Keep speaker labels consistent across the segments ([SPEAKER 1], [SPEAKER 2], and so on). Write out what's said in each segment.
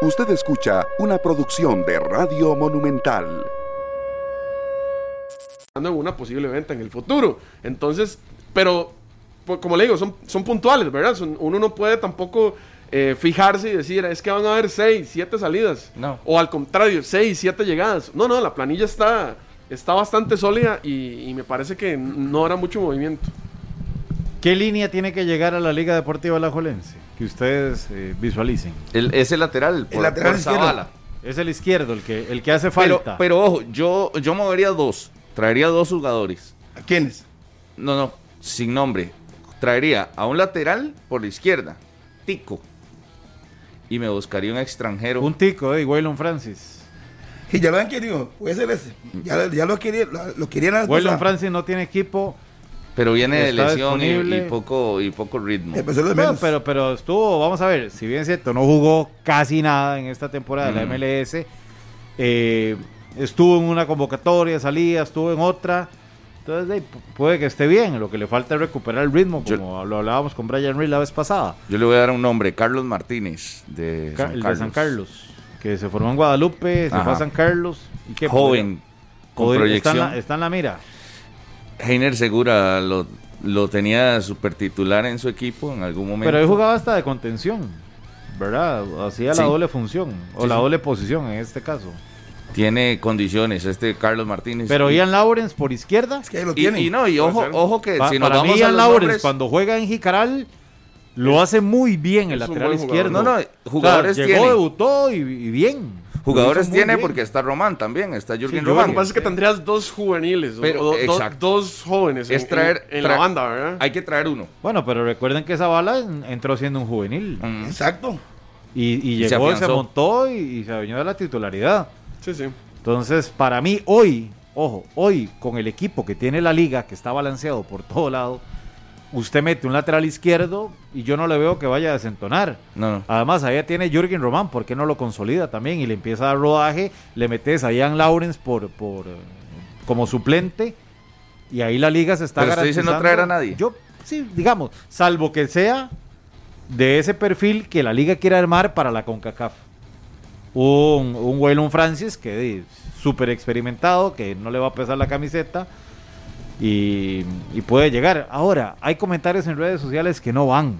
[SPEAKER 1] Usted escucha una producción de Radio Monumental.
[SPEAKER 2] Hablando de una posible venta en el futuro. Entonces, pero pues, como le digo, son, son puntuales, ¿verdad? Son- uno no puede tampoco eh, fijarse y decir, es que van a haber 6, 7 salidas.
[SPEAKER 3] No.
[SPEAKER 2] O al contrario, 6, 7 llegadas. No, no, la planilla está, está bastante sólida y, y me parece que no habrá mucho movimiento.
[SPEAKER 4] ¿Qué línea tiene que llegar a la Liga Deportiva Alajuelense? Que ustedes eh, visualicen.
[SPEAKER 3] El- es el lateral, por,
[SPEAKER 5] lateral
[SPEAKER 3] por
[SPEAKER 5] izquierdo.
[SPEAKER 3] Zavala.
[SPEAKER 4] Es el izquierdo el que, el que hace
[SPEAKER 3] Pero,
[SPEAKER 4] falta.
[SPEAKER 3] pero ojo, yo, yo movería dos. Traería dos jugadores.
[SPEAKER 5] ¿A quiénes?
[SPEAKER 3] No, no, sin nombre. Traería a un lateral por la izquierda, Tico. Y me buscaría un extranjero.
[SPEAKER 4] Un tico, eh, Waylon Francis.
[SPEAKER 5] Y ya lo han querido, puede ser ese. Ya, ya lo, querían, lo, lo querían
[SPEAKER 3] Ah,
[SPEAKER 5] la vez
[SPEAKER 4] Waylon
[SPEAKER 5] pasada.
[SPEAKER 4] Francis no tiene equipo.
[SPEAKER 3] Pero viene de
[SPEAKER 4] Está
[SPEAKER 3] lesión y,
[SPEAKER 4] disponible.
[SPEAKER 3] y poco, y poco ritmo.
[SPEAKER 5] Empezó los
[SPEAKER 4] Bueno,
[SPEAKER 5] menos.
[SPEAKER 4] pero, pero estuvo, vamos a ver, si bien es cierto, no jugó casi nada en esta temporada de
[SPEAKER 3] Mm.
[SPEAKER 4] la MLS. eh, estuvo en una convocatoria, salía, estuvo en otra. Entonces, de ahí, pu- puede que esté bien. Lo que le falta es recuperar el ritmo,
[SPEAKER 3] Yo-
[SPEAKER 4] como lo hablábamos con Brian Reed la vez pasada.
[SPEAKER 3] Yo le voy a dar un nombre, Carlos Martínez, de,
[SPEAKER 4] Ca-
[SPEAKER 3] San,
[SPEAKER 4] el de
[SPEAKER 3] Carlos.
[SPEAKER 4] San Carlos, que se formó en Guadalupe, se
[SPEAKER 3] Ajá.
[SPEAKER 4] fue a San Carlos. ¿y qué?
[SPEAKER 3] Joven, con
[SPEAKER 4] Podría- está,
[SPEAKER 3] proyección.
[SPEAKER 4] en la, está en la mira.
[SPEAKER 3] Heiner Segura lo, lo tenía super titular en su equipo en algún momento.
[SPEAKER 4] Pero él jugaba hasta de contención, ¿verdad? Hacía
[SPEAKER 3] Sí.
[SPEAKER 4] la doble función, o
[SPEAKER 3] Sí,
[SPEAKER 4] la
[SPEAKER 3] sí.
[SPEAKER 4] doble posición en este caso.
[SPEAKER 3] Tiene condiciones este Carlos Martínez.
[SPEAKER 4] Pero
[SPEAKER 3] y,
[SPEAKER 4] Ian Lawrence por izquierda.
[SPEAKER 5] es que ahí lo
[SPEAKER 3] y-
[SPEAKER 5] tienen.
[SPEAKER 3] y no, y
[SPEAKER 2] Puede
[SPEAKER 3] ojo,
[SPEAKER 2] ser.
[SPEAKER 3] ojo que
[SPEAKER 4] Pa-
[SPEAKER 3] si nos
[SPEAKER 4] para mí
[SPEAKER 3] vamos a
[SPEAKER 4] Ian
[SPEAKER 3] los
[SPEAKER 4] Lawrence
[SPEAKER 3] nombres-
[SPEAKER 4] cuando juega en Jicaral lo hace muy bien el
[SPEAKER 2] es un
[SPEAKER 4] lateral
[SPEAKER 2] buen jugador.
[SPEAKER 4] izquierdo.
[SPEAKER 3] No, no,
[SPEAKER 4] O sea,
[SPEAKER 3] jugadores
[SPEAKER 4] llegó,
[SPEAKER 3] tiene.
[SPEAKER 4] debutó y, y bien. Lo
[SPEAKER 3] Jugadores
[SPEAKER 4] hizo muy
[SPEAKER 3] tiene
[SPEAKER 4] bien.
[SPEAKER 3] porque está Román también, está Jürgen
[SPEAKER 4] Sí,
[SPEAKER 2] Lo
[SPEAKER 3] Román.
[SPEAKER 2] que pasa es que tendrías dos juveniles, o
[SPEAKER 3] Pero,
[SPEAKER 2] do- do-
[SPEAKER 3] exacto.
[SPEAKER 2] dos jóvenes en-
[SPEAKER 3] Es traer-
[SPEAKER 2] en, en
[SPEAKER 3] traer-
[SPEAKER 2] la banda, ¿verdad?
[SPEAKER 3] Hay que traer uno.
[SPEAKER 4] Bueno, pero recuerden que Zavala en- entró siendo un juvenil.
[SPEAKER 3] Mm.
[SPEAKER 5] Exacto.
[SPEAKER 4] Y, y
[SPEAKER 3] Y se
[SPEAKER 4] llegó, y se,
[SPEAKER 3] afianzó.
[SPEAKER 4] montó y, y se adueñó de la titularidad.
[SPEAKER 2] Sí, sí.
[SPEAKER 4] Entonces, para mí, hoy, ojo, hoy, con el equipo que tiene la liga, que está balanceado por todo lado, usted mete un lateral izquierdo y yo no le veo que vaya a desentonar.
[SPEAKER 3] No, no.
[SPEAKER 4] Además, allá tiene Jürgen Román, ¿por qué no lo consolida también? Y le empieza a dar rodaje, le metes a Ian Lawrence por, por, eh, como suplente, y ahí la liga se está
[SPEAKER 3] Pero usted dice no
[SPEAKER 4] garantizando.
[SPEAKER 3] traer a nadie.
[SPEAKER 4] Yo, sí, digamos, salvo que sea de ese perfil que la liga quiera armar para la CONCACAF. Un, un Waylon Francis que di, súper experimentado, que no le va a pesar la camiseta y, y puede llegar. Ahora, hay comentarios en redes sociales que no van.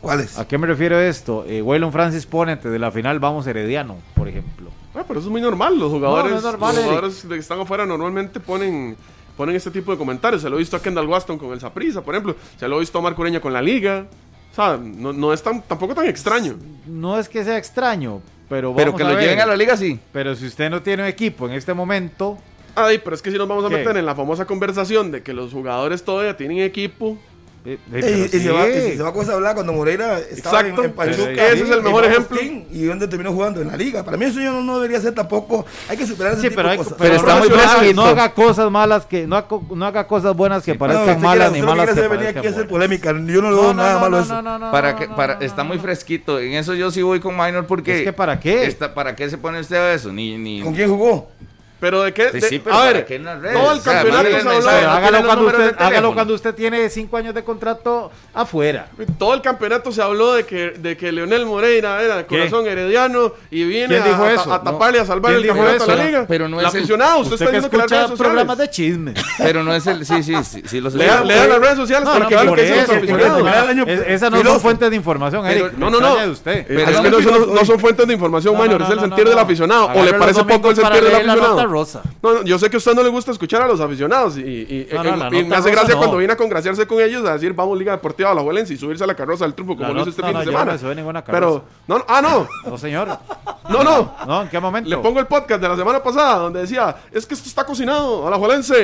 [SPEAKER 5] ¿Cuáles?
[SPEAKER 4] ¿A qué me refiero esto? Eh, Waylon Francis pone antes de la final vamos Herediano, por ejemplo.
[SPEAKER 2] Ah, pero eso es muy normal. Los jugadores,
[SPEAKER 4] No, no es normal,
[SPEAKER 2] los
[SPEAKER 4] Eric.
[SPEAKER 2] jugadores de que están afuera normalmente ponen, ponen este tipo de comentarios. Se lo he visto a Kendall Waston con el Saprisa, por ejemplo. Se lo he visto a Marco Ureña con la Liga. O sea, no, no es tan, tampoco tan extraño.
[SPEAKER 4] No es que sea extraño, pero vamos
[SPEAKER 3] Pero que
[SPEAKER 4] a
[SPEAKER 3] lo
[SPEAKER 4] ver.
[SPEAKER 3] lleven a la liga, sí.
[SPEAKER 4] Pero si usted no tiene un equipo en este momento,
[SPEAKER 2] Ay, pero es que si nos vamos a
[SPEAKER 4] ¿Qué?
[SPEAKER 2] meter en la famosa conversación de que los jugadores todavía tienen equipo.
[SPEAKER 4] eh, eh,
[SPEAKER 5] Y,
[SPEAKER 4] pero
[SPEAKER 5] y se
[SPEAKER 4] sí.
[SPEAKER 5] va, y se- se va a cosa hablar cuando Moreira estaba
[SPEAKER 2] Exacto.
[SPEAKER 5] en, en Pachuca.
[SPEAKER 4] Pero ese
[SPEAKER 2] es el
[SPEAKER 5] y
[SPEAKER 2] mejor
[SPEAKER 5] fue a
[SPEAKER 2] ejemplo.
[SPEAKER 5] Agustín, Y donde terminó jugando en la liga. Para mí eso yo no, no debería ser tampoco. Hay que superar ese
[SPEAKER 4] Sí,
[SPEAKER 5] tipo
[SPEAKER 4] pero,
[SPEAKER 5] de
[SPEAKER 4] hay-
[SPEAKER 5] cosas.
[SPEAKER 4] pero
[SPEAKER 3] está
[SPEAKER 4] no,
[SPEAKER 3] muy
[SPEAKER 4] no haga-
[SPEAKER 3] fresquito.
[SPEAKER 4] no haga cosas malas que no haga, no haga cosas buenas que
[SPEAKER 5] No,
[SPEAKER 4] parezcan
[SPEAKER 5] usted quiere-
[SPEAKER 4] malas ni
[SPEAKER 5] usted lo que
[SPEAKER 4] malas
[SPEAKER 5] quiere
[SPEAKER 4] que
[SPEAKER 5] hacer venir aquí a
[SPEAKER 4] parezcan
[SPEAKER 5] hacer
[SPEAKER 4] buenas.
[SPEAKER 5] polémica. Yo no le veo
[SPEAKER 4] No, no,
[SPEAKER 5] nada
[SPEAKER 4] no,
[SPEAKER 5] malo a
[SPEAKER 4] no,
[SPEAKER 5] eso.
[SPEAKER 4] no, no,
[SPEAKER 3] para
[SPEAKER 4] no,
[SPEAKER 3] que
[SPEAKER 4] no,
[SPEAKER 3] para
[SPEAKER 4] no,
[SPEAKER 3] está
[SPEAKER 4] no,
[SPEAKER 3] muy
[SPEAKER 4] no.
[SPEAKER 3] fresquito. En eso yo sí voy con Minor porque
[SPEAKER 4] Es que ¿para qué?
[SPEAKER 3] está- para qué se pone usted a eso? Ni ni
[SPEAKER 5] ¿Con quién jugó?
[SPEAKER 2] Pero de qué.
[SPEAKER 3] Sí,
[SPEAKER 2] de-
[SPEAKER 3] sí, pero
[SPEAKER 2] a
[SPEAKER 3] ¿para
[SPEAKER 2] ver,
[SPEAKER 3] qué en las redes?
[SPEAKER 2] todo el
[SPEAKER 3] O sea,
[SPEAKER 2] campeonato
[SPEAKER 3] mándenle
[SPEAKER 2] se habló
[SPEAKER 3] mensaje,
[SPEAKER 2] de-
[SPEAKER 4] Pero
[SPEAKER 3] no
[SPEAKER 4] hágalo
[SPEAKER 3] tiene los
[SPEAKER 4] cuando,
[SPEAKER 3] números de
[SPEAKER 4] usted, hágalo
[SPEAKER 3] teléfono.
[SPEAKER 4] cuando usted tiene cinco años de contrato afuera.
[SPEAKER 2] Todo el campeonato se habló de que, de que Leonel Moreira era de
[SPEAKER 4] ¿Qué?
[SPEAKER 2] corazón herediano y viene
[SPEAKER 4] ¿Quién
[SPEAKER 2] a,
[SPEAKER 4] dijo
[SPEAKER 2] a-
[SPEAKER 4] eso?
[SPEAKER 2] a taparle, a salvar
[SPEAKER 4] ¿Quién
[SPEAKER 2] el
[SPEAKER 4] dijo
[SPEAKER 2] campeonato de
[SPEAKER 4] eso?
[SPEAKER 2] la liga.
[SPEAKER 3] Pero no
[SPEAKER 2] El
[SPEAKER 3] es el-
[SPEAKER 2] aficionado, usted,
[SPEAKER 4] Usted
[SPEAKER 2] está
[SPEAKER 4] que
[SPEAKER 2] viendo que las redes
[SPEAKER 4] escucha
[SPEAKER 2] sociales-
[SPEAKER 4] programas de chismes.
[SPEAKER 3] Pero no es el sí, sí, sí, sí los
[SPEAKER 2] Le dan, le dan las redes sociales
[SPEAKER 4] No,
[SPEAKER 2] para
[SPEAKER 4] no,
[SPEAKER 2] que vean lo
[SPEAKER 4] por
[SPEAKER 2] que dicen los
[SPEAKER 4] eso, por
[SPEAKER 2] aficionados.
[SPEAKER 4] eso,
[SPEAKER 5] me da daño
[SPEAKER 4] es- Esas no
[SPEAKER 5] filósofo.
[SPEAKER 4] son fuentes de información,
[SPEAKER 3] Pero-
[SPEAKER 4] Eric.
[SPEAKER 2] No, no,
[SPEAKER 4] me
[SPEAKER 2] no.
[SPEAKER 4] extraña de usted.
[SPEAKER 2] Pero es
[SPEAKER 3] Hágame
[SPEAKER 2] que no
[SPEAKER 3] filósofo.
[SPEAKER 2] son, no son fuentes de información,
[SPEAKER 4] No,
[SPEAKER 2] Minor.
[SPEAKER 4] no,
[SPEAKER 2] es el
[SPEAKER 4] no,
[SPEAKER 2] sentir
[SPEAKER 4] no,
[SPEAKER 2] del
[SPEAKER 4] no.
[SPEAKER 2] aficionado.
[SPEAKER 4] Agarre
[SPEAKER 2] ¿O le
[SPEAKER 4] los
[SPEAKER 2] parece
[SPEAKER 4] domingos
[SPEAKER 2] poco el
[SPEAKER 4] para
[SPEAKER 2] sentir del
[SPEAKER 4] leer la
[SPEAKER 2] aficionado?
[SPEAKER 4] nota rosa.
[SPEAKER 2] No, no, yo sé que a usted no le gusta escuchar a los aficionados. Y, y-
[SPEAKER 4] No,
[SPEAKER 2] y-
[SPEAKER 4] no, la
[SPEAKER 2] y me
[SPEAKER 4] nota
[SPEAKER 2] hace
[SPEAKER 4] rosa
[SPEAKER 2] gracia
[SPEAKER 4] no.
[SPEAKER 2] cuando viene a congraciarse con ellos a decir, vamos, Liga Deportiva a la y subirse a la carroza del triunfo,
[SPEAKER 4] La
[SPEAKER 2] como lo hizo
[SPEAKER 4] nota-
[SPEAKER 2] este
[SPEAKER 4] no,
[SPEAKER 2] fin
[SPEAKER 4] no,
[SPEAKER 2] de
[SPEAKER 4] yo no
[SPEAKER 2] semana.
[SPEAKER 4] me subí a ninguna
[SPEAKER 2] Pero,
[SPEAKER 4] carroza.
[SPEAKER 2] no, no, ah, no.
[SPEAKER 4] No, señor.
[SPEAKER 2] No, no.
[SPEAKER 4] No, ¿en qué momento?
[SPEAKER 2] Le pongo el podcast de la semana pasada donde decía, es que esto está cocinado, a la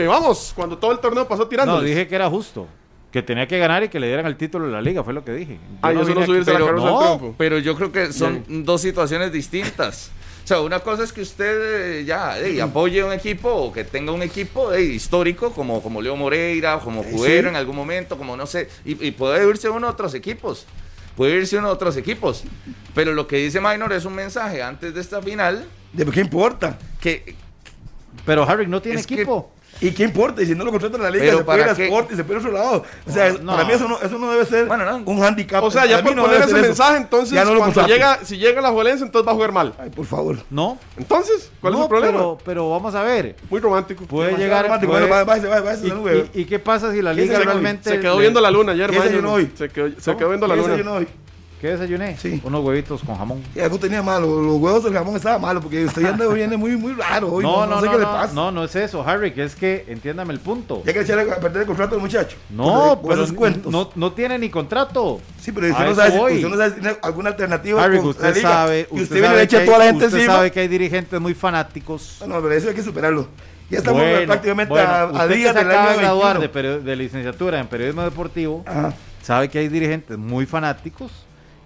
[SPEAKER 2] vamos, cuando todo el torneo pasó tirando.
[SPEAKER 4] No, dije que era justo. Que tenía que ganar y que le dieran el título de la liga, fue lo que dije. Yo
[SPEAKER 2] Ah, y eso
[SPEAKER 4] vine
[SPEAKER 2] no
[SPEAKER 4] aquí-
[SPEAKER 2] subirse a la
[SPEAKER 4] pero
[SPEAKER 2] carroza del
[SPEAKER 4] no,
[SPEAKER 2] triunfo.
[SPEAKER 3] Pero yo creo que son dos situaciones distintas. O sea, una cosa es que usted eh, ya eh, apoye un equipo o que tenga un equipo eh, histórico como, como Leo Moreira o como Cubero en algún momento, como no sé, y, y puede irse uno a otros equipos. Puede irse uno a otros equipos. Pero lo que dice Minor es un mensaje antes de esta final
[SPEAKER 5] ¿De qué importa?
[SPEAKER 3] que
[SPEAKER 4] Pero Harry no tiene
[SPEAKER 3] Es que-
[SPEAKER 4] equipo.
[SPEAKER 5] ¿Y qué importa? Y si no lo contratan la liga,
[SPEAKER 3] Pero
[SPEAKER 5] se puede ir
[SPEAKER 3] para
[SPEAKER 5] a
[SPEAKER 3] qué-
[SPEAKER 5] Sporting, se puede ir a otro lado. O sea,
[SPEAKER 4] No.
[SPEAKER 5] para mí eso no, eso no debe ser
[SPEAKER 3] Bueno, no.
[SPEAKER 5] un handicap.
[SPEAKER 2] O sea, ya
[SPEAKER 5] Para mí
[SPEAKER 2] por
[SPEAKER 5] no
[SPEAKER 2] poner
[SPEAKER 5] debe
[SPEAKER 2] ese
[SPEAKER 5] ser eso.
[SPEAKER 2] mensaje, entonces,
[SPEAKER 5] Ya no lo
[SPEAKER 2] cuando
[SPEAKER 5] contraten.
[SPEAKER 2] llega, si llega la Juelense, entonces va a jugar mal.
[SPEAKER 5] Ay, por favor.
[SPEAKER 4] No.
[SPEAKER 2] Entonces, ¿cuál
[SPEAKER 4] no,
[SPEAKER 2] es el problema?
[SPEAKER 4] Pero, pero vamos a ver.
[SPEAKER 2] Muy romántico.
[SPEAKER 4] Puede
[SPEAKER 5] Demasiado
[SPEAKER 4] llegar.
[SPEAKER 5] dramático.
[SPEAKER 4] puede-
[SPEAKER 5] Bueno, va- váyase, váyase, váyase, no, güey.
[SPEAKER 4] y, y- y qué pasa si la
[SPEAKER 5] ¿Qué
[SPEAKER 4] liga
[SPEAKER 5] desayunó hoy?
[SPEAKER 4] realmente.
[SPEAKER 2] Se quedó
[SPEAKER 4] le-
[SPEAKER 2] viendo la luna ayer,
[SPEAKER 5] ¿Qué
[SPEAKER 2] mae,
[SPEAKER 5] desayunó
[SPEAKER 2] no,
[SPEAKER 5] hoy?
[SPEAKER 2] Se quedó, se
[SPEAKER 5] ¿Cómo?
[SPEAKER 2] quedó viendo la
[SPEAKER 5] ¿Qué
[SPEAKER 2] luna.
[SPEAKER 5] desayunó hoy?
[SPEAKER 4] ¿Qué desayuné?
[SPEAKER 5] Sí.
[SPEAKER 4] Unos huevitos con jamón.
[SPEAKER 5] Ya, Algo tenía malo, los huevos del jamón estaban malos porque usted ya anda viene muy, muy raro hoy. No, no, sé qué le pasa.
[SPEAKER 4] no, no es eso, Harry, que es que entiéndame el punto.
[SPEAKER 5] Ya que echarle a perder el contrato al muchacho.
[SPEAKER 4] No,
[SPEAKER 5] por
[SPEAKER 4] pero
[SPEAKER 5] esos cuentos.
[SPEAKER 4] no, no tiene ni contrato.
[SPEAKER 5] Sí, pero
[SPEAKER 4] A
[SPEAKER 5] usted no,
[SPEAKER 4] eso
[SPEAKER 5] sabe si,
[SPEAKER 4] voy.
[SPEAKER 5] usted no sabe si tiene alguna alternativa.
[SPEAKER 4] Harry,
[SPEAKER 5] con la
[SPEAKER 4] usted
[SPEAKER 5] liga.
[SPEAKER 4] sabe,
[SPEAKER 5] Y
[SPEAKER 4] usted,
[SPEAKER 5] usted viene y
[SPEAKER 4] sabe,
[SPEAKER 5] le
[SPEAKER 4] que
[SPEAKER 5] echa
[SPEAKER 4] hay,
[SPEAKER 5] toda la gente
[SPEAKER 4] usted
[SPEAKER 5] encima.
[SPEAKER 4] sabe que hay dirigentes muy fanáticos.
[SPEAKER 5] No, no, pero eso hay que superarlo. Ya estamos
[SPEAKER 4] Bueno,
[SPEAKER 5] prácticamente
[SPEAKER 4] bueno,
[SPEAKER 5] a, a
[SPEAKER 4] usted que
[SPEAKER 5] días
[SPEAKER 4] se
[SPEAKER 5] del
[SPEAKER 4] acaba
[SPEAKER 5] año
[SPEAKER 4] de graduar de,
[SPEAKER 5] 21.
[SPEAKER 4] perio- de licenciatura en periodismo deportivo,
[SPEAKER 5] Ajá.
[SPEAKER 4] sabe que hay dirigentes muy fanáticos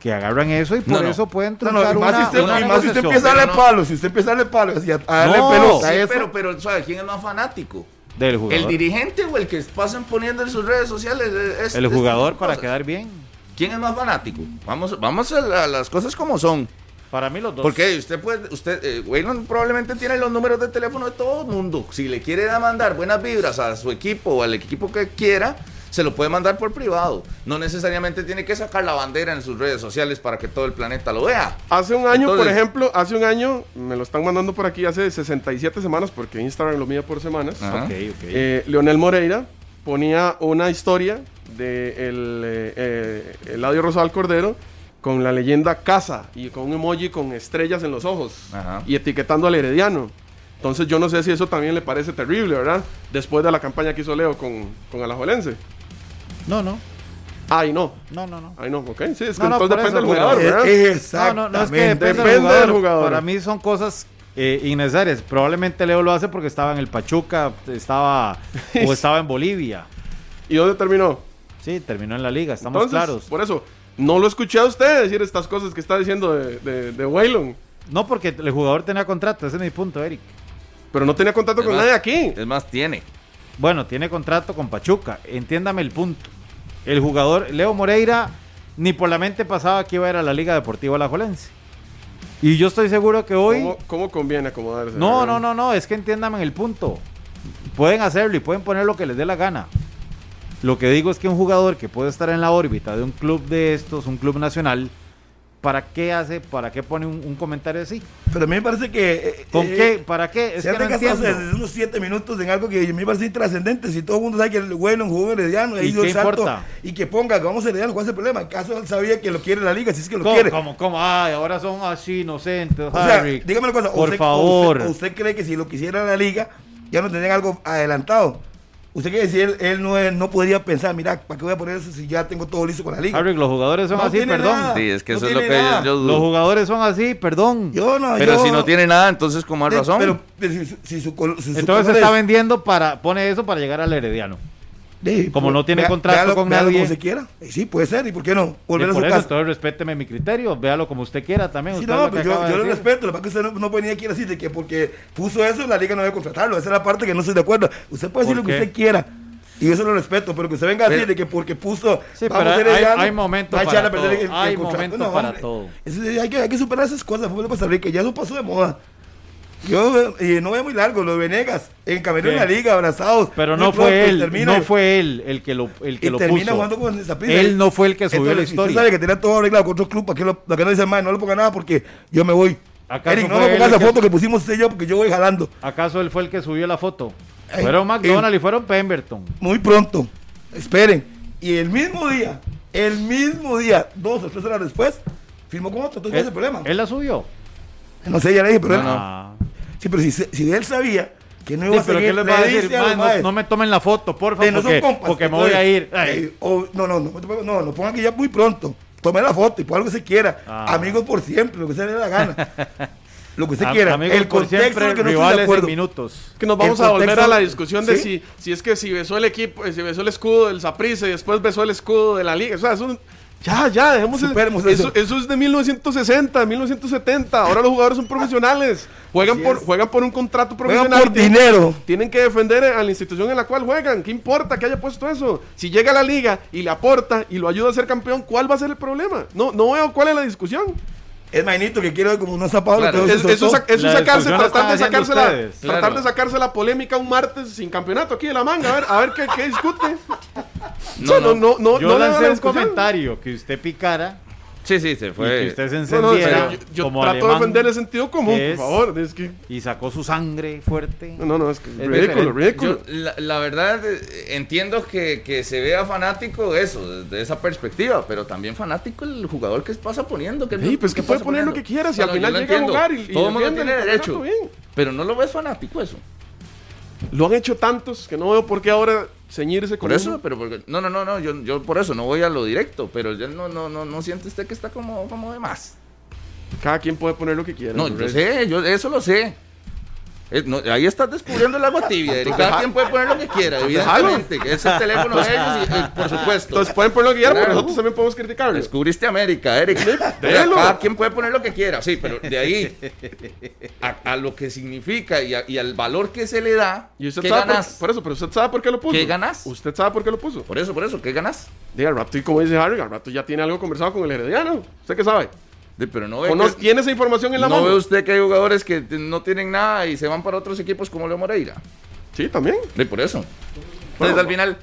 [SPEAKER 4] que agarran eso y por
[SPEAKER 3] No, no.
[SPEAKER 4] eso pueden
[SPEAKER 5] No, no,
[SPEAKER 4] truncar
[SPEAKER 5] y más, si
[SPEAKER 4] una-
[SPEAKER 5] usted,
[SPEAKER 4] una
[SPEAKER 5] y más si usted
[SPEAKER 4] negociación.
[SPEAKER 5] empieza a darle
[SPEAKER 3] pero no.
[SPEAKER 5] palos, si usted empieza a darle palos y a, a darle
[SPEAKER 4] No.
[SPEAKER 5] pelos a
[SPEAKER 3] Sí,
[SPEAKER 5] eso.
[SPEAKER 3] pero, pero, ¿sabe quién es más fanático?
[SPEAKER 4] del Oh. jugador.
[SPEAKER 3] ¿El dirigente o el que pasan poniendo en sus redes sociales? eh, es-
[SPEAKER 4] El
[SPEAKER 3] es-
[SPEAKER 4] jugador para
[SPEAKER 3] cosas?
[SPEAKER 4] quedar bien.
[SPEAKER 3] ¿Quién es más fanático? Vamos, vamos a, la- las cosas como son.
[SPEAKER 4] Para mí los dos.
[SPEAKER 3] Porque usted puede, usted, eh, Waylon probablemente tiene los números de teléfono de todo el mundo. Si le quiere da- mandar buenas vibras a su equipo o al equipo que quiera, se lo puede mandar por privado. No necesariamente tiene que sacar la bandera en sus redes sociales para que todo el planeta lo vea.
[SPEAKER 2] Hace un año, por
[SPEAKER 3] Entonces-
[SPEAKER 2] ejemplo, hace un año, me lo están mandando por aquí hace 67 semanas, porque Instagram lo mide por semanas.
[SPEAKER 3] Ajá.
[SPEAKER 4] Ok, ok.
[SPEAKER 2] Eh, Leonel Moreira ponía una historia de el, eh, eh, Eladio Rosal Cordero con la leyenda Casa y con un emoji con estrellas en los ojos
[SPEAKER 3] Ajá.
[SPEAKER 2] y etiquetando al Herediano. Entonces yo no sé si eso también le parece terrible, ¿verdad? Después de la campaña que hizo Leo con, con Alajuelense.
[SPEAKER 4] No, no,
[SPEAKER 2] Ay, no.
[SPEAKER 4] no, no, no.
[SPEAKER 2] Ay, no, ok. Sí, es que
[SPEAKER 4] No, no,
[SPEAKER 2] entonces
[SPEAKER 4] por
[SPEAKER 2] depende
[SPEAKER 4] eso, eh,
[SPEAKER 2] del
[SPEAKER 4] por
[SPEAKER 2] jugador,
[SPEAKER 4] eso.
[SPEAKER 2] ¿verdad?
[SPEAKER 5] Exactamente.
[SPEAKER 4] No, no, no es que depende,
[SPEAKER 2] Depende
[SPEAKER 4] del, jugador.
[SPEAKER 2] del jugador.
[SPEAKER 4] Para mí son cosas eh, innecesarias. Probablemente Leo lo hace porque estaba en el Pachuca, estaba o estaba en Bolivia.
[SPEAKER 2] ¿Y dónde terminó?
[SPEAKER 4] Sí, terminó en la liga, estamos claros.
[SPEAKER 2] Por eso, no lo escuché a usted decir estas cosas que está diciendo de, de, de Waylon.
[SPEAKER 4] No porque el jugador tenía contrato, ese es mi punto, Eric.
[SPEAKER 2] Pero no tenía contacto
[SPEAKER 3] Es
[SPEAKER 2] con
[SPEAKER 3] más-
[SPEAKER 2] nadie aquí.
[SPEAKER 3] Es más, tiene.
[SPEAKER 4] Bueno, tiene contrato con Pachuca, entiéndame el punto. El jugador Leo Moreira ni por la mente pasaba que iba a ir a la Liga Deportiva Alajuelense. Y yo estoy seguro que hoy
[SPEAKER 2] ¿Cómo, cómo conviene acomodarse?
[SPEAKER 4] No,
[SPEAKER 2] verdad?
[SPEAKER 4] no, no, no, es que entiéndame el punto. Pueden hacerlo y pueden poner lo que les dé la gana. Lo que digo es que un jugador que puede estar en la órbita de un club de estos, un club nacional, ¿para qué hace, para qué pone un, un comentario así?
[SPEAKER 5] Pero a mí me parece que. eh,
[SPEAKER 4] ¿Con
[SPEAKER 5] eh,
[SPEAKER 4] qué? ¿Para qué? Es
[SPEAKER 5] se
[SPEAKER 4] que
[SPEAKER 5] han
[SPEAKER 4] no
[SPEAKER 5] desgastado
[SPEAKER 4] entiendo.
[SPEAKER 5] desde unos 7 minutos en algo que a mí me parece intrascendente. Si todo el mundo sabe que el bueno jugó en Herediano,
[SPEAKER 4] ¿Y
[SPEAKER 5] ahí dio el
[SPEAKER 4] qué
[SPEAKER 5] salto
[SPEAKER 4] importa?
[SPEAKER 5] y que ponga, que vamos a Herediano, ¿cuál es el problema? ¿Acaso él sabía que lo quiere la liga? Si es que lo
[SPEAKER 4] ¿Cómo,
[SPEAKER 5] quiere.
[SPEAKER 4] cómo, cómo? Ay, ahora son así inocentes,
[SPEAKER 5] O sea,
[SPEAKER 4] Harry.
[SPEAKER 5] dígame una cosa.
[SPEAKER 4] Por
[SPEAKER 5] usted,
[SPEAKER 4] favor.
[SPEAKER 5] Usted, usted cree que si lo quisiera la liga, ya no tendrían algo adelantado? ¿Usted quiere decir, él, él no, es- no podría pensar, mira, ¿para qué voy a poner eso si ya tengo todo listo con la liga?
[SPEAKER 4] Harry, los jugadores son
[SPEAKER 5] No
[SPEAKER 4] así,
[SPEAKER 5] tiene
[SPEAKER 4] perdón.
[SPEAKER 5] nada.
[SPEAKER 3] Sí, es que
[SPEAKER 5] No
[SPEAKER 3] eso es lo
[SPEAKER 5] tiene
[SPEAKER 3] que
[SPEAKER 5] nada.
[SPEAKER 3] yo, yo
[SPEAKER 4] Los
[SPEAKER 3] dudo.
[SPEAKER 4] jugadores son así, perdón.
[SPEAKER 5] Yo no,
[SPEAKER 3] Pero
[SPEAKER 5] yo-
[SPEAKER 3] si no tiene nada, entonces con más
[SPEAKER 5] de-
[SPEAKER 3] razón.
[SPEAKER 5] Pero pero si, si su col- si su
[SPEAKER 4] Entonces
[SPEAKER 5] color
[SPEAKER 4] está
[SPEAKER 5] es-
[SPEAKER 4] vendiendo para, pone eso para llegar al herediano.
[SPEAKER 5] Sí,
[SPEAKER 4] Como
[SPEAKER 5] pues,
[SPEAKER 4] no tiene contrato con
[SPEAKER 5] véalo
[SPEAKER 4] nadie.
[SPEAKER 5] como se quiera. Eh, Sí, puede ser. ¿Y por qué no? Volver
[SPEAKER 4] Eh,
[SPEAKER 5] a su
[SPEAKER 4] por eso,
[SPEAKER 5] casa.
[SPEAKER 4] entonces respéteme mi criterio, véalo como usted quiera también.
[SPEAKER 5] Sí,
[SPEAKER 4] usted
[SPEAKER 5] no,
[SPEAKER 4] lo
[SPEAKER 5] pero
[SPEAKER 4] que acaba
[SPEAKER 5] yo,
[SPEAKER 4] de
[SPEAKER 5] yo lo
[SPEAKER 4] decir.
[SPEAKER 5] respeto. Lo que pasa es que usted no, no venía aquí a decir de que porque puso eso, la liga no debe contratarlo. Esa es la parte que no estoy de acuerdo. Usted puede decir
[SPEAKER 4] ¿Por
[SPEAKER 5] lo que
[SPEAKER 4] qué?
[SPEAKER 5] usted quiera. Y eso lo respeto, pero que usted venga a decir de que porque puso.
[SPEAKER 4] Sí, pero
[SPEAKER 5] vamos a hacer
[SPEAKER 4] hay-
[SPEAKER 5] el llano,
[SPEAKER 4] hay momentos
[SPEAKER 5] va a
[SPEAKER 4] para
[SPEAKER 5] echar a perder
[SPEAKER 4] todo,
[SPEAKER 5] el- el
[SPEAKER 4] hay
[SPEAKER 5] contrato.
[SPEAKER 4] momentos
[SPEAKER 5] No,
[SPEAKER 4] para
[SPEAKER 5] hombre,
[SPEAKER 4] todo.
[SPEAKER 5] eso- hay, que, hay que superar esas cosas. Fútbol de Costa Rica, ya eso pasó de moda. Yo eh, no veo muy largo, lo de Venegas, en Camerún en la
[SPEAKER 4] Sí.
[SPEAKER 5] liga, abrazados.
[SPEAKER 4] Pero
[SPEAKER 5] muy
[SPEAKER 4] no
[SPEAKER 5] pronto,
[SPEAKER 4] fue
[SPEAKER 5] y
[SPEAKER 4] él,
[SPEAKER 5] pues, termina-
[SPEAKER 4] no fue él el que lo, el que
[SPEAKER 5] y
[SPEAKER 4] lo
[SPEAKER 5] termina
[SPEAKER 4] puso.
[SPEAKER 5] jugando con Saprissa.
[SPEAKER 4] Él no fue el que subió
[SPEAKER 5] Entonces,
[SPEAKER 4] la
[SPEAKER 5] Usted sabe
[SPEAKER 4] historia.
[SPEAKER 5] que tenía todo arreglado con otro club, ¿para qué lo, para qué no dice más? No le ponga nada porque yo me voy.
[SPEAKER 4] ¿Acaso
[SPEAKER 5] Eric, no
[SPEAKER 4] fue
[SPEAKER 5] me pongas
[SPEAKER 4] él
[SPEAKER 5] la
[SPEAKER 4] el que-
[SPEAKER 5] foto que pusimos usted y yo porque yo voy jalando.
[SPEAKER 4] ¿Acaso él fue el que subió la foto?
[SPEAKER 5] Ey,
[SPEAKER 4] fueron McDonald y fueron Pemberton.
[SPEAKER 5] Muy pronto. Esperen. Y el mismo día, el mismo día, dos o tres horas después, firmó con otro. Entonces, ¿cuál es el problema?
[SPEAKER 4] Eh, Él la subió.
[SPEAKER 5] no sé, ya le dije, pero, él-
[SPEAKER 4] Ah.
[SPEAKER 5] Sí, pero si, si él sabía que no iba
[SPEAKER 4] Sí,
[SPEAKER 5] a
[SPEAKER 4] pero ¿qué
[SPEAKER 5] seguir,
[SPEAKER 4] les va a
[SPEAKER 5] le
[SPEAKER 4] decir?
[SPEAKER 5] dice a los
[SPEAKER 4] "Man, no,
[SPEAKER 5] maes,
[SPEAKER 4] no me tomen la foto, por
[SPEAKER 5] Sí,
[SPEAKER 4] favor,
[SPEAKER 5] no son
[SPEAKER 4] porque,
[SPEAKER 5] compas,
[SPEAKER 4] porque me voy
[SPEAKER 5] entonces,
[SPEAKER 4] a ir. Ay,
[SPEAKER 5] eh, o- no, no, no, no, no, pongan que ya muy pronto. Tome la foto y pon algo que se quiera.
[SPEAKER 4] Ah.
[SPEAKER 5] Amigos por siempre, lo que se le dé la gana. lo que usted
[SPEAKER 4] am-
[SPEAKER 5] quiera.
[SPEAKER 4] amigos
[SPEAKER 5] el
[SPEAKER 4] por
[SPEAKER 5] contexto
[SPEAKER 4] siempre,
[SPEAKER 5] en el que no estoy de
[SPEAKER 4] rivales en
[SPEAKER 5] acuerdo.
[SPEAKER 4] minutos.
[SPEAKER 2] Que nos vamos
[SPEAKER 5] El
[SPEAKER 2] a volver
[SPEAKER 5] contexto-
[SPEAKER 2] a la discusión de
[SPEAKER 5] ¿Sí?
[SPEAKER 2] si, si es que si besó el equipo, eh, si besó el escudo del Saprissa y después besó el escudo de la liga. O sea, es un- Ya, ya, dejemos el-
[SPEAKER 5] Superemos
[SPEAKER 2] eso.
[SPEAKER 5] eso.
[SPEAKER 2] eso es de 1960, 1970. Ahora los jugadores son profesionales. Juegan
[SPEAKER 5] Así
[SPEAKER 2] por,
[SPEAKER 5] es.
[SPEAKER 2] juegan por un contrato
[SPEAKER 5] Juegan
[SPEAKER 2] profesional.
[SPEAKER 5] por
[SPEAKER 2] tienen-
[SPEAKER 5] dinero.
[SPEAKER 2] Tienen que defender a la institución en la cual juegan. ¿Qué importa que haya puesto eso? Si llega a la liga y le aporta y lo ayuda a ser campeón, ¿cuál va a ser el problema? No, no veo cuál es la discusión.
[SPEAKER 5] Es Mainito que quiere ver como no está Pablo.
[SPEAKER 3] Claro,
[SPEAKER 5] pero
[SPEAKER 2] Es- eso
[SPEAKER 5] se
[SPEAKER 2] es,
[SPEAKER 5] soltó.
[SPEAKER 2] eso es
[SPEAKER 4] La
[SPEAKER 2] sacarse,
[SPEAKER 4] discusión la
[SPEAKER 2] tratar de
[SPEAKER 4] estaban haciendo
[SPEAKER 2] sacarse, la,
[SPEAKER 4] ustedes.
[SPEAKER 2] tratar
[SPEAKER 3] Claro.
[SPEAKER 2] de sacarse la polémica un martes sin campeonato aquí de la manga. A ver, a ver qué, qué discute. O sea,
[SPEAKER 3] No, no.
[SPEAKER 2] no, no,
[SPEAKER 4] Yo
[SPEAKER 2] no le da la
[SPEAKER 4] lancé un
[SPEAKER 2] discusión.
[SPEAKER 4] comentario que usted picara
[SPEAKER 3] Sí, sí, se
[SPEAKER 4] y que
[SPEAKER 3] fue.
[SPEAKER 4] usted se
[SPEAKER 2] No, no, o sea,
[SPEAKER 4] encendiera
[SPEAKER 2] yo yo
[SPEAKER 4] como
[SPEAKER 2] trato de
[SPEAKER 4] alemán
[SPEAKER 2] defender el sentido común,
[SPEAKER 4] que
[SPEAKER 2] por
[SPEAKER 4] es.
[SPEAKER 2] favor. Es que,
[SPEAKER 4] y sacó su sangre fuerte.
[SPEAKER 2] no, no, no, es que es
[SPEAKER 4] Es
[SPEAKER 2] ridículo,
[SPEAKER 4] diferente.
[SPEAKER 2] ridículo.
[SPEAKER 3] Yo, la, la verdad, eh, entiendo que, que se vea fanático de eso, de esa perspectiva, pero también fanático el jugador que pasa poniendo. Que
[SPEAKER 2] Sí, pues que
[SPEAKER 3] que
[SPEAKER 2] puede
[SPEAKER 3] pasa
[SPEAKER 2] poner lo
[SPEAKER 3] poniendo.
[SPEAKER 2] que quiera si
[SPEAKER 3] No,
[SPEAKER 2] al
[SPEAKER 3] no,
[SPEAKER 2] final
[SPEAKER 3] yo lo
[SPEAKER 2] llega a
[SPEAKER 3] entiendo.
[SPEAKER 2] jugar y, y
[SPEAKER 3] Todo el mundo
[SPEAKER 2] defiende
[SPEAKER 3] tiene
[SPEAKER 2] el
[SPEAKER 3] derecho,
[SPEAKER 2] campeonato bien.
[SPEAKER 3] pero no lo ves fanático eso.
[SPEAKER 2] Lo han hecho tantos que no veo por qué ahora ceñirse con
[SPEAKER 3] Por eso,
[SPEAKER 2] uno.
[SPEAKER 3] pero porque- no, no, no, no, yo, yo por eso no voy a lo directo, pero yo no, no, no, no siente usted que está como, como de más.
[SPEAKER 2] Cada quien puede poner lo que quiera.
[SPEAKER 3] No, yo
[SPEAKER 2] hombre.
[SPEAKER 3] sé, yo eso lo sé. Es- no, ahí estás descubriendo el agua tibia, Eric. Cada quien puede poner lo que quiera, evidentemente. que Es el teléfono de ellos, y, eh, por supuesto.
[SPEAKER 2] Entonces pueden poner lo que quieran, pero
[SPEAKER 3] Claro.
[SPEAKER 2] nosotros también podemos criticarlo.
[SPEAKER 3] Descubriste América, Eric.
[SPEAKER 2] délo.
[SPEAKER 3] Cada quien puede poner lo que quiera, sí, pero de ahí a, a lo que significa y, a- y al valor que se le da,
[SPEAKER 2] Y usted
[SPEAKER 3] ¿qué
[SPEAKER 2] sabe por,
[SPEAKER 3] ganas?
[SPEAKER 2] por eso, pero usted sabe por qué lo puso.
[SPEAKER 3] ¿Qué ganas?
[SPEAKER 2] Usted sabe por qué lo puso.
[SPEAKER 3] Por eso, por eso, ¿qué ganas?
[SPEAKER 2] Diga, al rato, y como dice Harry, al rato ya tiene algo conversado con el Herediano. ¿Usted qué sabe?
[SPEAKER 3] De- pero no ve
[SPEAKER 2] ¿O no
[SPEAKER 3] que-
[SPEAKER 2] tiene esa información en la
[SPEAKER 3] ¿No
[SPEAKER 2] mano?
[SPEAKER 3] ve usted que hay jugadores que t- no tienen nada y se van para otros equipos como Leo Moreira?
[SPEAKER 2] Sí, también.
[SPEAKER 3] De por eso. Entonces,
[SPEAKER 2] Bueno,
[SPEAKER 3] al final,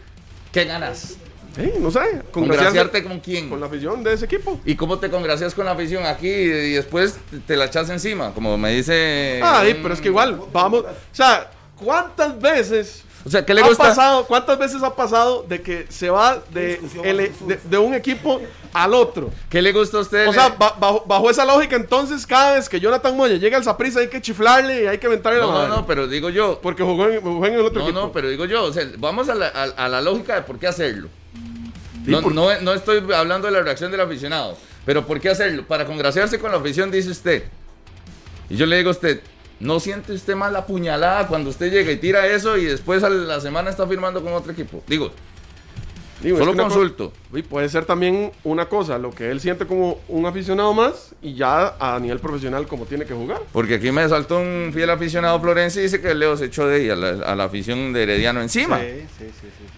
[SPEAKER 3] ¿qué ganas?
[SPEAKER 2] Sí, no sé.
[SPEAKER 3] ¿Congraciarte con quién?
[SPEAKER 2] con la afición de ese equipo.
[SPEAKER 3] ¿Y cómo te congracias con la afición aquí y después te- te la echas encima? Como me dice...
[SPEAKER 2] Ah, sí,
[SPEAKER 3] un-
[SPEAKER 2] pero es que igual, vamos. O sea, ¿cuántas veces
[SPEAKER 3] O sea, ¿qué le
[SPEAKER 2] ha
[SPEAKER 3] gusta?
[SPEAKER 2] pasado? ¿Cuántas veces ha pasado de que se va de, el- de, de un equipo al otro?
[SPEAKER 3] ¿Qué le gusta a usted?
[SPEAKER 2] O sea, ba- bajo, bajo esa lógica, entonces cada vez que Jonathan Moya llega al Saprissa hay que chiflarle y hay que aventarle la
[SPEAKER 3] no, no,
[SPEAKER 2] mano.
[SPEAKER 3] no, pero digo yo,
[SPEAKER 2] Porque jugó en, jugó en el otro
[SPEAKER 3] No,
[SPEAKER 2] equipo.
[SPEAKER 3] no, pues, pero digo yo, o sea, vamos a la, a, a la lógica de por qué hacerlo.
[SPEAKER 2] Sí,
[SPEAKER 3] No,
[SPEAKER 2] por-
[SPEAKER 3] no, no estoy hablando de la reacción del aficionado, pero ¿por qué hacerlo? Para congraciarse con la afición, dice usted. Y yo le digo a usted, ¿no siente usted mal la puñalada cuando usted llega y tira eso y después a la semana está firmando con otro equipo? Digo,
[SPEAKER 2] Digo, es
[SPEAKER 3] solo
[SPEAKER 2] que una
[SPEAKER 3] consulto.
[SPEAKER 2] cosa- Y puede ser también una cosa, lo que él siente como un aficionado más y ya a nivel profesional como tiene que jugar.
[SPEAKER 3] Porque aquí me saltó un fiel aficionado florense y dice que Leo se echó de ahí a la, a la afición de Herediano encima.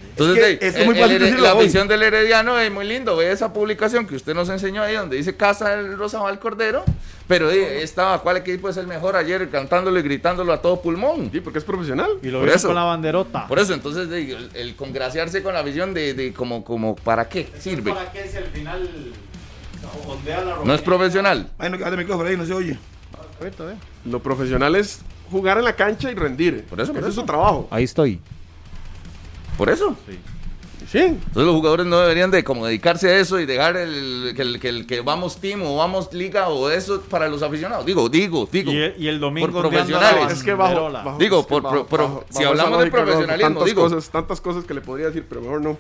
[SPEAKER 3] Entonces,
[SPEAKER 5] Es que
[SPEAKER 3] de-
[SPEAKER 5] eso es muy
[SPEAKER 3] el-
[SPEAKER 5] fácil
[SPEAKER 3] el-
[SPEAKER 5] decirlo
[SPEAKER 3] la
[SPEAKER 5] hoy.
[SPEAKER 3] visión del Herediano es muy lindo. Ve esa publicación que usted nos enseñó ahí, donde dice Casa del Rosabal Cordero. Pero di, estaba, ¿cuál equipo es el mejor ayer? Cantándolo y gritándolo a todo pulmón.
[SPEAKER 2] Sí, porque es profesional.
[SPEAKER 4] Y lo
[SPEAKER 3] Por
[SPEAKER 4] vieron
[SPEAKER 3] eso.
[SPEAKER 4] con la banderota.
[SPEAKER 3] Por eso, entonces, di, el, el congraciarse con la visión de, de como, como, ¿para qué sirve?
[SPEAKER 4] qué si al final ondea la
[SPEAKER 3] No es profesional.
[SPEAKER 5] Imagino que abre el micrófono ahí, no se oye.
[SPEAKER 2] Lo profesional es jugar en la cancha y rendir.
[SPEAKER 3] Por eso, por
[SPEAKER 2] Ese es
[SPEAKER 3] eso.
[SPEAKER 2] su trabajo.
[SPEAKER 4] Ahí estoy.
[SPEAKER 3] Por eso.
[SPEAKER 2] Sí.
[SPEAKER 3] Entonces los jugadores no deberían de como dedicarse a eso y dejar el que, el, que, el que vamos team o vamos liga o eso para los aficionados. Digo, digo, digo.
[SPEAKER 4] Y el, y el domingo
[SPEAKER 3] Por
[SPEAKER 4] ondeando la
[SPEAKER 3] profesionales.
[SPEAKER 2] Es que bajo,
[SPEAKER 4] banderola.
[SPEAKER 2] bajo-
[SPEAKER 3] Digo,
[SPEAKER 2] es que
[SPEAKER 3] por-
[SPEAKER 2] bajo-
[SPEAKER 3] por-
[SPEAKER 2] bajo-
[SPEAKER 3] si
[SPEAKER 2] bajo
[SPEAKER 3] hablamos
[SPEAKER 2] esa
[SPEAKER 3] de
[SPEAKER 2] lógica,
[SPEAKER 3] profesionalismo,
[SPEAKER 2] tantas
[SPEAKER 3] digo.
[SPEAKER 2] Cosas, tantas cosas que le podría decir, pero mejor no.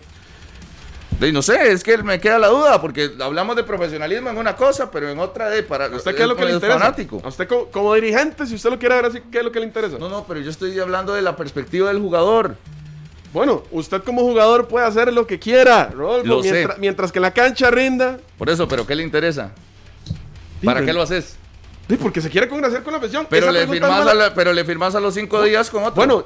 [SPEAKER 3] De, no sé, es que me queda la duda, porque hablamos de profesionalismo en una cosa, pero en otra de para...
[SPEAKER 2] ¿A usted qué es lo que le interesa?
[SPEAKER 3] fanático.
[SPEAKER 2] A usted como, como dirigente, si usted lo quiere ver así, ¿qué es lo que le interesa?
[SPEAKER 3] No, no, pero yo estoy hablando de la perspectiva del jugador.
[SPEAKER 2] Bueno, usted como jugador puede hacer lo que quiera, Rodolfo,
[SPEAKER 3] Lo sé.
[SPEAKER 2] mientras, mientras que la cancha rinda.
[SPEAKER 3] Por eso, pero ¿qué le interesa? ¿Para
[SPEAKER 2] pero-
[SPEAKER 3] qué lo haces?
[SPEAKER 2] Sí, porque se quiere congraciar con la afición.
[SPEAKER 3] Pero
[SPEAKER 2] Esa
[SPEAKER 3] le,
[SPEAKER 2] pregunta es
[SPEAKER 3] firmas
[SPEAKER 2] mala.
[SPEAKER 3] a la- pero le firmas a los cinco días con otro.
[SPEAKER 2] Bueno,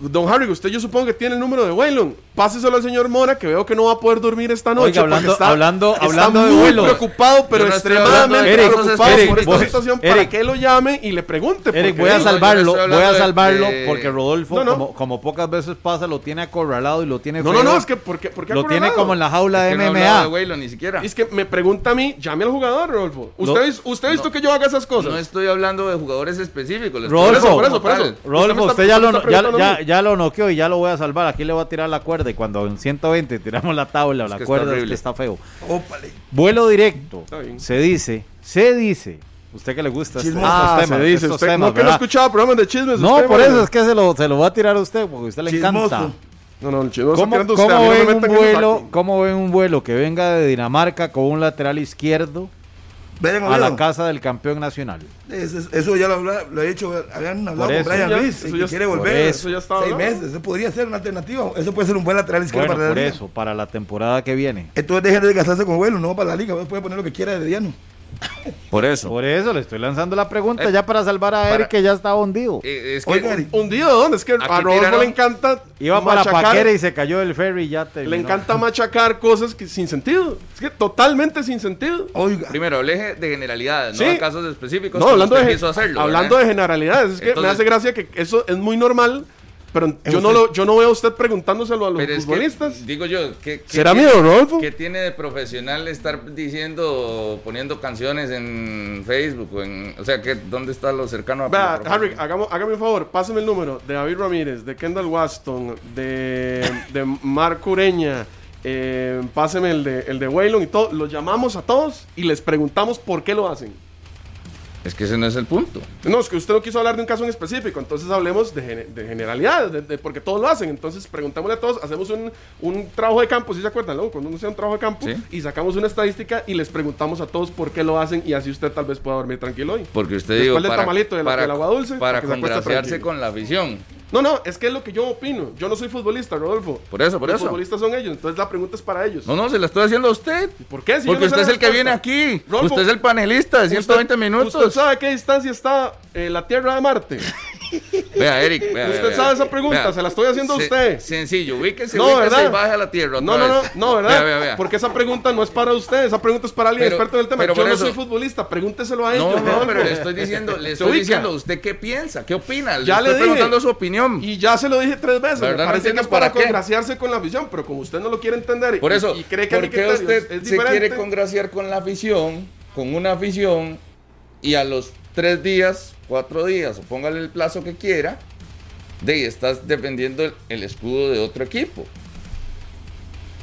[SPEAKER 2] don Harry, usted yo supongo que tiene el número de Waylon. Páseselo al señor Mora, que veo que no va a poder dormir esta noche.
[SPEAKER 4] Oiga, hablando-
[SPEAKER 2] porque está,
[SPEAKER 4] hablando-
[SPEAKER 2] está
[SPEAKER 4] hablando de
[SPEAKER 2] muy
[SPEAKER 4] Waylon.
[SPEAKER 2] preocupado, pero
[SPEAKER 3] Yo no estoy
[SPEAKER 2] extremadamente
[SPEAKER 4] hablando de cosas
[SPEAKER 2] preocupado por esta
[SPEAKER 4] específicas.
[SPEAKER 2] situación
[SPEAKER 4] Eric,
[SPEAKER 2] para que lo llame y le pregunte.
[SPEAKER 4] Eric,
[SPEAKER 2] porque-
[SPEAKER 4] voy a
[SPEAKER 3] digo, yo no
[SPEAKER 4] salvarlo,
[SPEAKER 3] estoy
[SPEAKER 4] voy a
[SPEAKER 3] hablando de-
[SPEAKER 4] salvarlo
[SPEAKER 3] de-
[SPEAKER 4] porque Rodolfo,
[SPEAKER 2] No, no.
[SPEAKER 4] Como, como pocas veces pasa, lo tiene acorralado y lo tiene
[SPEAKER 2] No, no,
[SPEAKER 4] feo.
[SPEAKER 2] no, es que porque, porque
[SPEAKER 4] lo tiene como en la jaula
[SPEAKER 3] Es
[SPEAKER 4] de
[SPEAKER 3] que no he hablado
[SPEAKER 4] MMA.
[SPEAKER 3] de Waylon ni siquiera.
[SPEAKER 2] Es que me pregunta a mí, llame al jugador, Rodolfo. ¿Usted,
[SPEAKER 4] No.
[SPEAKER 2] ha vis- usted ha visto que yo haga esas cosas?
[SPEAKER 3] No estoy hablando de jugadores específicos. les
[SPEAKER 4] Rodolfo.
[SPEAKER 3] estoy hablando
[SPEAKER 2] Por eso, por eso,
[SPEAKER 3] como
[SPEAKER 2] por eso.
[SPEAKER 4] Rodolfo,
[SPEAKER 2] Usted
[SPEAKER 4] usted,
[SPEAKER 2] me está- usted
[SPEAKER 4] ya,
[SPEAKER 2] me está
[SPEAKER 4] lo, ya,
[SPEAKER 2] preguntando a
[SPEAKER 4] ya,
[SPEAKER 2] mí.
[SPEAKER 4] ya lo noqueó y ya lo voy a salvar. Aquí le voy a tirar la cuerda y cuando en 120 tiramos la tabla o la
[SPEAKER 3] que está
[SPEAKER 4] cuerda es
[SPEAKER 3] horrible.
[SPEAKER 4] que está feo.
[SPEAKER 5] Ópale.
[SPEAKER 4] Vuelo directo.
[SPEAKER 2] Está bien.
[SPEAKER 4] Se dice, se dice. Usted que le gusta este-
[SPEAKER 5] Chismoso.
[SPEAKER 4] estos
[SPEAKER 2] Ah,
[SPEAKER 4] temas,
[SPEAKER 2] se dice.
[SPEAKER 4] estos
[SPEAKER 2] Usted,
[SPEAKER 4] temas,
[SPEAKER 2] no que no he
[SPEAKER 4] ¿verdad?
[SPEAKER 2] escuchado programas de chismes.
[SPEAKER 4] No,
[SPEAKER 2] usted,
[SPEAKER 4] por
[SPEAKER 2] Mora.
[SPEAKER 4] eso es que se lo, se lo va a tirar a usted, porque a usted le
[SPEAKER 5] Chismoso.
[SPEAKER 4] encanta.
[SPEAKER 2] No, no, el chismoso está
[SPEAKER 4] ¿Cómo,
[SPEAKER 2] creando usted, a
[SPEAKER 4] cómo
[SPEAKER 2] mí no me
[SPEAKER 4] ven un
[SPEAKER 2] metan en ese
[SPEAKER 4] vuelo,
[SPEAKER 2] saco.
[SPEAKER 4] ¿Cómo ven un vuelo que venga de Dinamarca con un lateral izquierdo
[SPEAKER 5] Brian
[SPEAKER 4] a la
[SPEAKER 5] Oviedo.
[SPEAKER 4] casa del campeón nacional?
[SPEAKER 5] Eso, eso ya lo, habla- lo he hecho, habían hablado
[SPEAKER 4] eso
[SPEAKER 5] con Brian
[SPEAKER 2] ya-
[SPEAKER 5] Ruiz,
[SPEAKER 2] eso
[SPEAKER 5] y
[SPEAKER 2] ya-
[SPEAKER 5] que quiere
[SPEAKER 2] por
[SPEAKER 5] volver.
[SPEAKER 2] eso ya estaba
[SPEAKER 5] Seis
[SPEAKER 2] hablado.
[SPEAKER 5] meses, eso podría ser una alternativa. Eso puede ser un buen lateral izquierdo
[SPEAKER 4] Bueno,
[SPEAKER 5] para la
[SPEAKER 4] por
[SPEAKER 5] liga.
[SPEAKER 4] eso, para la temporada que viene.
[SPEAKER 5] Entonces dejen de gastarse con vuelo, no para la liga, puede poner lo que quiera de Diano.
[SPEAKER 3] Por eso.
[SPEAKER 4] Por eso le estoy lanzando la pregunta
[SPEAKER 3] Eh,
[SPEAKER 4] ya para salvar a
[SPEAKER 3] para-
[SPEAKER 4] Eric que ya está hundido.
[SPEAKER 3] Eh, es que
[SPEAKER 5] Oigan,
[SPEAKER 2] Hundido, ¿dónde? Es que
[SPEAKER 3] Aquí
[SPEAKER 2] a Rodolfo
[SPEAKER 3] tiraron-
[SPEAKER 2] le encanta.
[SPEAKER 4] Iba para
[SPEAKER 2] machacar-
[SPEAKER 4] Paquera y se cayó del ferry y ya terminó.
[SPEAKER 2] Le encanta machacar cosas que, sin sentido. Es que totalmente sin sentido.
[SPEAKER 5] oiga,
[SPEAKER 3] primero, aleje de generalidades, no
[SPEAKER 2] Sí.
[SPEAKER 3] de casos específicos.
[SPEAKER 2] No,
[SPEAKER 3] como
[SPEAKER 2] hablando
[SPEAKER 3] usted
[SPEAKER 2] de,
[SPEAKER 3] quiso hacerlo,
[SPEAKER 2] hablando de
[SPEAKER 3] ¿verdad?
[SPEAKER 2] generalidades, es que me
[SPEAKER 3] Entonces-
[SPEAKER 2] hace gracia que eso es muy normal, pero yo
[SPEAKER 5] usted.
[SPEAKER 2] no, lo, yo no veo a usted preguntándoselo a los
[SPEAKER 3] Pero es que,
[SPEAKER 2] futbolistas.
[SPEAKER 3] digo yo, ¿qué, qué
[SPEAKER 2] ¿Será
[SPEAKER 3] tiene-
[SPEAKER 2] mío, Rodolfo?
[SPEAKER 3] ¿Qué tiene de profesional estar diciendo, poniendo canciones en Facebook? O, en, o sea, ¿qué, ¿dónde está lo cercano a...
[SPEAKER 2] Vea,
[SPEAKER 3] lo profesional?
[SPEAKER 2] Harry, ah. hagamos, hágame un favor, pásame el número de David Ramírez, de Kendall Waston, de, de Marco Ureña, eh, páseme el de, el de Waylon y todo. Los llamamos a todos y les preguntamos por qué lo hacen.
[SPEAKER 3] Es que ese no es el punto.
[SPEAKER 2] No, es que usted no quiso hablar de un caso en específico, entonces hablemos de, gene- de generalidades, de, de- porque todos lo hacen. Entonces preguntémosle a todos, hacemos un, un trabajo de campo, si se acuerdan, ¿no? Cuando uno hace un trabajo de campo
[SPEAKER 3] Sí.
[SPEAKER 2] y sacamos una estadística y les preguntamos a todos por qué lo hacen y así usted tal vez pueda dormir tranquilo hoy.
[SPEAKER 3] Porque usted
[SPEAKER 2] Después
[SPEAKER 3] dijo...
[SPEAKER 2] del tamalito, del- del agua dulce,
[SPEAKER 3] Para
[SPEAKER 2] que se acuesta
[SPEAKER 3] congraciarse
[SPEAKER 2] tranquilo.
[SPEAKER 3] con la afición.
[SPEAKER 2] No, no, es que es lo que yo opino. Yo no soy futbolista, Rodolfo.
[SPEAKER 3] Por eso, por
[SPEAKER 2] Los
[SPEAKER 3] eso.
[SPEAKER 2] futbolistas son ellos, entonces la pregunta es para ellos.
[SPEAKER 3] No, no, se la estoy haciendo a usted.
[SPEAKER 2] ¿Por qué? Si yo
[SPEAKER 3] Porque
[SPEAKER 2] no sé
[SPEAKER 3] usted es
[SPEAKER 2] la
[SPEAKER 3] el que viene
[SPEAKER 2] respuesta.
[SPEAKER 3] aquí.
[SPEAKER 2] Rolfo,
[SPEAKER 3] usted es el panelista de 120
[SPEAKER 2] ¿Usted-
[SPEAKER 3] minutos.
[SPEAKER 2] ¿Usted sabe a qué distancia está eh, la Tierra de Marte?
[SPEAKER 3] Vea, Eric. vea, vea,
[SPEAKER 2] Usted
[SPEAKER 3] vea.
[SPEAKER 2] sabe esa pregunta, se la estoy haciendo a
[SPEAKER 3] se-
[SPEAKER 2] usted.
[SPEAKER 3] Sencillo, ubíquese,
[SPEAKER 2] No,
[SPEAKER 3] ubíquese
[SPEAKER 2] ¿verdad?
[SPEAKER 3] y baje a la tierra.
[SPEAKER 2] No,
[SPEAKER 3] otra
[SPEAKER 2] no, no,
[SPEAKER 3] vez.
[SPEAKER 2] no, ¿verdad?
[SPEAKER 3] Vea, vea, vea.
[SPEAKER 2] Porque esa pregunta no es para usted, esa pregunta es para alguien
[SPEAKER 3] Pero-
[SPEAKER 2] experto en el tema.
[SPEAKER 3] pero
[SPEAKER 2] Yo
[SPEAKER 3] por
[SPEAKER 2] no
[SPEAKER 3] eso-
[SPEAKER 2] soy futbolista, pregúnteselo a ellos.
[SPEAKER 3] No, no,
[SPEAKER 2] Rodolfo.
[SPEAKER 3] pero le estoy diciendo, le
[SPEAKER 2] Se
[SPEAKER 3] estoy
[SPEAKER 2] ubica.
[SPEAKER 3] diciendo, ¿usted qué piensa? ¿Qué opina? Le
[SPEAKER 2] Ya
[SPEAKER 3] estoy
[SPEAKER 2] le dije.
[SPEAKER 3] preguntando su opinión.
[SPEAKER 2] Y ya se lo dije tres veces,
[SPEAKER 3] La
[SPEAKER 2] me
[SPEAKER 3] verdad no
[SPEAKER 2] parece que
[SPEAKER 3] entiendo
[SPEAKER 2] es para,
[SPEAKER 3] para qué.
[SPEAKER 2] congraciarse con la afición, pero como usted no lo quiere entender
[SPEAKER 3] Por
[SPEAKER 2] y-
[SPEAKER 3] eso,
[SPEAKER 2] y, cree que
[SPEAKER 3] ¿por
[SPEAKER 2] mi
[SPEAKER 3] qué
[SPEAKER 2] criterio es-
[SPEAKER 3] usted
[SPEAKER 2] es
[SPEAKER 3] se quiere
[SPEAKER 2] diferente,
[SPEAKER 3] congraciar con la afición, con una afición, y a los tres días, cuatro días, o póngale el plazo que quiera, de ahí estás defendiendo el, el escudo de otro equipo?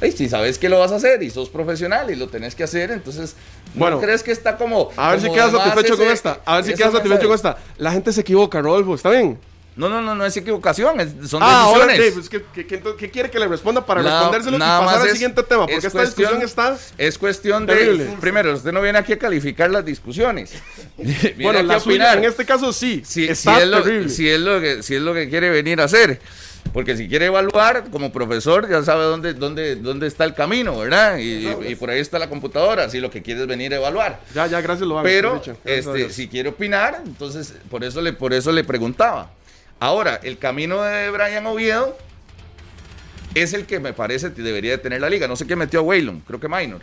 [SPEAKER 3] Y si sabes que lo vas a hacer y sos profesional y lo tenés que hacer, entonces, ¿no
[SPEAKER 2] Bueno,
[SPEAKER 3] crees que está como...
[SPEAKER 2] A ver si
[SPEAKER 3] como
[SPEAKER 2] quedas
[SPEAKER 3] de más
[SPEAKER 2] satisfecho con
[SPEAKER 3] ese-
[SPEAKER 2] esta. A ver si
[SPEAKER 3] ese
[SPEAKER 2] quedas satisfecho
[SPEAKER 3] mensaje?
[SPEAKER 2] con esta. La gente se equivoca, Rodolfo, ¿está bien?
[SPEAKER 3] No, no, no, no es equivocación, es- son
[SPEAKER 2] Ah, ahora
[SPEAKER 3] decisiones.
[SPEAKER 2] sí, pues, ¿qué, qué- qué- qué quiere que le responda para
[SPEAKER 3] Nada-
[SPEAKER 2] respondérselo y
[SPEAKER 3] nada
[SPEAKER 2] pasar
[SPEAKER 3] más
[SPEAKER 2] al
[SPEAKER 3] es-
[SPEAKER 2] siguiente tema? Porque
[SPEAKER 3] es
[SPEAKER 2] esta
[SPEAKER 3] cuestión-
[SPEAKER 2] discusión está.
[SPEAKER 3] Es cuestión de.
[SPEAKER 2] Terrible.
[SPEAKER 3] Primero, usted no viene aquí a calificar las discusiones. Viene
[SPEAKER 2] Bueno,
[SPEAKER 3] aquí
[SPEAKER 2] la
[SPEAKER 3] a
[SPEAKER 2] suya
[SPEAKER 3] opinar.
[SPEAKER 2] en este caso sí.
[SPEAKER 3] si, si
[SPEAKER 2] está
[SPEAKER 3] es lo,
[SPEAKER 2] terrible.
[SPEAKER 3] si es lo que, si es lo que quiere venir a hacer. Porque si quiere evaluar, como profesor, ya sabe dónde, dónde, dónde está el camino, ¿verdad? Y, y por ahí está la computadora, si lo que quiere es venir a evaluar.
[SPEAKER 2] Ya, ya, gracias, lo hago.
[SPEAKER 3] Pero
[SPEAKER 2] dicho. Gracias a
[SPEAKER 3] este,
[SPEAKER 2] Dios.
[SPEAKER 3] si quiere opinar, entonces por eso le, por eso le preguntaba. Ahora, el camino de Brian Oviedo es el que me parece que debería de tener la liga. No sé qué metió a Waylon, creo que Minor.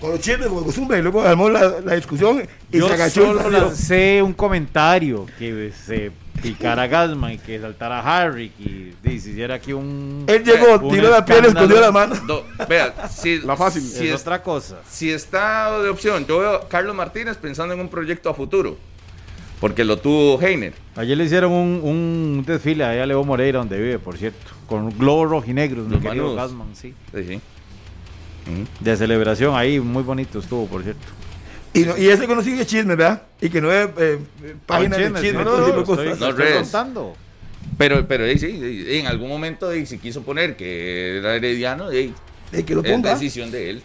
[SPEAKER 5] con los chismes, como de costumbre, y luego armó la, la discusión y
[SPEAKER 4] Yo
[SPEAKER 5] se agachó el
[SPEAKER 4] solo
[SPEAKER 5] partido.
[SPEAKER 4] lancé un comentario que se picara Gasman y que saltara Harry y y se hiciera aquí un...
[SPEAKER 5] Él llegó,
[SPEAKER 4] Un
[SPEAKER 5] tiró la piel,
[SPEAKER 4] escándalo.
[SPEAKER 5] escondió la mano.
[SPEAKER 3] No, vea, si,
[SPEAKER 2] La fácil.
[SPEAKER 4] Es
[SPEAKER 3] si, es-
[SPEAKER 4] otra cosa.
[SPEAKER 3] si está de opción, yo veo a Carlos Martínez pensando en un proyecto a futuro, porque lo tuvo Heiner.
[SPEAKER 4] Ayer le hicieron un, un desfile allá a Leo Moreira, donde vive, por cierto, con globos rojinegros, mi
[SPEAKER 3] Los
[SPEAKER 4] querido
[SPEAKER 3] manudos.
[SPEAKER 4] Gasman, sí.
[SPEAKER 3] Sí, sí. Ujú.
[SPEAKER 4] De celebración ahí, muy bonito estuvo, por cierto.
[SPEAKER 5] Y, no- y ese que no sigue chismes, ¿verdad? Y que no es eh, página
[SPEAKER 4] Ay,
[SPEAKER 5] de
[SPEAKER 4] chismes,
[SPEAKER 5] chismes,
[SPEAKER 4] no, no,
[SPEAKER 5] todo
[SPEAKER 4] no,
[SPEAKER 5] tipo de
[SPEAKER 4] estoy-
[SPEAKER 5] cosas.
[SPEAKER 3] No,
[SPEAKER 4] estoy
[SPEAKER 3] redes.
[SPEAKER 4] contando.
[SPEAKER 3] Pero, pero eh, sí, eh, en algún momento eh, si quiso poner que era herediano, eh,
[SPEAKER 5] Eh, que lo
[SPEAKER 3] es
[SPEAKER 5] ponga.
[SPEAKER 3] decisión de él.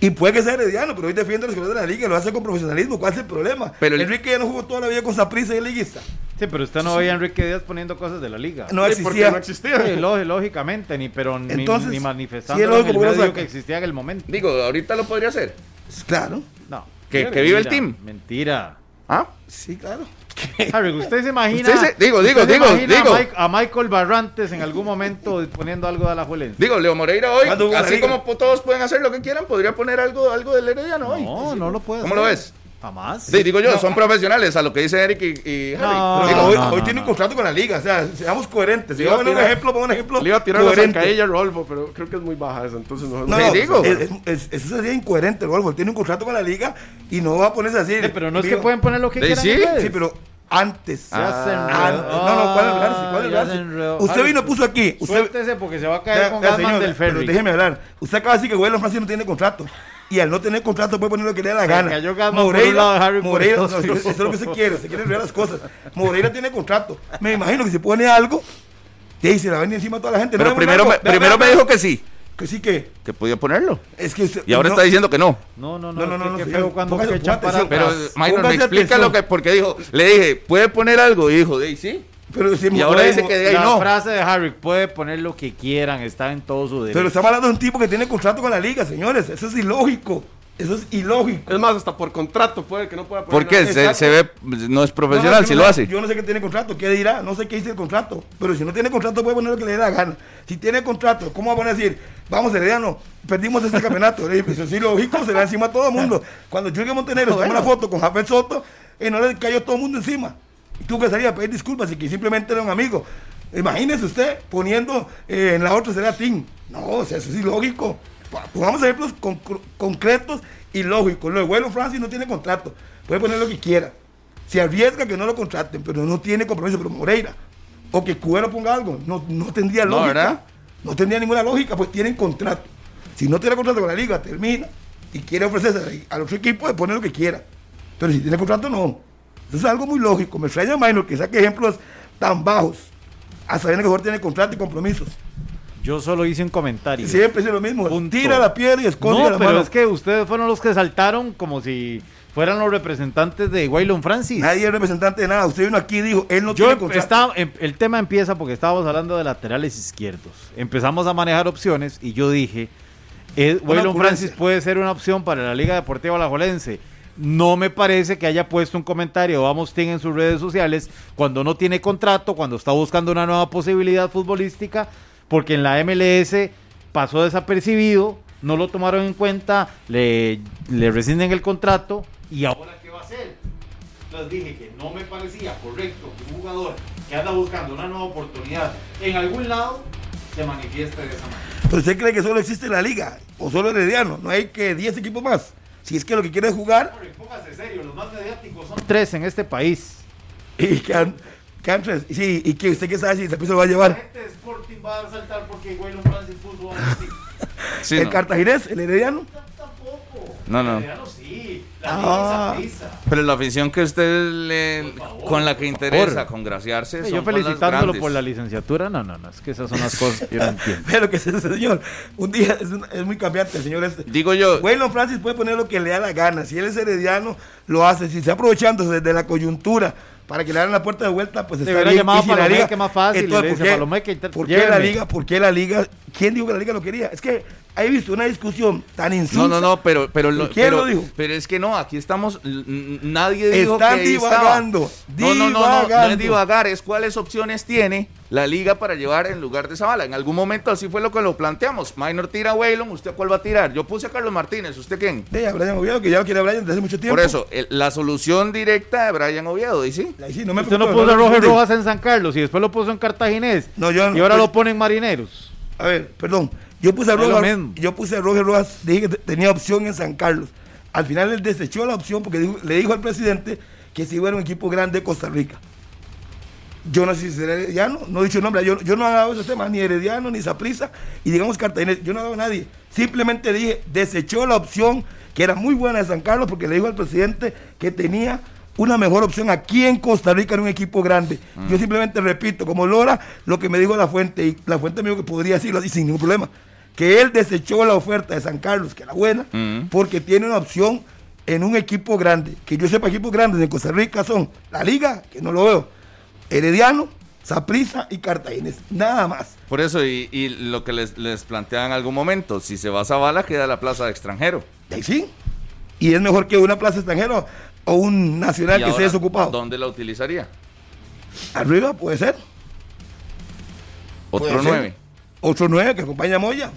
[SPEAKER 5] Y puede que sea herediano, pero hoy defiende los colores de la liga, lo hace con profesionalismo. ¿Cuál es el problema?
[SPEAKER 3] Pero el-
[SPEAKER 5] Enrique ya no jugó toda la vida con Saprissa y es liguista.
[SPEAKER 4] Sí, pero usted no veía a Enrique Díaz poniendo cosas de la liga.
[SPEAKER 5] No
[SPEAKER 2] Sí, porque
[SPEAKER 5] existía.
[SPEAKER 2] no existía.
[SPEAKER 4] Sí, ló- lógicamente, ni, pero ni-
[SPEAKER 5] Entonces,
[SPEAKER 4] ni,
[SPEAKER 5] si
[SPEAKER 4] manifestando
[SPEAKER 5] es
[SPEAKER 4] en
[SPEAKER 5] lógico,
[SPEAKER 4] el
[SPEAKER 5] ¿por qué lo
[SPEAKER 4] medio
[SPEAKER 5] saca?
[SPEAKER 4] que existía en el momento.
[SPEAKER 3] Digo, ahorita lo podría hacer.
[SPEAKER 5] Claro,
[SPEAKER 4] No.
[SPEAKER 3] Que-
[SPEAKER 4] Mentira,
[SPEAKER 3] que vive el team.
[SPEAKER 4] Mentira.
[SPEAKER 3] ¿Ah,
[SPEAKER 5] sí, claro.
[SPEAKER 4] Harry, usted se imagina.
[SPEAKER 3] Usted se- digo, digo,
[SPEAKER 4] usted se
[SPEAKER 3] digo,
[SPEAKER 4] imagina
[SPEAKER 3] digo.
[SPEAKER 4] A, Mike- a Michael Barrantes en algún momento poniendo algo de la juelense.
[SPEAKER 3] Digo, Leo Moreira
[SPEAKER 4] Ah,
[SPEAKER 3] hoy,
[SPEAKER 5] ¿Cuándo jugó la
[SPEAKER 3] así
[SPEAKER 5] liga?
[SPEAKER 3] como po- todos pueden hacer lo que quieran, podría poner algo, algo del Herediano hoy.
[SPEAKER 4] No, no lo puede
[SPEAKER 3] ¿Cómo lo
[SPEAKER 4] hacer.
[SPEAKER 3] ves?
[SPEAKER 4] Jamás.
[SPEAKER 3] Sí, digo yo, son profesionales a lo que dice Eric y, y Harry.
[SPEAKER 4] No.
[SPEAKER 5] Pero
[SPEAKER 3] Digo,
[SPEAKER 5] hoy,
[SPEAKER 4] no,
[SPEAKER 5] hoy
[SPEAKER 4] no,
[SPEAKER 5] tiene
[SPEAKER 4] no.
[SPEAKER 5] un contrato con la liga, o sea, seamos coherentes.
[SPEAKER 2] Le
[SPEAKER 5] Si
[SPEAKER 2] iba
[SPEAKER 5] vamos
[SPEAKER 2] a
[SPEAKER 5] a poner un
[SPEAKER 2] tirar-
[SPEAKER 5] ejemplo, pongo un ejemplo.
[SPEAKER 2] Le iba a tirar la
[SPEAKER 5] coherente.
[SPEAKER 2] zancadilla a Rodolfo, pero creo que es muy baja esa, entonces no.
[SPEAKER 5] No,
[SPEAKER 3] Sí,
[SPEAKER 5] no,
[SPEAKER 3] digo.
[SPEAKER 5] es- es- es- eso sería incoherente, Rodolfo. Él Tiene un contrato con la liga y no va a ponerse así.
[SPEAKER 4] Sí, pero no es que
[SPEAKER 5] Digo,
[SPEAKER 4] pueden poner lo que
[SPEAKER 3] Sí,
[SPEAKER 4] quieran.
[SPEAKER 3] sí.
[SPEAKER 4] en redes.
[SPEAKER 5] Sí, pero antes.
[SPEAKER 4] Se
[SPEAKER 3] Ah.
[SPEAKER 4] hacen
[SPEAKER 5] antes. No, no, ¿cuál hablarse? ¿Cuál
[SPEAKER 4] Ah, Ya
[SPEAKER 5] hablarse?
[SPEAKER 4] se enredó.
[SPEAKER 5] Usted
[SPEAKER 4] Harry,
[SPEAKER 5] vino y puso aquí. Usted,
[SPEAKER 4] Suéltese porque se va a caer
[SPEAKER 5] Ya,
[SPEAKER 4] con
[SPEAKER 5] ya,
[SPEAKER 4] Gasman
[SPEAKER 5] señor,
[SPEAKER 4] del
[SPEAKER 5] pero
[SPEAKER 4] ferry.
[SPEAKER 5] Déjeme hablar. Usted acaba de decir que Waylon Francis no tiene contrato. Y al no tener contrato puede poner lo que le dé la
[SPEAKER 4] Se
[SPEAKER 5] gana.
[SPEAKER 4] cayó Gasman por un lado, Harry por
[SPEAKER 5] Moreira,
[SPEAKER 4] el
[SPEAKER 5] no,
[SPEAKER 4] otro.
[SPEAKER 5] eso eso es lo que se quiere, se quiere olvidar las cosas. Moreira tiene contrato. Me imagino que si pone algo, te dice, la ven encima a toda la gente.
[SPEAKER 3] Pero
[SPEAKER 5] No,
[SPEAKER 3] primero, me,
[SPEAKER 5] Marco, vea,
[SPEAKER 3] primero
[SPEAKER 5] vea,
[SPEAKER 3] me dijo que sí,
[SPEAKER 5] que sí que
[SPEAKER 3] que podía ponerlo.
[SPEAKER 5] es que usted-
[SPEAKER 3] Y ahora
[SPEAKER 5] no,
[SPEAKER 3] está diciendo que no.
[SPEAKER 4] No, no, no.
[SPEAKER 5] No, no, no,
[SPEAKER 4] qué-
[SPEAKER 5] no,
[SPEAKER 4] Qué
[SPEAKER 5] señor,
[SPEAKER 4] feo cuando
[SPEAKER 5] póngase-
[SPEAKER 4] se echan
[SPEAKER 5] ponga
[SPEAKER 4] para
[SPEAKER 5] atención,
[SPEAKER 3] Pero
[SPEAKER 4] atrás.
[SPEAKER 5] Póngase
[SPEAKER 3] Minor me explica
[SPEAKER 5] atención.
[SPEAKER 3] lo que, porque dijo, le dije, ¿puede poner algo? Y dijo, de ahí sí.
[SPEAKER 5] Pero si
[SPEAKER 3] Y
[SPEAKER 5] Moreira-
[SPEAKER 3] ahora dice que de ahí
[SPEAKER 4] La
[SPEAKER 3] no.
[SPEAKER 4] frase de Harry puede poner lo que quieran, está en todo su derecho.
[SPEAKER 5] Pero estamos hablando de un tipo que tiene contrato con la liga, señores. Eso es ilógico. Eso es ilógico.
[SPEAKER 2] Es más, hasta por contrato puede que no pueda poner
[SPEAKER 3] ¿Por qué?
[SPEAKER 2] nada.
[SPEAKER 3] Se,
[SPEAKER 2] Exacto.
[SPEAKER 3] se ve, no es profesional
[SPEAKER 5] No, no, yo
[SPEAKER 3] si
[SPEAKER 5] no
[SPEAKER 3] lo
[SPEAKER 5] sé-
[SPEAKER 3] hace.
[SPEAKER 5] Yo no sé qué tiene contrato, qué dirá, no sé qué dice el contrato. Pero si no tiene contrato, puede poner lo que le dé la gana. Si tiene contrato, ¿cómo van a decir? Vamos, Herediano, perdimos este campeonato. Le digo, Eso es ilógico, se le da encima a todo el mundo. Cuando Jürgen
[SPEAKER 3] Ah,
[SPEAKER 5] Montenegro tomó una foto con Jafet Soto, y no le cayó todo el mundo encima. Y tuvo que salir a pedir disculpas y que simplemente era un amigo. Imagínese usted poniendo eh, en la otra será Tim. No, o sea, eso es ilógico. Pa- Pongamos ejemplos concr- concretos y lógicos. Lo de Wellon Francis no tiene contrato. Puede poner lo que quiera se arriesga que no lo contraten, pero no tiene compromiso. Pero Moreira, o que Cubero ponga algo, no, no tendría
[SPEAKER 3] No,
[SPEAKER 5] lógica.
[SPEAKER 3] ¿verdad?
[SPEAKER 5] No tendría ninguna lógica, pues tienen contrato. Si no tiene contrato con la liga, termina y quiere ofrecerse al otro equipo de poner lo que quiera. Pero si tiene contrato, no. Eso es algo muy lógico. Me extraña Minor que saque ejemplos tan bajos, a saber que el jugador tiene contrato y compromisos.
[SPEAKER 4] Yo solo hice un comentario.
[SPEAKER 5] Siempre es lo mismo.
[SPEAKER 4] Punto.
[SPEAKER 5] Tira la piedra y esconde
[SPEAKER 4] No,
[SPEAKER 5] la
[SPEAKER 4] pero
[SPEAKER 5] mano.
[SPEAKER 4] es que ustedes fueron los que saltaron como si fueran los representantes de Waylon Francis.
[SPEAKER 5] Nadie es representante de nada. Usted vino aquí y dijo, él no
[SPEAKER 4] Yo
[SPEAKER 5] tiene
[SPEAKER 4] em-
[SPEAKER 5] contrato.
[SPEAKER 4] estaba- em- el tema empieza porque estábamos hablando de laterales izquierdos. Empezamos a manejar opciones y yo dije, eh, Waylon
[SPEAKER 5] ocurrencia.
[SPEAKER 4] Francis puede ser una opción para la Liga Deportiva Alajuelense. No me parece que haya puesto un comentario Vamos Team en sus redes sociales cuando no tiene contrato, cuando está buscando una nueva posibilidad futbolística, porque en la MLS pasó desapercibido, no lo tomaron en cuenta, le, le rescinden el contrato y ahora ¿qué va a hacer? les dije que no me parecía correcto que un jugador que anda buscando una nueva oportunidad en algún lado se manifieste de esa manera.
[SPEAKER 5] Pero ¿Usted cree que solo existe la liga? ¿O solo Herediano? ¿No hay que 10 equipos más? Si es que lo que quiere es jugar
[SPEAKER 4] Hombre, póngase serio, los más mediáticos son tres en este país.
[SPEAKER 5] y quedan, quedan tres. Sí, y que usted qué sabe si después se lo va a
[SPEAKER 4] La
[SPEAKER 5] llevar.
[SPEAKER 4] gente de Sporting va a saltar porque Waylon Francis puso a Messi.
[SPEAKER 3] Sí,
[SPEAKER 5] ¿El
[SPEAKER 3] no.
[SPEAKER 5] cartaginés? ¿El Herediano?
[SPEAKER 4] Tampoco.
[SPEAKER 3] No, no.
[SPEAKER 4] Herediano sí.
[SPEAKER 5] Ah.
[SPEAKER 4] La pizza
[SPEAKER 3] Pero la afición que usted le,
[SPEAKER 4] favor,
[SPEAKER 3] con la que interesa
[SPEAKER 4] favor.
[SPEAKER 3] congraciarse.
[SPEAKER 4] Yo
[SPEAKER 3] son con las
[SPEAKER 4] felicitándolo
[SPEAKER 3] grandes.
[SPEAKER 4] por la licenciatura, no, no, no, es que esas son las cosas que yo no entiendo.
[SPEAKER 5] Pero que ese señor, un día es, un- es muy cambiante el señor este.
[SPEAKER 3] Digo yo,
[SPEAKER 5] Bueno, Francis puede poner lo que le da la gana. Si él es herediano, lo hace. Si está aprovechándose de la coyuntura para que le hagan la puerta de vuelta, pues está
[SPEAKER 4] hubiera
[SPEAKER 5] bien.
[SPEAKER 4] llamado
[SPEAKER 5] Y si la
[SPEAKER 4] Palomeque,
[SPEAKER 5] liga-
[SPEAKER 4] más fácil, y
[SPEAKER 5] Entonces,
[SPEAKER 4] le
[SPEAKER 5] ¿por
[SPEAKER 4] dice,
[SPEAKER 5] qué-
[SPEAKER 4] "Palomeque, inter-
[SPEAKER 5] ¿Por qué la
[SPEAKER 4] lléveme".
[SPEAKER 5] liga? ¿Por qué la liga? ¿Quién dijo que la liga lo quería? Es que he visto una discusión tan
[SPEAKER 3] No,
[SPEAKER 5] insulsa.
[SPEAKER 3] no, no, pero, pero,
[SPEAKER 5] ¿Y
[SPEAKER 3] lo-
[SPEAKER 5] quién
[SPEAKER 3] pero-
[SPEAKER 5] lo dijo?
[SPEAKER 3] Pero es que no, aquí estamos, n- n- nadie dijo
[SPEAKER 5] Están
[SPEAKER 3] que ahí estaba.
[SPEAKER 5] divagando,
[SPEAKER 3] No, no, no, no, no
[SPEAKER 5] divagando.
[SPEAKER 3] es divagar, es cuáles opciones tiene la liga para llevar en lugar de Zavala. En algún momento así fue lo que lo planteamos. Minor tira a Waylon, ¿usted cuál va a tirar? Yo puse a Carlos Martínez, ¿usted quién?
[SPEAKER 5] De a Brian Oviedo, que ya lo quiere Brian desde hace mucho tiempo.
[SPEAKER 3] Por eso, el- la solución directa de Brian Oviedo, ¿y sí?
[SPEAKER 5] Ahí sí, no me
[SPEAKER 4] Usted no
[SPEAKER 5] preocupa,
[SPEAKER 4] puso a
[SPEAKER 5] me
[SPEAKER 4] Roger
[SPEAKER 5] preocupa.
[SPEAKER 4] Rojas en San Carlos y después lo puso en Cartaginés.
[SPEAKER 5] No, yo no-
[SPEAKER 4] y ahora lo ponen marineros.
[SPEAKER 5] A ver, perdón. Yo puse a
[SPEAKER 4] Es lo
[SPEAKER 5] Rojas.
[SPEAKER 4] mismo.
[SPEAKER 5] Yo puse a Roger Rojas. Dije que te- tenía opción en San Carlos. Al final él desechó la opción porque dijo- le dijo al presidente que si hubiera un equipo grande de Costa Rica. Yo no sé si será herediano, no he dicho nombre, yo, yo no he dado esos temas, ni herediano, ni Saprisa, y digamos Cartagena, yo no he dado a nadie. Simplemente dije, desechó la opción que era muy buena de San Carlos porque le dijo al presidente que tenía una mejor opción aquí en Costa Rica en un equipo grande. Yo simplemente repito, como Lora, lo que me dijo la fuente, y la fuente me dijo que podría decirlo así sin ningún problema, que él desechó la oferta de San Carlos, que era buena,
[SPEAKER 3] Mm.
[SPEAKER 5] porque tiene una opción en un equipo grande. Que yo sepa, equipos grandes en Costa Rica son la Liga, que no lo veo, Herediano, Saprissa y Cartaginés. Nada más.
[SPEAKER 3] Por eso, y, y lo que les, les planteaba en algún momento, si se va Zavala, queda la plaza de extranjero.
[SPEAKER 5] Y ahí sí. Y es mejor que una plaza extranjera o un nacional
[SPEAKER 3] Y
[SPEAKER 5] que
[SPEAKER 3] ahora,
[SPEAKER 5] esté desocupado.
[SPEAKER 3] ¿Dónde la utilizaría?
[SPEAKER 5] Arriba puede ser. puede
[SPEAKER 3] Otro
[SPEAKER 5] ser.
[SPEAKER 3] nueve.
[SPEAKER 5] Otro nueve que acompaña a Moya.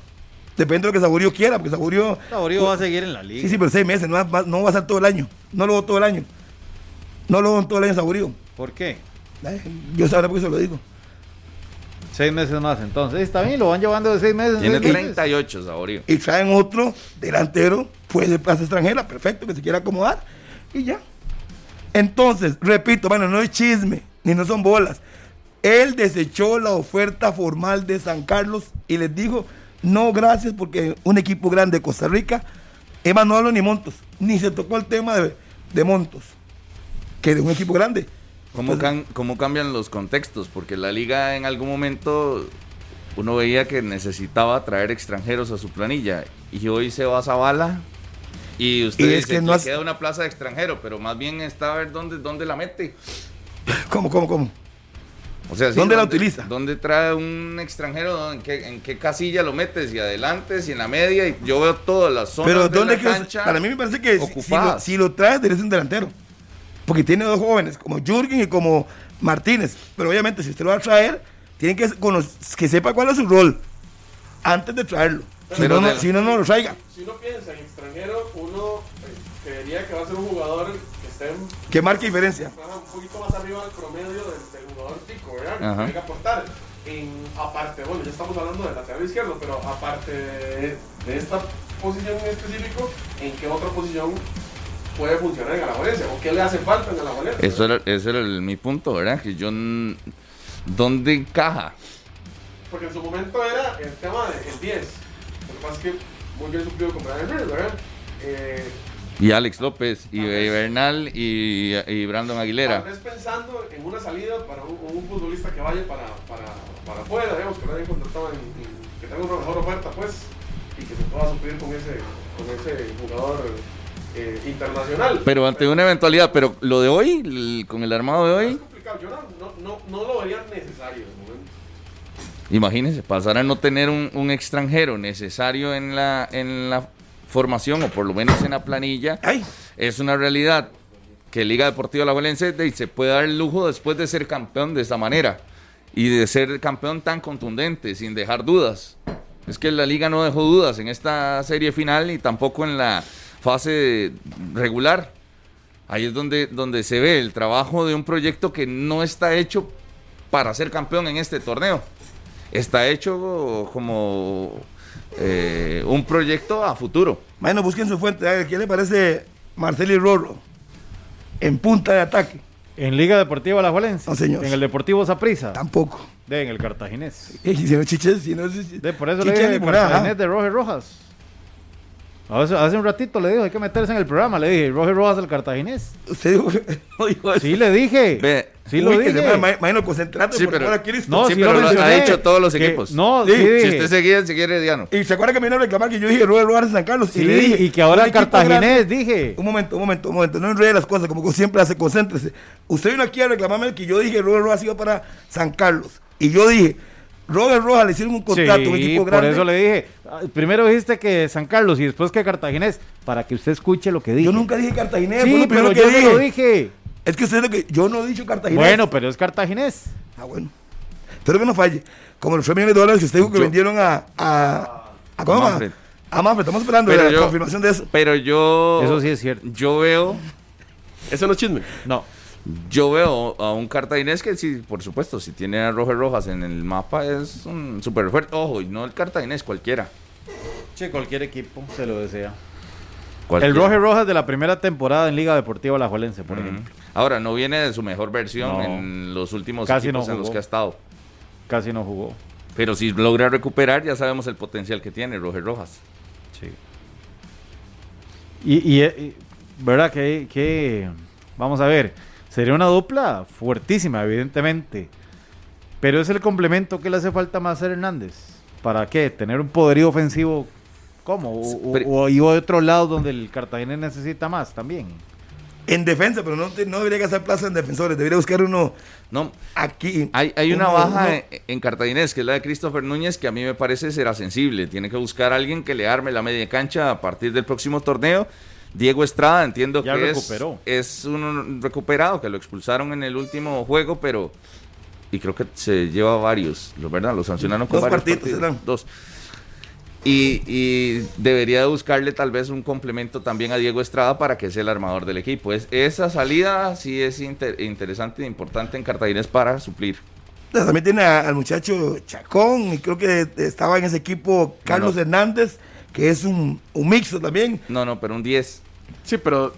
[SPEAKER 5] Depende de lo que Saborío quiera, porque Saborío.
[SPEAKER 4] Saborío va a seguir en la liga.
[SPEAKER 5] Sí, sí, pero seis meses, no va, va- no va a estar todo el año. No lo veo todo el año. No lo veo todo el año Saborío.
[SPEAKER 4] ¿Por qué?
[SPEAKER 5] Eh, Yo sabré por qué se lo digo.
[SPEAKER 4] Seis meses más, entonces. Está bien, lo van llevando de seis meses.
[SPEAKER 3] Tiene
[SPEAKER 4] seis meses.
[SPEAKER 3] 38, Saborío.
[SPEAKER 5] y traen otro delantero, puede ser plaza extranjera, perfecto, que se quiera acomodar y ya. Entonces, repito, bueno, no es chisme, ni no son bolas. Él desechó la oferta formal de San Carlos y les dijo, no, gracias, porque un equipo grande de Costa Rica, Emma no hablo ni Montos, ni se tocó el tema de, de Montos, que de un equipo grande. Pues,
[SPEAKER 3] ¿Cómo, can- cómo cambian los contextos? Porque la liga en algún momento uno veía que necesitaba traer extranjeros a su planilla y hoy se va a Zavala y usted
[SPEAKER 5] Y es
[SPEAKER 3] dice
[SPEAKER 5] que
[SPEAKER 3] que
[SPEAKER 5] no has-
[SPEAKER 3] queda una plaza de extranjero, pero más bien está a ver dónde, dónde la mete.
[SPEAKER 5] ¿Cómo, cómo, cómo?
[SPEAKER 3] O sea, sí,
[SPEAKER 5] ¿Dónde la utiliza?
[SPEAKER 3] ¿Dónde trae un extranjero? ¿En qué, en qué casilla lo metes? ¿Y adelante? ¿Si en la media? Y yo veo todas las zonas
[SPEAKER 5] Pero
[SPEAKER 3] de
[SPEAKER 5] ¿dónde
[SPEAKER 3] la
[SPEAKER 5] que los-
[SPEAKER 3] cancha
[SPEAKER 5] Para mí me parece que si- si, lo,
[SPEAKER 3] ocupadas.
[SPEAKER 5] si lo traes, eres un delantero. Porque tiene dos jóvenes, como Jürgen y como Martínez. Pero obviamente, si usted lo va a traer, tiene que, cono- que sepa cuál es su rol antes de traerlo. Si
[SPEAKER 3] Pero
[SPEAKER 5] no, no-
[SPEAKER 3] de-
[SPEAKER 5] si no, no lo traiga.
[SPEAKER 2] Si uno piensa en extranjero, uno eh, creería que va a ser un jugador que esté
[SPEAKER 5] Que marque diferencia.
[SPEAKER 2] un poquito más arriba del promedio del, jugador tico, ¿verdad?
[SPEAKER 3] Que Ajá.
[SPEAKER 2] Que
[SPEAKER 3] venga
[SPEAKER 2] a aportar. aparte, bueno, ya estamos hablando del lateral izquierdo, pero aparte de, esta posición en específico, ¿en qué otra posición puede funcionar en Alajuelense? ¿O qué le hace falta en Alajuelense?
[SPEAKER 3] Eso era, ese era el- mi punto, ¿verdad? Que yo. n- ¿Dónde encaja?
[SPEAKER 2] Porque en su momento era el tema del 10. Lo que pasa es que muy bien suplido con Brian Reed, ¿verdad? Eh,
[SPEAKER 3] Y Alex López, y Bernal, y, y Brandon
[SPEAKER 2] tal
[SPEAKER 3] Aguilera.
[SPEAKER 2] vez pensando en una salida para un, un futbolista que vaya para, para, para afuera, digamos, que lo hayan contratado, en, en- que tenga una mejor oferta, pues, y que se pueda suplir con ese, con ese jugador eh, internacional.
[SPEAKER 3] Pero ante una eventualidad, pero lo de hoy, el- con el armado de
[SPEAKER 2] Es
[SPEAKER 3] hoy,
[SPEAKER 2] complicado, yo no, no, no, no lo vería necesario en el momento.
[SPEAKER 3] imagínense, pasar a no tener un, un extranjero necesario en la, en la formación, o por lo menos en la planilla,
[SPEAKER 5] Ay,
[SPEAKER 3] es una realidad que Liga Deportiva Alajuelense de- se puede dar el lujo después de ser campeón de esta manera y de ser campeón tan contundente, sin dejar dudas. Es que la liga no dejó dudas en esta serie final y tampoco en la fase regular. Ahí es donde, donde se ve el trabajo de un proyecto que no está hecho para ser campeón en este torneo. Está hecho como eh, un proyecto a futuro.
[SPEAKER 5] bueno, busquen su fuente. A ver, ¿Qué le parece Marcelo y Rorro? En punta de ataque.
[SPEAKER 4] ¿En Liga Deportiva Alajuelense?
[SPEAKER 5] No, señor.
[SPEAKER 4] ¿En el Deportivo Saprissa?
[SPEAKER 5] Tampoco.
[SPEAKER 4] De en el Cartaginés.
[SPEAKER 5] Eh, si no chiches, si no chiches.
[SPEAKER 4] De, por eso le dije el
[SPEAKER 5] ¿ah?
[SPEAKER 4] Cartaginés de Roger Rojas. A veces- hace un ratito le dijo, hay que meterse en el programa. Le dije, Roger Rojas al Cartaginés.
[SPEAKER 5] Usted dijo que- no dijo eso.
[SPEAKER 4] Sí, le dije.
[SPEAKER 3] Ve.
[SPEAKER 4] Sí, lo
[SPEAKER 5] Uy, que
[SPEAKER 4] dije.
[SPEAKER 5] se llama- ma- Imagino, concentrate,
[SPEAKER 3] Sí,
[SPEAKER 5] por
[SPEAKER 3] pero-
[SPEAKER 5] favor, aquí listo.
[SPEAKER 4] No,
[SPEAKER 3] Sí,
[SPEAKER 4] Oh, sí,
[SPEAKER 3] pero
[SPEAKER 4] lo
[SPEAKER 3] lo ha
[SPEAKER 4] mencioné.
[SPEAKER 3] hecho todos los
[SPEAKER 4] Que-
[SPEAKER 3] equipos.
[SPEAKER 4] No,
[SPEAKER 5] Sí,
[SPEAKER 4] sí,
[SPEAKER 5] si
[SPEAKER 4] dije.
[SPEAKER 3] Si usted seguía, si quiere, Diano.
[SPEAKER 5] Y se acuerda que me vino a reclamar que yo dije Robert Rojas de San Carlos.
[SPEAKER 4] Sí,
[SPEAKER 5] y le dije.
[SPEAKER 4] y que ahora
[SPEAKER 5] un
[SPEAKER 4] el
[SPEAKER 5] equipo grande-
[SPEAKER 4] Cartaginés, dije.
[SPEAKER 5] Un momento, un momento, un momento. No enrede las cosas, como que siempre hace, concéntrese. Usted vino aquí a reclamarme que yo dije Robert Rojas iba para San Carlos. Y yo dije, Robert Rojas le hicieron un contrato,
[SPEAKER 4] Sí,
[SPEAKER 5] un equipo
[SPEAKER 4] por
[SPEAKER 5] grande.
[SPEAKER 4] eso le dije. ah, Primero dijiste que San Carlos y después que Cartaginés, para que usted escuche lo que dije.
[SPEAKER 5] Yo nunca dije Cartaginés, fue
[SPEAKER 4] Sí,
[SPEAKER 5] lo
[SPEAKER 4] pero
[SPEAKER 5] primero
[SPEAKER 4] yo
[SPEAKER 5] que
[SPEAKER 4] se
[SPEAKER 5] dije.
[SPEAKER 4] lo dije.
[SPEAKER 5] Es que usted lo que. Yo no he dicho Cartaginés.
[SPEAKER 4] Bueno, pero es Cartaginés.
[SPEAKER 5] Ah, bueno. Espero que no falle. Como los 3 millones de dólares que usted dijo que
[SPEAKER 3] Yo-
[SPEAKER 5] vendieron a. a, a ¿Cómo?
[SPEAKER 3] A
[SPEAKER 5] A
[SPEAKER 3] Manfred.
[SPEAKER 5] a Manfred. Estamos esperando
[SPEAKER 3] Pero
[SPEAKER 5] la
[SPEAKER 3] yo-
[SPEAKER 5] confirmación de eso.
[SPEAKER 3] Pero
[SPEAKER 5] Oh.
[SPEAKER 3] yo.
[SPEAKER 4] Eso sí es cierto.
[SPEAKER 3] Yo veo.
[SPEAKER 2] Ese no es chisme.
[SPEAKER 4] No.
[SPEAKER 3] Yo veo a un cartaginés que sí, por supuesto, si tiene a Roger Rojas en el mapa es un super fuerte. Ojo, y no el cartaginés, cualquiera.
[SPEAKER 4] Che, cualquier equipo se lo desea.
[SPEAKER 3] Cualquiera.
[SPEAKER 4] El Roger Rojas de la primera temporada en Liga Deportiva Alajuelense, por
[SPEAKER 3] Ujú.
[SPEAKER 4] ejemplo.
[SPEAKER 3] Ahora, no viene de su mejor versión
[SPEAKER 4] No.
[SPEAKER 3] en los últimos
[SPEAKER 4] Casi
[SPEAKER 3] equipos
[SPEAKER 4] no
[SPEAKER 3] en los
[SPEAKER 4] jugó.
[SPEAKER 3] que ha estado.
[SPEAKER 4] Casi no jugó.
[SPEAKER 3] Pero si logra recuperar, ya sabemos el potencial que tiene Roger Rojas.
[SPEAKER 4] Sí. Y, y- y- ¿verdad? Que, que- vamos a ver, sería una dupla fuertísima, evidentemente. Pero es el complemento que le hace falta más a Hernández. ¿Para qué? Tener un poderío ofensivo como o, o-
[SPEAKER 3] Pero-
[SPEAKER 4] o- y otro lado donde el Cartagena necesita más también.
[SPEAKER 5] En defensa, pero no, te- no debería gastar plaza en defensores. Debería buscar uno
[SPEAKER 3] No,
[SPEAKER 5] aquí.
[SPEAKER 3] Hay, hay una
[SPEAKER 5] uno-
[SPEAKER 3] baja
[SPEAKER 5] uno-
[SPEAKER 3] en, en Cartaginés, que es la de Christopher Núñez, que a mí me parece será sensible. Tiene que buscar a alguien que le arme la media cancha a partir del próximo torneo. Diego Estrada, entiendo
[SPEAKER 4] Ya
[SPEAKER 3] que es-
[SPEAKER 4] recuperó.
[SPEAKER 3] Es, un recuperado, que lo expulsaron en el último juego, pero... Y creo que se lleva varios, lo- ¿verdad? Lo sancionaron con
[SPEAKER 5] Dos
[SPEAKER 3] varios
[SPEAKER 5] partidos,
[SPEAKER 3] partidos.
[SPEAKER 5] eran.
[SPEAKER 3] Dos. Y, y debería buscarle tal vez un complemento también a Diego Estrada para que sea el armador del equipo. Es, esa salida sí es inter- interesante e importante en Cartaginés para suplir.
[SPEAKER 5] También tiene a- al muchacho Chacón. Y creo que estaba en ese equipo Carlos
[SPEAKER 3] No, no.
[SPEAKER 5] Hernández, que es un, un mixto también.
[SPEAKER 3] No, no, pero un 10.
[SPEAKER 2] Sí, pero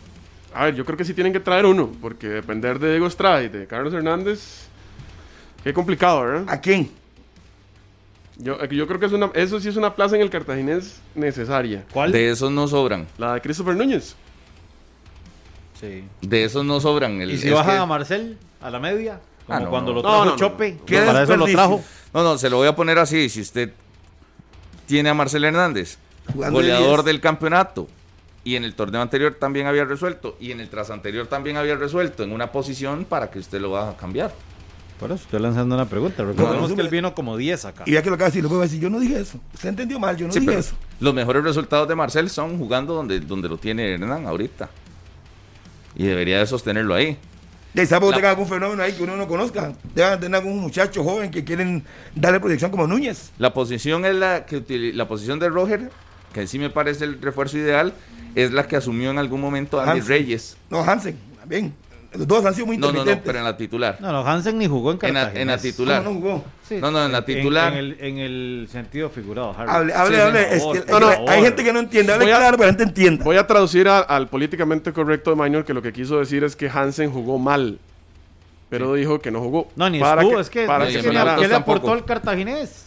[SPEAKER 2] a ver, yo creo que sí tienen que traer uno, porque depender de Diego Estrada y de Carlos Hernández, qué complicado, ¿verdad?
[SPEAKER 5] ¿A quién?
[SPEAKER 2] Yo, yo creo que es una, eso sí es una plaza en el cartaginés necesaria.
[SPEAKER 4] ¿Cuál?
[SPEAKER 3] De esos no sobran.
[SPEAKER 2] La de Christopher Núñez.
[SPEAKER 4] Sí.
[SPEAKER 3] De esos no sobran. El-
[SPEAKER 4] Y si
[SPEAKER 3] es
[SPEAKER 4] baja
[SPEAKER 3] que-
[SPEAKER 4] a Marcel a la media, como
[SPEAKER 3] Ah, no,
[SPEAKER 4] cuando
[SPEAKER 3] no.
[SPEAKER 4] lo
[SPEAKER 2] No,
[SPEAKER 4] trajo
[SPEAKER 2] no, no,
[SPEAKER 4] Chope,
[SPEAKER 2] no.
[SPEAKER 4] que
[SPEAKER 5] Qué
[SPEAKER 4] para eso lo
[SPEAKER 5] desperdicio.
[SPEAKER 4] trajo.
[SPEAKER 3] No, no, se lo voy a poner así. Si usted tiene a Marcel Hernández,
[SPEAKER 5] Jugando de
[SPEAKER 3] goleador
[SPEAKER 5] 10.
[SPEAKER 3] del campeonato, y en el torneo anterior también había resuelto, y en el tras anterior también había resuelto, en una posición para que usted lo va a cambiar.
[SPEAKER 4] Por eso estoy lanzando una pregunta. Recordemos
[SPEAKER 5] no,
[SPEAKER 4] que él
[SPEAKER 5] no.
[SPEAKER 4] vino como 10 acá.
[SPEAKER 5] Y ya que lo acaba de decir, luego va a decir, yo no dije eso. Usted entendió mal, yo no
[SPEAKER 3] Sí,
[SPEAKER 5] dije
[SPEAKER 3] pero
[SPEAKER 5] eso.
[SPEAKER 3] los mejores resultados de Marcel son jugando donde, donde lo tiene Hernán ahorita. Y debería de sostenerlo ahí.
[SPEAKER 5] De ahí sabe que
[SPEAKER 3] La-
[SPEAKER 5] tenga algún fenómeno ahí que uno no conozca. Debe tener algún muchacho joven que quieren darle proyección como Núñez.
[SPEAKER 3] La posición es la que utili- la posición de Roger, que sí me parece el refuerzo ideal, es la que asumió en algún momento Andy
[SPEAKER 5] Hansen.
[SPEAKER 3] Reyes.
[SPEAKER 5] No, Hansen, también. Los dos han sido muy
[SPEAKER 3] No, no, no,
[SPEAKER 5] intermitentes.
[SPEAKER 3] pero en la titular.
[SPEAKER 4] No, no, Hansen ni jugó en
[SPEAKER 3] En la-
[SPEAKER 4] Cartagena.
[SPEAKER 3] en la titular.
[SPEAKER 5] No, no jugó.
[SPEAKER 4] Sí.
[SPEAKER 3] No, no, en la titular.
[SPEAKER 4] En, el, en el sentido figurado, Harry.
[SPEAKER 5] Hable, hable,
[SPEAKER 3] Sí,
[SPEAKER 5] hable.
[SPEAKER 4] por
[SPEAKER 5] Es
[SPEAKER 4] favor,
[SPEAKER 5] que-
[SPEAKER 4] por
[SPEAKER 5] no, no,
[SPEAKER 4] favor.
[SPEAKER 5] hay gente que no entiende. Hable
[SPEAKER 2] Voy a-
[SPEAKER 5] claro, pero la gente entienda.
[SPEAKER 2] Voy a traducir a- al políticamente correcto de Minor que lo que quiso decir es que Hansen jugó mal, pero dijo que no jugó.
[SPEAKER 4] No, ni
[SPEAKER 2] para
[SPEAKER 4] estuvo,
[SPEAKER 2] que-
[SPEAKER 4] es que,
[SPEAKER 2] para
[SPEAKER 4] es
[SPEAKER 2] que
[SPEAKER 4] que le-
[SPEAKER 2] sonara-
[SPEAKER 4] ¿qué le
[SPEAKER 3] tampoco.
[SPEAKER 4] aportó el cartaginés?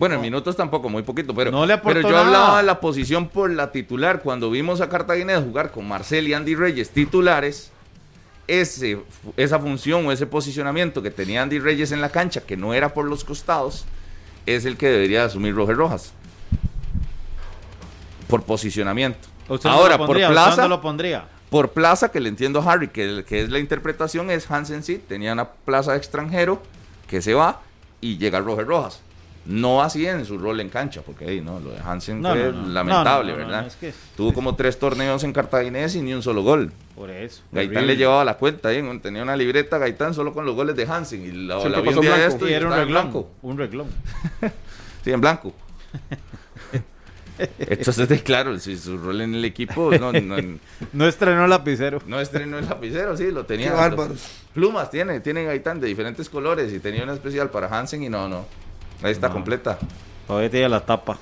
[SPEAKER 3] Bueno, en minutos tampoco, muy poquito, pero,
[SPEAKER 4] No le aportó
[SPEAKER 3] pero yo
[SPEAKER 4] nada.
[SPEAKER 3] hablaba de la posición por la titular. Cuando vimos a Cartagena jugar con Marcel y Andy Reyes titulares, ese, esa función o ese posicionamiento que tenía Andy Reyes en la cancha, que no era por los costados, es el que debería asumir Roger Rojas. Por posicionamiento.
[SPEAKER 4] ¿Usted dónde
[SPEAKER 3] Ahora,
[SPEAKER 4] lo
[SPEAKER 3] por
[SPEAKER 4] pondría? ¿Usted
[SPEAKER 3] plaza,
[SPEAKER 4] dónde lo pondría?
[SPEAKER 3] por plaza, que le entiendo a Harry, que, el- que es la interpretación, es Hansen sí, tenía una plaza de extranjero que se va y llega Roger Rojas. No así en su rol en cancha, porque ahí no, lo de Hansen
[SPEAKER 4] No,
[SPEAKER 3] fue
[SPEAKER 4] no, no.
[SPEAKER 3] lamentable,
[SPEAKER 4] No, no, no,
[SPEAKER 3] ¿verdad?
[SPEAKER 4] no, es que-
[SPEAKER 3] Tuvo como tres torneos en Cartaginés y ni un solo gol.
[SPEAKER 4] Por eso.
[SPEAKER 3] Gaitán
[SPEAKER 4] horrible.
[SPEAKER 3] le llevaba la cuenta, ahí, en- tenía una libreta Gaitán solo con los goles de Hansen y la,
[SPEAKER 2] Siempre
[SPEAKER 3] la vi
[SPEAKER 2] pasó
[SPEAKER 3] un día de
[SPEAKER 2] blanco.
[SPEAKER 3] esto
[SPEAKER 4] Sí,
[SPEAKER 3] y
[SPEAKER 4] era un
[SPEAKER 3] estaba en
[SPEAKER 4] reglón.
[SPEAKER 3] blanco.
[SPEAKER 4] Un reglón.
[SPEAKER 3] Sí, en blanco. Entonces, de- claro, si su rol en el equipo no, no,
[SPEAKER 4] No estrenó lapicero.
[SPEAKER 3] no estrenó el lapicero, sí, lo tenía.
[SPEAKER 5] Qué bárbaros.
[SPEAKER 3] Plumas tiene, tiene Gaitán de diferentes colores y tenía una especial para Hansen y no, no. Ahí está
[SPEAKER 4] No.
[SPEAKER 3] completa.
[SPEAKER 4] Todavía tiene la tapa.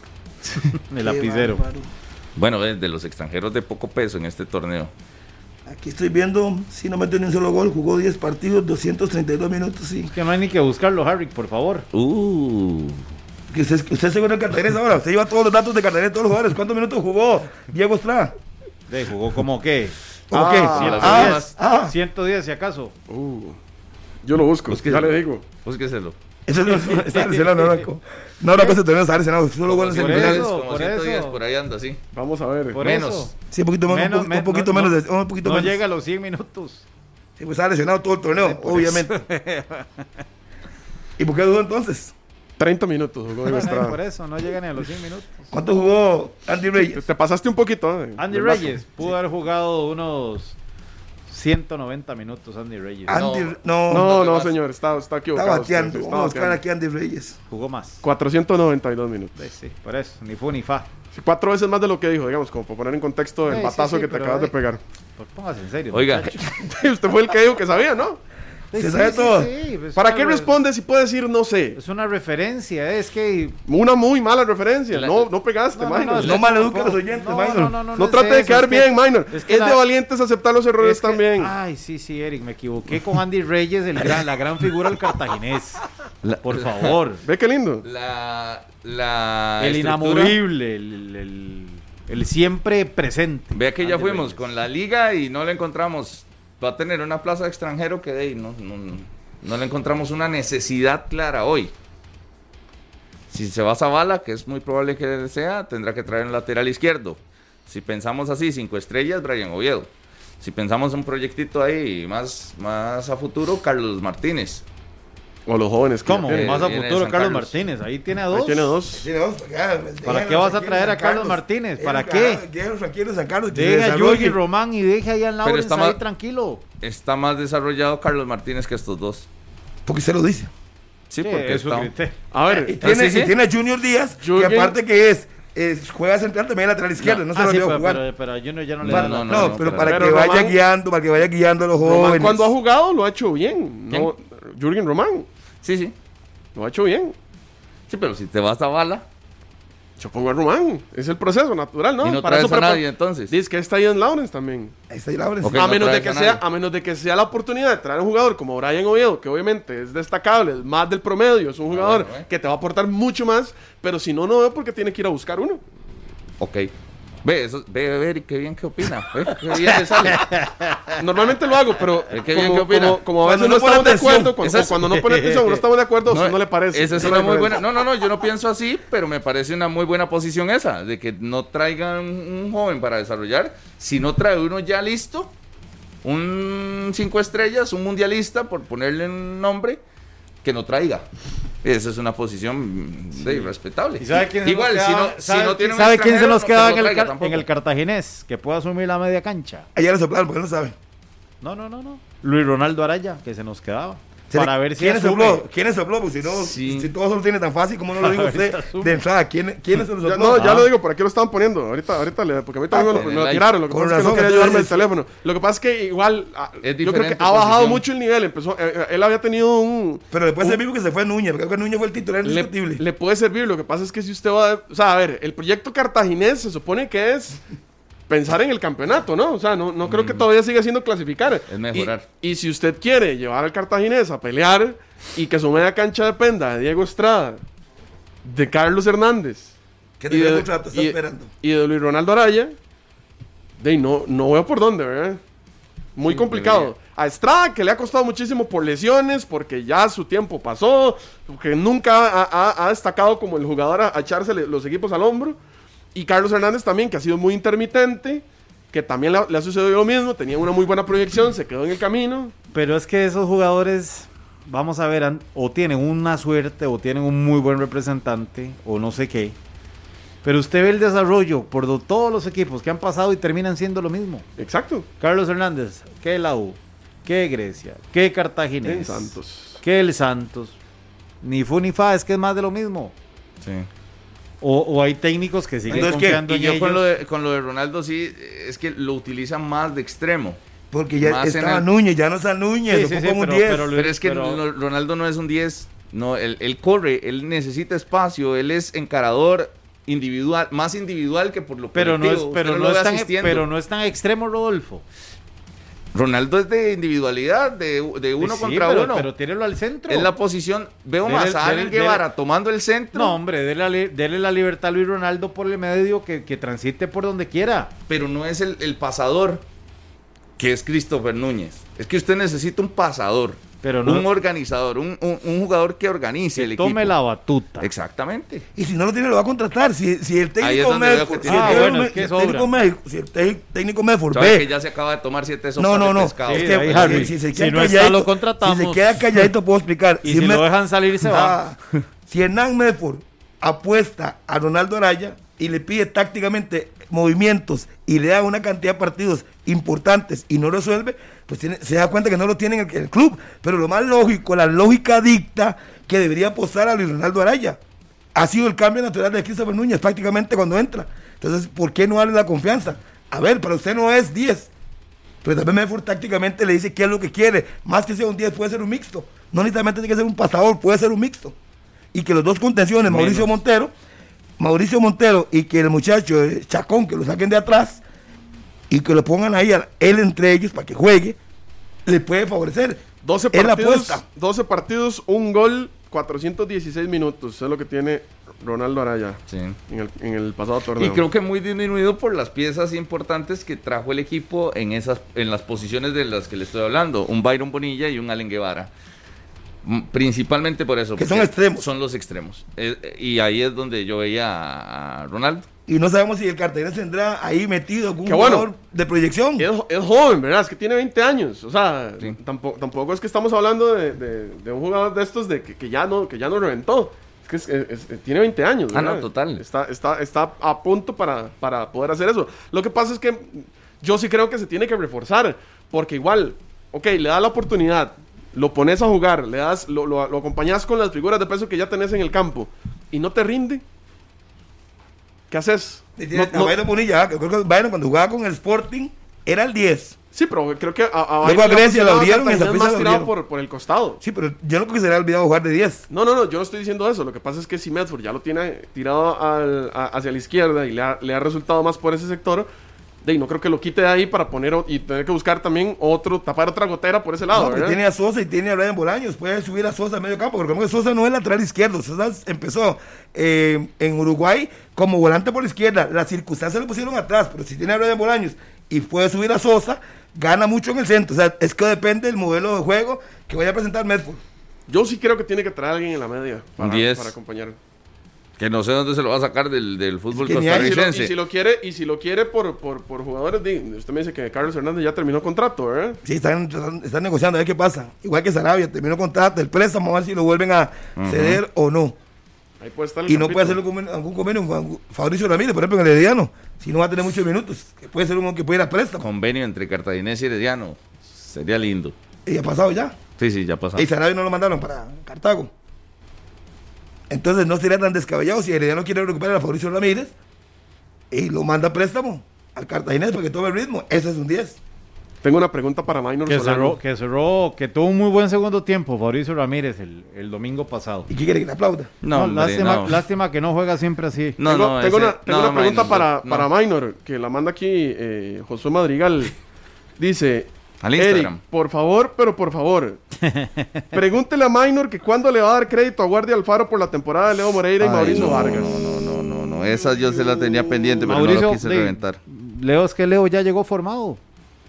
[SPEAKER 4] El
[SPEAKER 5] Qué
[SPEAKER 4] lapicero.
[SPEAKER 5] bárbaro.
[SPEAKER 3] Bueno, es de los extranjeros de poco peso en este torneo.
[SPEAKER 5] Aquí estoy viendo, si no metió ni un solo gol, jugó 10 partidos, 232 minutos, sí.
[SPEAKER 4] Es que no hay ni que buscarlo, Harry, por favor.
[SPEAKER 3] Uh.
[SPEAKER 5] Que usted, que usted se vuelve Cartagena ahora, usted lleva todos los datos de Cartagena, todos los jugadores, ¿cuántos minutos jugó Diego Estrada?
[SPEAKER 4] De, jugó como qué.
[SPEAKER 5] ¿O
[SPEAKER 2] Ah,
[SPEAKER 5] qué?
[SPEAKER 2] las
[SPEAKER 5] Ah,
[SPEAKER 3] últimas.
[SPEAKER 5] ah,
[SPEAKER 4] 110 si acaso.
[SPEAKER 2] Uh, yo lo busco,
[SPEAKER 3] Busque-
[SPEAKER 2] ya le digo.
[SPEAKER 3] Búsqueselo.
[SPEAKER 5] eso no es Arsenal, no era co- No era cosa de tener Arsenal, solo
[SPEAKER 3] Como
[SPEAKER 5] goles en
[SPEAKER 4] por
[SPEAKER 5] semifinales.
[SPEAKER 4] eso,
[SPEAKER 3] como
[SPEAKER 4] por
[SPEAKER 3] 110,
[SPEAKER 4] eso.
[SPEAKER 3] por ahí anda, sí.
[SPEAKER 2] Vamos a ver.
[SPEAKER 4] Por
[SPEAKER 3] Pues Menos.
[SPEAKER 4] eso.
[SPEAKER 5] Sí, un poquito menos, un,
[SPEAKER 4] men-
[SPEAKER 5] poquito
[SPEAKER 4] no-
[SPEAKER 5] menos,
[SPEAKER 4] no-
[SPEAKER 5] de- un poquito
[SPEAKER 4] no
[SPEAKER 5] menos.
[SPEAKER 4] llega pues. a los 100 minutos.
[SPEAKER 5] Sí, pues estaba lesionado todo el torneo, obviamente. ¿Y por qué jugó entonces?
[SPEAKER 2] 30 minutos jugó Diego
[SPEAKER 4] No, no,
[SPEAKER 2] Estrada.
[SPEAKER 4] por eso, no llega ni a los 100 minutos.
[SPEAKER 5] ¿Cuánto jugó Andy
[SPEAKER 2] Te,
[SPEAKER 5] Reyes?
[SPEAKER 2] te pasaste un poquito. ¿eh?
[SPEAKER 4] Andy
[SPEAKER 2] del blanco.
[SPEAKER 4] Reyes pudo haber jugado unos 190 minutos. Andy Reyes
[SPEAKER 5] Andy,
[SPEAKER 3] No.
[SPEAKER 5] Ah, no,
[SPEAKER 2] No,
[SPEAKER 3] te
[SPEAKER 2] no,
[SPEAKER 3] vas.
[SPEAKER 2] señor, está, está
[SPEAKER 5] está
[SPEAKER 2] equivocado. usted,
[SPEAKER 5] bateando.
[SPEAKER 2] sí, está
[SPEAKER 5] Vamos a buscar
[SPEAKER 2] bateando.
[SPEAKER 5] aquí a Andy Reyes.
[SPEAKER 4] jugó más.
[SPEAKER 2] 492 minutos.
[SPEAKER 4] Eh, Sí, por eso, ni fu ni fa.
[SPEAKER 2] Sí, Cuatro veces más de lo que dijo, digamos, como para poner en contexto el
[SPEAKER 4] Sí, sí,
[SPEAKER 2] batazo
[SPEAKER 4] sí,
[SPEAKER 2] que te
[SPEAKER 4] pero
[SPEAKER 2] acabas de
[SPEAKER 4] ahí-
[SPEAKER 2] pegar.
[SPEAKER 4] Pues póngase en serio.
[SPEAKER 3] Oiga,
[SPEAKER 4] muchacho.
[SPEAKER 2] Usted fue el que dijo que sabía, ¿no?
[SPEAKER 4] Sí,
[SPEAKER 5] ¿se
[SPEAKER 4] sí,
[SPEAKER 5] sabe
[SPEAKER 4] sí,
[SPEAKER 5] todo?
[SPEAKER 4] sí, pues,
[SPEAKER 2] ¿Para
[SPEAKER 4] una
[SPEAKER 2] qué
[SPEAKER 4] re-
[SPEAKER 2] responde si puede decir no sé?
[SPEAKER 4] Es una referencia, es que.
[SPEAKER 2] Una muy mala referencia.
[SPEAKER 3] La-
[SPEAKER 2] No, no pegaste,
[SPEAKER 4] no,
[SPEAKER 2] Minor. Este No,
[SPEAKER 4] es
[SPEAKER 5] No
[SPEAKER 4] que
[SPEAKER 5] maleduque a
[SPEAKER 4] tampoco-
[SPEAKER 5] los oyentes,
[SPEAKER 4] no,
[SPEAKER 5] Minor.
[SPEAKER 4] No, no, no, no es
[SPEAKER 2] trate de
[SPEAKER 4] eso,
[SPEAKER 2] quedar
[SPEAKER 4] es que-
[SPEAKER 2] bien, Minor. Es,
[SPEAKER 4] es que la-
[SPEAKER 2] de valientes aceptar los errores
[SPEAKER 4] es que- Ah.
[SPEAKER 2] también.
[SPEAKER 4] Ay, sí, sí, Eric, me equivoqué con Andy Reyes, el gran, la gran figura del cartaginés. Por favor.
[SPEAKER 2] Ve qué lindo.
[SPEAKER 3] La, la
[SPEAKER 4] el
[SPEAKER 3] estructura-
[SPEAKER 4] inamovible, el, el- el siempre presente.
[SPEAKER 3] Vea que
[SPEAKER 4] Este,
[SPEAKER 3] ya
[SPEAKER 4] Andy
[SPEAKER 3] fuimos
[SPEAKER 4] Reyes.
[SPEAKER 3] con la liga y no la encontramos. Va a tener una plaza de extranjero que de ahí no, no, no- no le encontramos una necesidad clara hoy. Si se va a Zavala, que es muy probable que sea, tendrá que traer un lateral izquierdo. Si pensamos así, cinco estrellas, Brian Oviedo. Si pensamos un proyectito ahí más, más a futuro, Carlos Martínez.
[SPEAKER 2] O los jóvenes que
[SPEAKER 4] ¿Cómo?
[SPEAKER 2] ya tienen.
[SPEAKER 4] Más a
[SPEAKER 3] Viene de
[SPEAKER 4] futuro, Carlos
[SPEAKER 3] San Carlos.
[SPEAKER 4] Martínez. Ahí tiene a
[SPEAKER 2] Ahí
[SPEAKER 4] dos.
[SPEAKER 2] tiene dos.
[SPEAKER 5] Sí, no, ya, déjalo,
[SPEAKER 4] qué vas a
[SPEAKER 5] tranquilo,
[SPEAKER 4] traer a
[SPEAKER 5] San
[SPEAKER 4] Carlos Martínez? ¿Para
[SPEAKER 5] Déjalo,
[SPEAKER 4] qué?
[SPEAKER 5] ah, Déjalo tranquilo, San Carlos. que se
[SPEAKER 4] Deja a
[SPEAKER 5] desarrolle.
[SPEAKER 4] Yogi Román y deja ahí al Lawrence
[SPEAKER 3] está mal-
[SPEAKER 4] ahí tranquilo.
[SPEAKER 3] Está más desarrollado Carlos Martínez que estos dos.
[SPEAKER 5] Porque se lo dice.
[SPEAKER 4] Sí,
[SPEAKER 3] Sí, porque
[SPEAKER 4] es su
[SPEAKER 3] está-
[SPEAKER 4] criterio.
[SPEAKER 2] A
[SPEAKER 5] Y
[SPEAKER 2] ver,
[SPEAKER 3] Ah,
[SPEAKER 5] tiene,
[SPEAKER 3] sí, sí.
[SPEAKER 5] y tiene a Junior Díaz,
[SPEAKER 2] Junior-
[SPEAKER 5] que aparte que es, es- juega central también lateral izquierdo, no, se
[SPEAKER 4] Ah,
[SPEAKER 5] lo
[SPEAKER 4] sí,
[SPEAKER 5] veo
[SPEAKER 4] pero,
[SPEAKER 5] jugar.
[SPEAKER 4] pero- pero a Junior ya no le
[SPEAKER 3] No,
[SPEAKER 4] da la-
[SPEAKER 5] no,
[SPEAKER 3] no, no,
[SPEAKER 5] pero
[SPEAKER 3] pero-
[SPEAKER 5] para
[SPEAKER 2] pero
[SPEAKER 5] que vaya
[SPEAKER 2] Román-
[SPEAKER 5] guiando, para que vaya guiando a los
[SPEAKER 2] Román
[SPEAKER 5] jóvenes.
[SPEAKER 2] cuando ha jugado lo ha hecho bien. No, Jürgen Román
[SPEAKER 3] Sí, sí.
[SPEAKER 2] lo ha hecho bien.
[SPEAKER 3] Sí, pero si te vas a Zavala
[SPEAKER 2] Yo pongo a Román. Es el proceso natural, ¿no?
[SPEAKER 3] y no
[SPEAKER 2] Para
[SPEAKER 3] traes
[SPEAKER 2] eso
[SPEAKER 3] a
[SPEAKER 2] prepa-
[SPEAKER 3] nadie, entonces.
[SPEAKER 2] Dice que está Ian Lawrence también.
[SPEAKER 5] Ahí Ah, está Lawrence.
[SPEAKER 3] Ok.
[SPEAKER 2] a,
[SPEAKER 3] no
[SPEAKER 2] menos de
[SPEAKER 3] traes
[SPEAKER 2] que
[SPEAKER 3] a
[SPEAKER 2] sea,
[SPEAKER 3] nadie.
[SPEAKER 2] a menos de que sea la oportunidad de traer un jugador como Brian Oviedo, que obviamente es destacable, es más del promedio, es un jugador
[SPEAKER 3] bueno, eh.
[SPEAKER 2] que te va a aportar mucho más, pero si no, no veo por qué tiene que ir a buscar uno.
[SPEAKER 3] Ok. Ve, eso, ve, ve, Eric, qué bien que opina. Ve, qué bien que sale.
[SPEAKER 2] Normalmente lo hago, pero
[SPEAKER 3] Eh, qué bien,
[SPEAKER 2] como,
[SPEAKER 3] ¿qué opina?
[SPEAKER 2] como- como a veces
[SPEAKER 5] Cuando
[SPEAKER 2] no,
[SPEAKER 5] no pone
[SPEAKER 2] estamos de
[SPEAKER 5] atención.
[SPEAKER 2] acuerdo, cuando,
[SPEAKER 3] Esa es-
[SPEAKER 2] o cuando no pone atención o no estamos de acuerdo, o si no le parece.
[SPEAKER 3] Esa es
[SPEAKER 2] Esa
[SPEAKER 3] una
[SPEAKER 2] es la
[SPEAKER 3] muy buena.
[SPEAKER 2] diferencia.
[SPEAKER 3] No, no, no, yo no pienso así, pero me parece una muy buena posición esa, de que no traigan un joven para desarrollar, si no trae uno ya listo, un cinco estrellas, un mundialista, por ponerle un nombre, que no traiga. Esa es una posición sí, respetable.
[SPEAKER 4] ¿Y sabe quién se
[SPEAKER 3] Igual,
[SPEAKER 4] nos
[SPEAKER 3] si no,
[SPEAKER 4] quedaba-
[SPEAKER 3] si
[SPEAKER 4] sabe-
[SPEAKER 3] no tiene un
[SPEAKER 4] sabe quién se
[SPEAKER 3] extranjero,
[SPEAKER 4] nos
[SPEAKER 3] no
[SPEAKER 4] quedaba
[SPEAKER 3] lo
[SPEAKER 4] en el,
[SPEAKER 3] traiga
[SPEAKER 4] car-
[SPEAKER 3] tampoco.
[SPEAKER 4] en el cartaginés? Que pueda asumir la media cancha.
[SPEAKER 5] Allá le soplaron, porque pues, no sabe.
[SPEAKER 4] No, no, no, no. Luis Ronaldo Araya, que se nos quedaba.
[SPEAKER 5] Se
[SPEAKER 4] Para
[SPEAKER 5] le-
[SPEAKER 4] ver si
[SPEAKER 5] ¿Quiénes
[SPEAKER 4] asume.
[SPEAKER 5] sopló? ¿Quiénes sopló? Pues si no,
[SPEAKER 3] Sí.
[SPEAKER 5] si todo eso lo tiene tan fácil, ¿cómo no lo
[SPEAKER 4] Para
[SPEAKER 5] digo
[SPEAKER 4] ver si
[SPEAKER 5] usted
[SPEAKER 4] asume.
[SPEAKER 5] de entrada? ¿Quiénes, quiénes se lo
[SPEAKER 2] Ya,
[SPEAKER 5] sopló?
[SPEAKER 2] no, ya
[SPEAKER 5] Ah.
[SPEAKER 2] lo digo, por aquí lo estaban poniendo. Ahorita, ahorita, le- porque ahorita mismo
[SPEAKER 3] Ah,
[SPEAKER 2] lo-
[SPEAKER 3] con
[SPEAKER 2] me
[SPEAKER 3] el
[SPEAKER 2] lo
[SPEAKER 3] like.
[SPEAKER 2] tiraron. Lo que
[SPEAKER 5] Con
[SPEAKER 2] pasa es que
[SPEAKER 5] razón,
[SPEAKER 2] no quería
[SPEAKER 5] entonces-
[SPEAKER 2] ayudarme el teléfono. Lo que pasa es que igual, ah,
[SPEAKER 3] Es
[SPEAKER 2] yo creo que
[SPEAKER 3] diferente
[SPEAKER 2] ha bajado
[SPEAKER 3] posición.
[SPEAKER 2] mucho el nivel. Empezó, eh, eh, él había tenido un...
[SPEAKER 5] Pero después se vivo que se fue Núñez, porque creo que Núñez fue el titular
[SPEAKER 2] le,
[SPEAKER 5] indiscutible.
[SPEAKER 2] le puede servir. Lo que pasa es que si usted va. a- O sea, a ver, el proyecto cartaginés se supone que es pensar en el campeonato, ¿no? O sea, no, no creo que todavía siga siendo clasificar.
[SPEAKER 3] Mm. Es mejorar.
[SPEAKER 2] Y, y si usted quiere llevar al cartaginés a pelear y que su media cancha dependa de Diego Estrada, de Carlos Hernández
[SPEAKER 5] que
[SPEAKER 2] y
[SPEAKER 5] tenía
[SPEAKER 2] de-
[SPEAKER 5] contrato, está
[SPEAKER 2] y-
[SPEAKER 5] esperando.
[SPEAKER 2] y de Luis Ronaldo Araya, de ahí no, no veo por dónde, ¿verdad? Muy
[SPEAKER 3] Sí,
[SPEAKER 2] complicado.
[SPEAKER 3] debería.
[SPEAKER 2] A Estrada, que le ha costado muchísimo por lesiones, porque ya su tiempo pasó, que nunca ha, ha- ha destacado como el jugador a, a echarse los equipos al hombro. Y Carlos Hernández también, que ha sido muy intermitente, que también le, ha- le ha sucedido lo mismo, tenía una muy buena proyección, se quedó en el camino.
[SPEAKER 4] Pero es que esos jugadores, vamos a ver, han- o tienen una suerte, o tienen un muy buen representante, o no sé qué. Pero usted ve el desarrollo por do- todos los equipos que han pasado y terminan siendo lo mismo.
[SPEAKER 2] Exacto.
[SPEAKER 4] Carlos Hernández, que la U, que Grecia, que
[SPEAKER 2] En
[SPEAKER 4] Cartaginés,
[SPEAKER 2] Santos.
[SPEAKER 4] que el Santos. Ni fu ni fa, es que es más de lo mismo. O, o hay técnicos que siguen
[SPEAKER 5] Entonces, ¿qué?
[SPEAKER 4] confiando
[SPEAKER 3] Y
[SPEAKER 4] en
[SPEAKER 3] yo con lo,
[SPEAKER 4] ellos.
[SPEAKER 3] de, con lo de Ronaldo, sí, es que lo utiliza más de extremo.
[SPEAKER 5] Porque ya
[SPEAKER 3] Más en
[SPEAKER 5] estaba
[SPEAKER 3] el-
[SPEAKER 5] Núñez, ya no está Núñez,
[SPEAKER 4] Sí,
[SPEAKER 5] lo
[SPEAKER 4] sí, sí,
[SPEAKER 5] pongo un
[SPEAKER 4] pero-
[SPEAKER 5] 10.
[SPEAKER 4] pero-
[SPEAKER 3] Pero es que
[SPEAKER 4] pero-
[SPEAKER 3] no- Ronaldo no es un 10. No, él, él corre, él necesita espacio, él es encarador individual, más individual que por lo
[SPEAKER 4] Pero no, es,
[SPEAKER 3] colectivo.
[SPEAKER 4] pero,
[SPEAKER 3] Usted
[SPEAKER 4] no
[SPEAKER 3] lo ve
[SPEAKER 4] es tan,
[SPEAKER 3] asistiendo.
[SPEAKER 4] pero no es tan extremo, Rodolfo.
[SPEAKER 3] Ronaldo es de individualidad, de, de uno
[SPEAKER 4] Pues Sí,
[SPEAKER 3] contra
[SPEAKER 4] pero,
[SPEAKER 3] uno.
[SPEAKER 4] Pero tírelo al centro.
[SPEAKER 3] es la posición, veo
[SPEAKER 4] Dele-
[SPEAKER 3] más a
[SPEAKER 4] dele-
[SPEAKER 3] Allen
[SPEAKER 4] dele-
[SPEAKER 3] Guevara tomando el centro,
[SPEAKER 4] No, hombre, dele, la li- dele la libertad a Luis Ronaldo por el medio que, que transite por donde quiera.
[SPEAKER 3] pero no es el, el pasador que es Christopher Núñez. Es que usted necesita un pasador,
[SPEAKER 4] Pero no-
[SPEAKER 3] un organizador, un, un- un jugador que organice el equipo.
[SPEAKER 4] Tome la batuta.
[SPEAKER 3] Exactamente.
[SPEAKER 5] Y si no lo tiene, lo va a contratar. Si, si el
[SPEAKER 3] Ahí es
[SPEAKER 5] técnico
[SPEAKER 3] donde veo
[SPEAKER 5] Medford.
[SPEAKER 3] que
[SPEAKER 5] si el
[SPEAKER 4] tiene- Ah,
[SPEAKER 5] técnico
[SPEAKER 4] bueno,
[SPEAKER 5] Me-
[SPEAKER 4] es que
[SPEAKER 5] si el
[SPEAKER 4] sobra.
[SPEAKER 5] técnico Medford- Si el te- técnico Medford
[SPEAKER 3] Sabe que
[SPEAKER 5] ve.
[SPEAKER 3] ya se acaba de tomar siete sopas
[SPEAKER 5] No, no,
[SPEAKER 3] de
[SPEAKER 5] no.
[SPEAKER 3] pescado.
[SPEAKER 5] Es
[SPEAKER 4] Sí,
[SPEAKER 5] que
[SPEAKER 4] ahí,
[SPEAKER 5] si-
[SPEAKER 4] Harry.
[SPEAKER 5] si se
[SPEAKER 4] Si
[SPEAKER 5] queda
[SPEAKER 4] no está,
[SPEAKER 5] calladito-
[SPEAKER 4] lo
[SPEAKER 5] Si se
[SPEAKER 4] contratamos.
[SPEAKER 5] queda calladito, puedo explicar.
[SPEAKER 4] Y si,
[SPEAKER 5] Me-
[SPEAKER 4] lo dejan salir, se va.
[SPEAKER 5] Ah, si Hernán Medford apuesta a Ronaldo Araya y le pide tácticamente movimientos y le da una cantidad de partidos importantes y no resuelve, pues tiene- se da cuenta que no lo tiene en el, el club. Pero lo más lógico, la lógica dicta que debería apostar a Luis Ronaldo Araya. Ha sido el cambio natural de Christopher Núñez prácticamente cuando entra. Entonces, ¿por qué no darle la confianza? A ver, para usted no es 10. Pero también Medford tácticamente le dice qué es lo que quiere. Más que sea un 10, puede ser un mixto. No necesariamente tiene que ser un pasador, puede ser un mixto. Y que los dos contenciones, Mauricio Montero, Mauricio Montero y que el muchacho eh, Chacón, que lo saquen de atrás y que lo pongan ahí, a- él entre ellos para que juegue, le puede favorecer.
[SPEAKER 2] 12
[SPEAKER 5] Es la
[SPEAKER 2] partidos,
[SPEAKER 5] apuesta.
[SPEAKER 2] 12 partidos, un gol, 416 minutos. Es lo que tiene Ronaldo Araya
[SPEAKER 3] Sí.
[SPEAKER 2] en el, en el pasado torneo.
[SPEAKER 3] Y creo que muy disminuido por las piezas importantes que trajo el equipo en esas en las posiciones de las que le estoy hablando, un Byron Bonilla y un Allen Guevara. Mm, Principalmente por eso.
[SPEAKER 5] Que
[SPEAKER 3] porque
[SPEAKER 5] son extremos.
[SPEAKER 3] Son los extremos. Eh, eh, y ahí es donde yo veía a a Ronaldo.
[SPEAKER 5] Y no sabemos si el cartaginés tendrá ahí metido algún
[SPEAKER 2] Qué bueno.
[SPEAKER 5] jugador de proyección.
[SPEAKER 2] es, es joven, ¿verdad? Es que tiene 20 años. O sea,
[SPEAKER 3] Sí.
[SPEAKER 2] tampo- tampoco, es que estamos hablando de, de- de un jugador de estos de que, que ya, no, que ya no reventó. Es que es- es- es- tiene 20 años.
[SPEAKER 3] Ah, no,
[SPEAKER 2] ¿verdad?
[SPEAKER 3] total.
[SPEAKER 2] Está, está, está a punto para, para poder hacer eso. Lo que pasa es que yo sí creo que se tiene que reforzar. Porque igual, ok, le da la oportunidad, lo pones a jugar, le das, lo, lo, lo acompañas con las figuras de peso que ya tenés en el campo y no te rinde. ¿Qué haces?
[SPEAKER 5] Y tiene
[SPEAKER 2] No-
[SPEAKER 5] a
[SPEAKER 2] no-
[SPEAKER 5] Byron Bonilla, ah, que creo que Byron cuando jugaba con el Sporting era el 10.
[SPEAKER 2] Sí, pero creo que a, a
[SPEAKER 5] Luego a Grecia la
[SPEAKER 2] lo
[SPEAKER 5] abrieron y Saprissa
[SPEAKER 2] más
[SPEAKER 5] la
[SPEAKER 2] tirado
[SPEAKER 5] abrieron.
[SPEAKER 2] por, por el costado.
[SPEAKER 5] Sí, pero yo no creo que se le haya olvidado jugar de 10.
[SPEAKER 2] No, no, no, yo no estoy diciendo eso. Lo que pasa es que si Medford ya lo tiene tirado al- a- hacia la izquierda y le ha, le ha resultado más por ese sector, de, ahí no creo que lo quite de ahí para poner o- y tener que buscar también otro, tapar otra gotera por ese lado,
[SPEAKER 5] No, pero
[SPEAKER 2] Ah, ¿verdad?
[SPEAKER 5] tiene a Sosa y tiene a Brian Bolaños. Puede subir a Sosa a medio campo. Porque recordemos que Sosa no es lateral izquierdo. Sosa empezó eh, en Uruguay como volante por izquierda. Las circunstancias le pusieron atrás. Pero si tiene a Brian Bolaños y puede subir a Sosa, gana mucho en el centro. O sea, es que depende del modelo de juego que vaya a presentar Medford.
[SPEAKER 2] Yo sí creo que tiene que traer a alguien en la media para,
[SPEAKER 3] Un 10.
[SPEAKER 2] para acompañar.
[SPEAKER 3] Que no sé dónde se lo va a sacar del, del fútbol
[SPEAKER 5] Es que ni hay,
[SPEAKER 2] Y si, lo, y
[SPEAKER 3] costarricense.
[SPEAKER 2] si lo quiere, y si lo quiere por, por, por jugadores, di- usted me dice que Carlos Hernández ya terminó contrato, ¿verdad?
[SPEAKER 5] Sí, están, están negociando, a ver qué pasa. Igual que Sarabia, terminó contrato, el préstamo, a ver si lo vuelven a ceder o no.
[SPEAKER 2] Ahí puede estar el
[SPEAKER 5] Y no
[SPEAKER 2] campito.
[SPEAKER 5] puede hacer algún, algún convenio con Fabricio Ramírez, por ejemplo, en el Herediano. Si no va a tener muchos minutos, que puede ser uno que puede ir a préstamo.
[SPEAKER 3] Convenio entre Cartaginés y Herediano. Sería lindo.
[SPEAKER 5] Y ha pasado ya.
[SPEAKER 3] Sí, sí, ya pasó.
[SPEAKER 5] Y Sarabia no lo mandaron para Cartago. Entonces no sería tan descabellado si Herediano quiere recuperar a Fabricio Ramírez y lo manda a préstamo al Cartaginés para que tome el ritmo. Ese es un 10.
[SPEAKER 2] Tengo una pregunta para Minor
[SPEAKER 4] Que
[SPEAKER 2] Solano.
[SPEAKER 4] cerró, que cerró, que tuvo un muy buen segundo tiempo, Fabricio Ramírez, el, el domingo pasado.
[SPEAKER 5] ¿Y qué quiere que le aplauda?
[SPEAKER 3] No, hombre,
[SPEAKER 4] lástima,
[SPEAKER 3] no. Este
[SPEAKER 4] lástima que no juega siempre así.
[SPEAKER 3] No,
[SPEAKER 2] tengo,
[SPEAKER 3] no,
[SPEAKER 2] tengo
[SPEAKER 3] ese-
[SPEAKER 2] una, tengo
[SPEAKER 3] no,
[SPEAKER 2] una pregunta
[SPEAKER 3] Minor,
[SPEAKER 2] para,
[SPEAKER 3] no.
[SPEAKER 2] para Minor, que la manda aquí eh, José Madrigal. Dice,
[SPEAKER 3] Al
[SPEAKER 2] Eric,
[SPEAKER 3] Instagram.
[SPEAKER 2] por favor, pero por favor, pregúntele a Minor que cuándo le va a dar crédito a Guardia Alfaro por la temporada de Leo Moreira y
[SPEAKER 3] Ay,
[SPEAKER 2] Mauricio
[SPEAKER 3] no,
[SPEAKER 2] Vargas.
[SPEAKER 3] No, no, no, no, no. Esa yo se la tenía pendiente, pero no la quise
[SPEAKER 4] de-
[SPEAKER 3] reventar.
[SPEAKER 4] Leo, es que Leo ya llegó formado.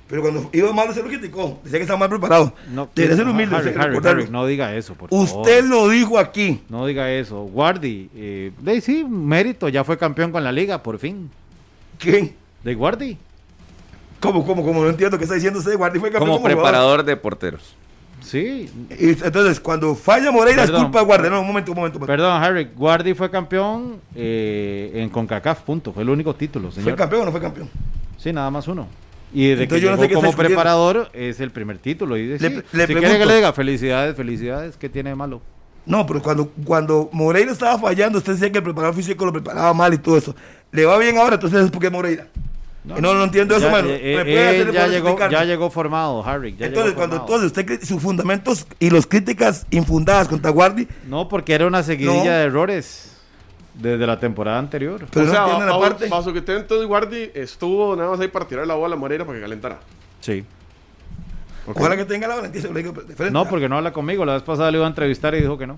[SPEAKER 5] Pero cuando iba mal se lo criticó. Decía que estaba mal preparado.
[SPEAKER 4] No,
[SPEAKER 5] Debería ser humilde.
[SPEAKER 4] Harry,
[SPEAKER 5] hay que
[SPEAKER 4] Harry,
[SPEAKER 5] recordarlo.
[SPEAKER 4] Harry, no diga eso, por favor.
[SPEAKER 5] Usted lo dijo aquí.
[SPEAKER 4] No diga eso. Guardi, eh, de, sí, mérito, ya fue campeón con la liga, por fin.
[SPEAKER 5] ¿Quién?
[SPEAKER 4] De Guardi.
[SPEAKER 5] ¿Cómo, cómo, cómo? No entiendo qué está diciendo usted. Guardi fue campeón
[SPEAKER 3] Como preparador de porteros.
[SPEAKER 4] Sí.
[SPEAKER 5] jugador. Y entonces, cuando falla Moreira, es
[SPEAKER 4] Perdón.
[SPEAKER 5] culpa de Guardi. No, un momento, un momento. un momento.
[SPEAKER 4] Perdón, Harry, Guardi fue campeón eh, en CONCACAF, punto. Fue el único título,
[SPEAKER 5] ¿Fue
[SPEAKER 4] señor.
[SPEAKER 5] campeón o no fue campeón?
[SPEAKER 4] Sí, nada más uno. Y desde
[SPEAKER 5] Entonces
[SPEAKER 4] que
[SPEAKER 5] yo no
[SPEAKER 4] llegó
[SPEAKER 5] sé qué está
[SPEAKER 4] como
[SPEAKER 5] discutiendo.
[SPEAKER 4] preparador es el primer título. Y dice,
[SPEAKER 5] Le-
[SPEAKER 4] sí.
[SPEAKER 5] le
[SPEAKER 4] si quiere que
[SPEAKER 5] pregunto.
[SPEAKER 4] le diga felicidades, felicidades, ¿qué tiene de malo?
[SPEAKER 5] No, pero cuando, cuando Moreira estaba fallando, usted decía que el preparador físico lo preparaba mal y todo eso. Le va bien ahora, entonces es porque es Moreira. No, no, no entiendo eso,
[SPEAKER 4] ya,
[SPEAKER 5] mano.
[SPEAKER 4] eh,
[SPEAKER 5] ¿Me puede hacer
[SPEAKER 4] él
[SPEAKER 5] el
[SPEAKER 4] ya
[SPEAKER 5] favor de
[SPEAKER 4] llegó, ya
[SPEAKER 5] explicarme?
[SPEAKER 4] llegó formado, Harry. ya llegó
[SPEAKER 5] Entonces, cuando
[SPEAKER 4] formado.
[SPEAKER 5] entonces usted cri- sus fundamentos y las críticas infundadas contra Guardi,
[SPEAKER 4] No, porque era una seguidilla
[SPEAKER 5] No.
[SPEAKER 4] de errores desde la temporada anterior.
[SPEAKER 5] pero
[SPEAKER 2] o sea,
[SPEAKER 5] no entienden
[SPEAKER 2] pa-
[SPEAKER 5] la
[SPEAKER 2] pa-
[SPEAKER 5] parte.
[SPEAKER 2] paso que usted entonces Guardi estuvo nada más ahí para tirar la bola a Moreira para que calentara.
[SPEAKER 4] Sí.
[SPEAKER 5] Ojalá que tenga la valentía, se lo digo de frente.
[SPEAKER 4] No, porque no habla conmigo. La vez pasada le iba a entrevistar y dijo que no.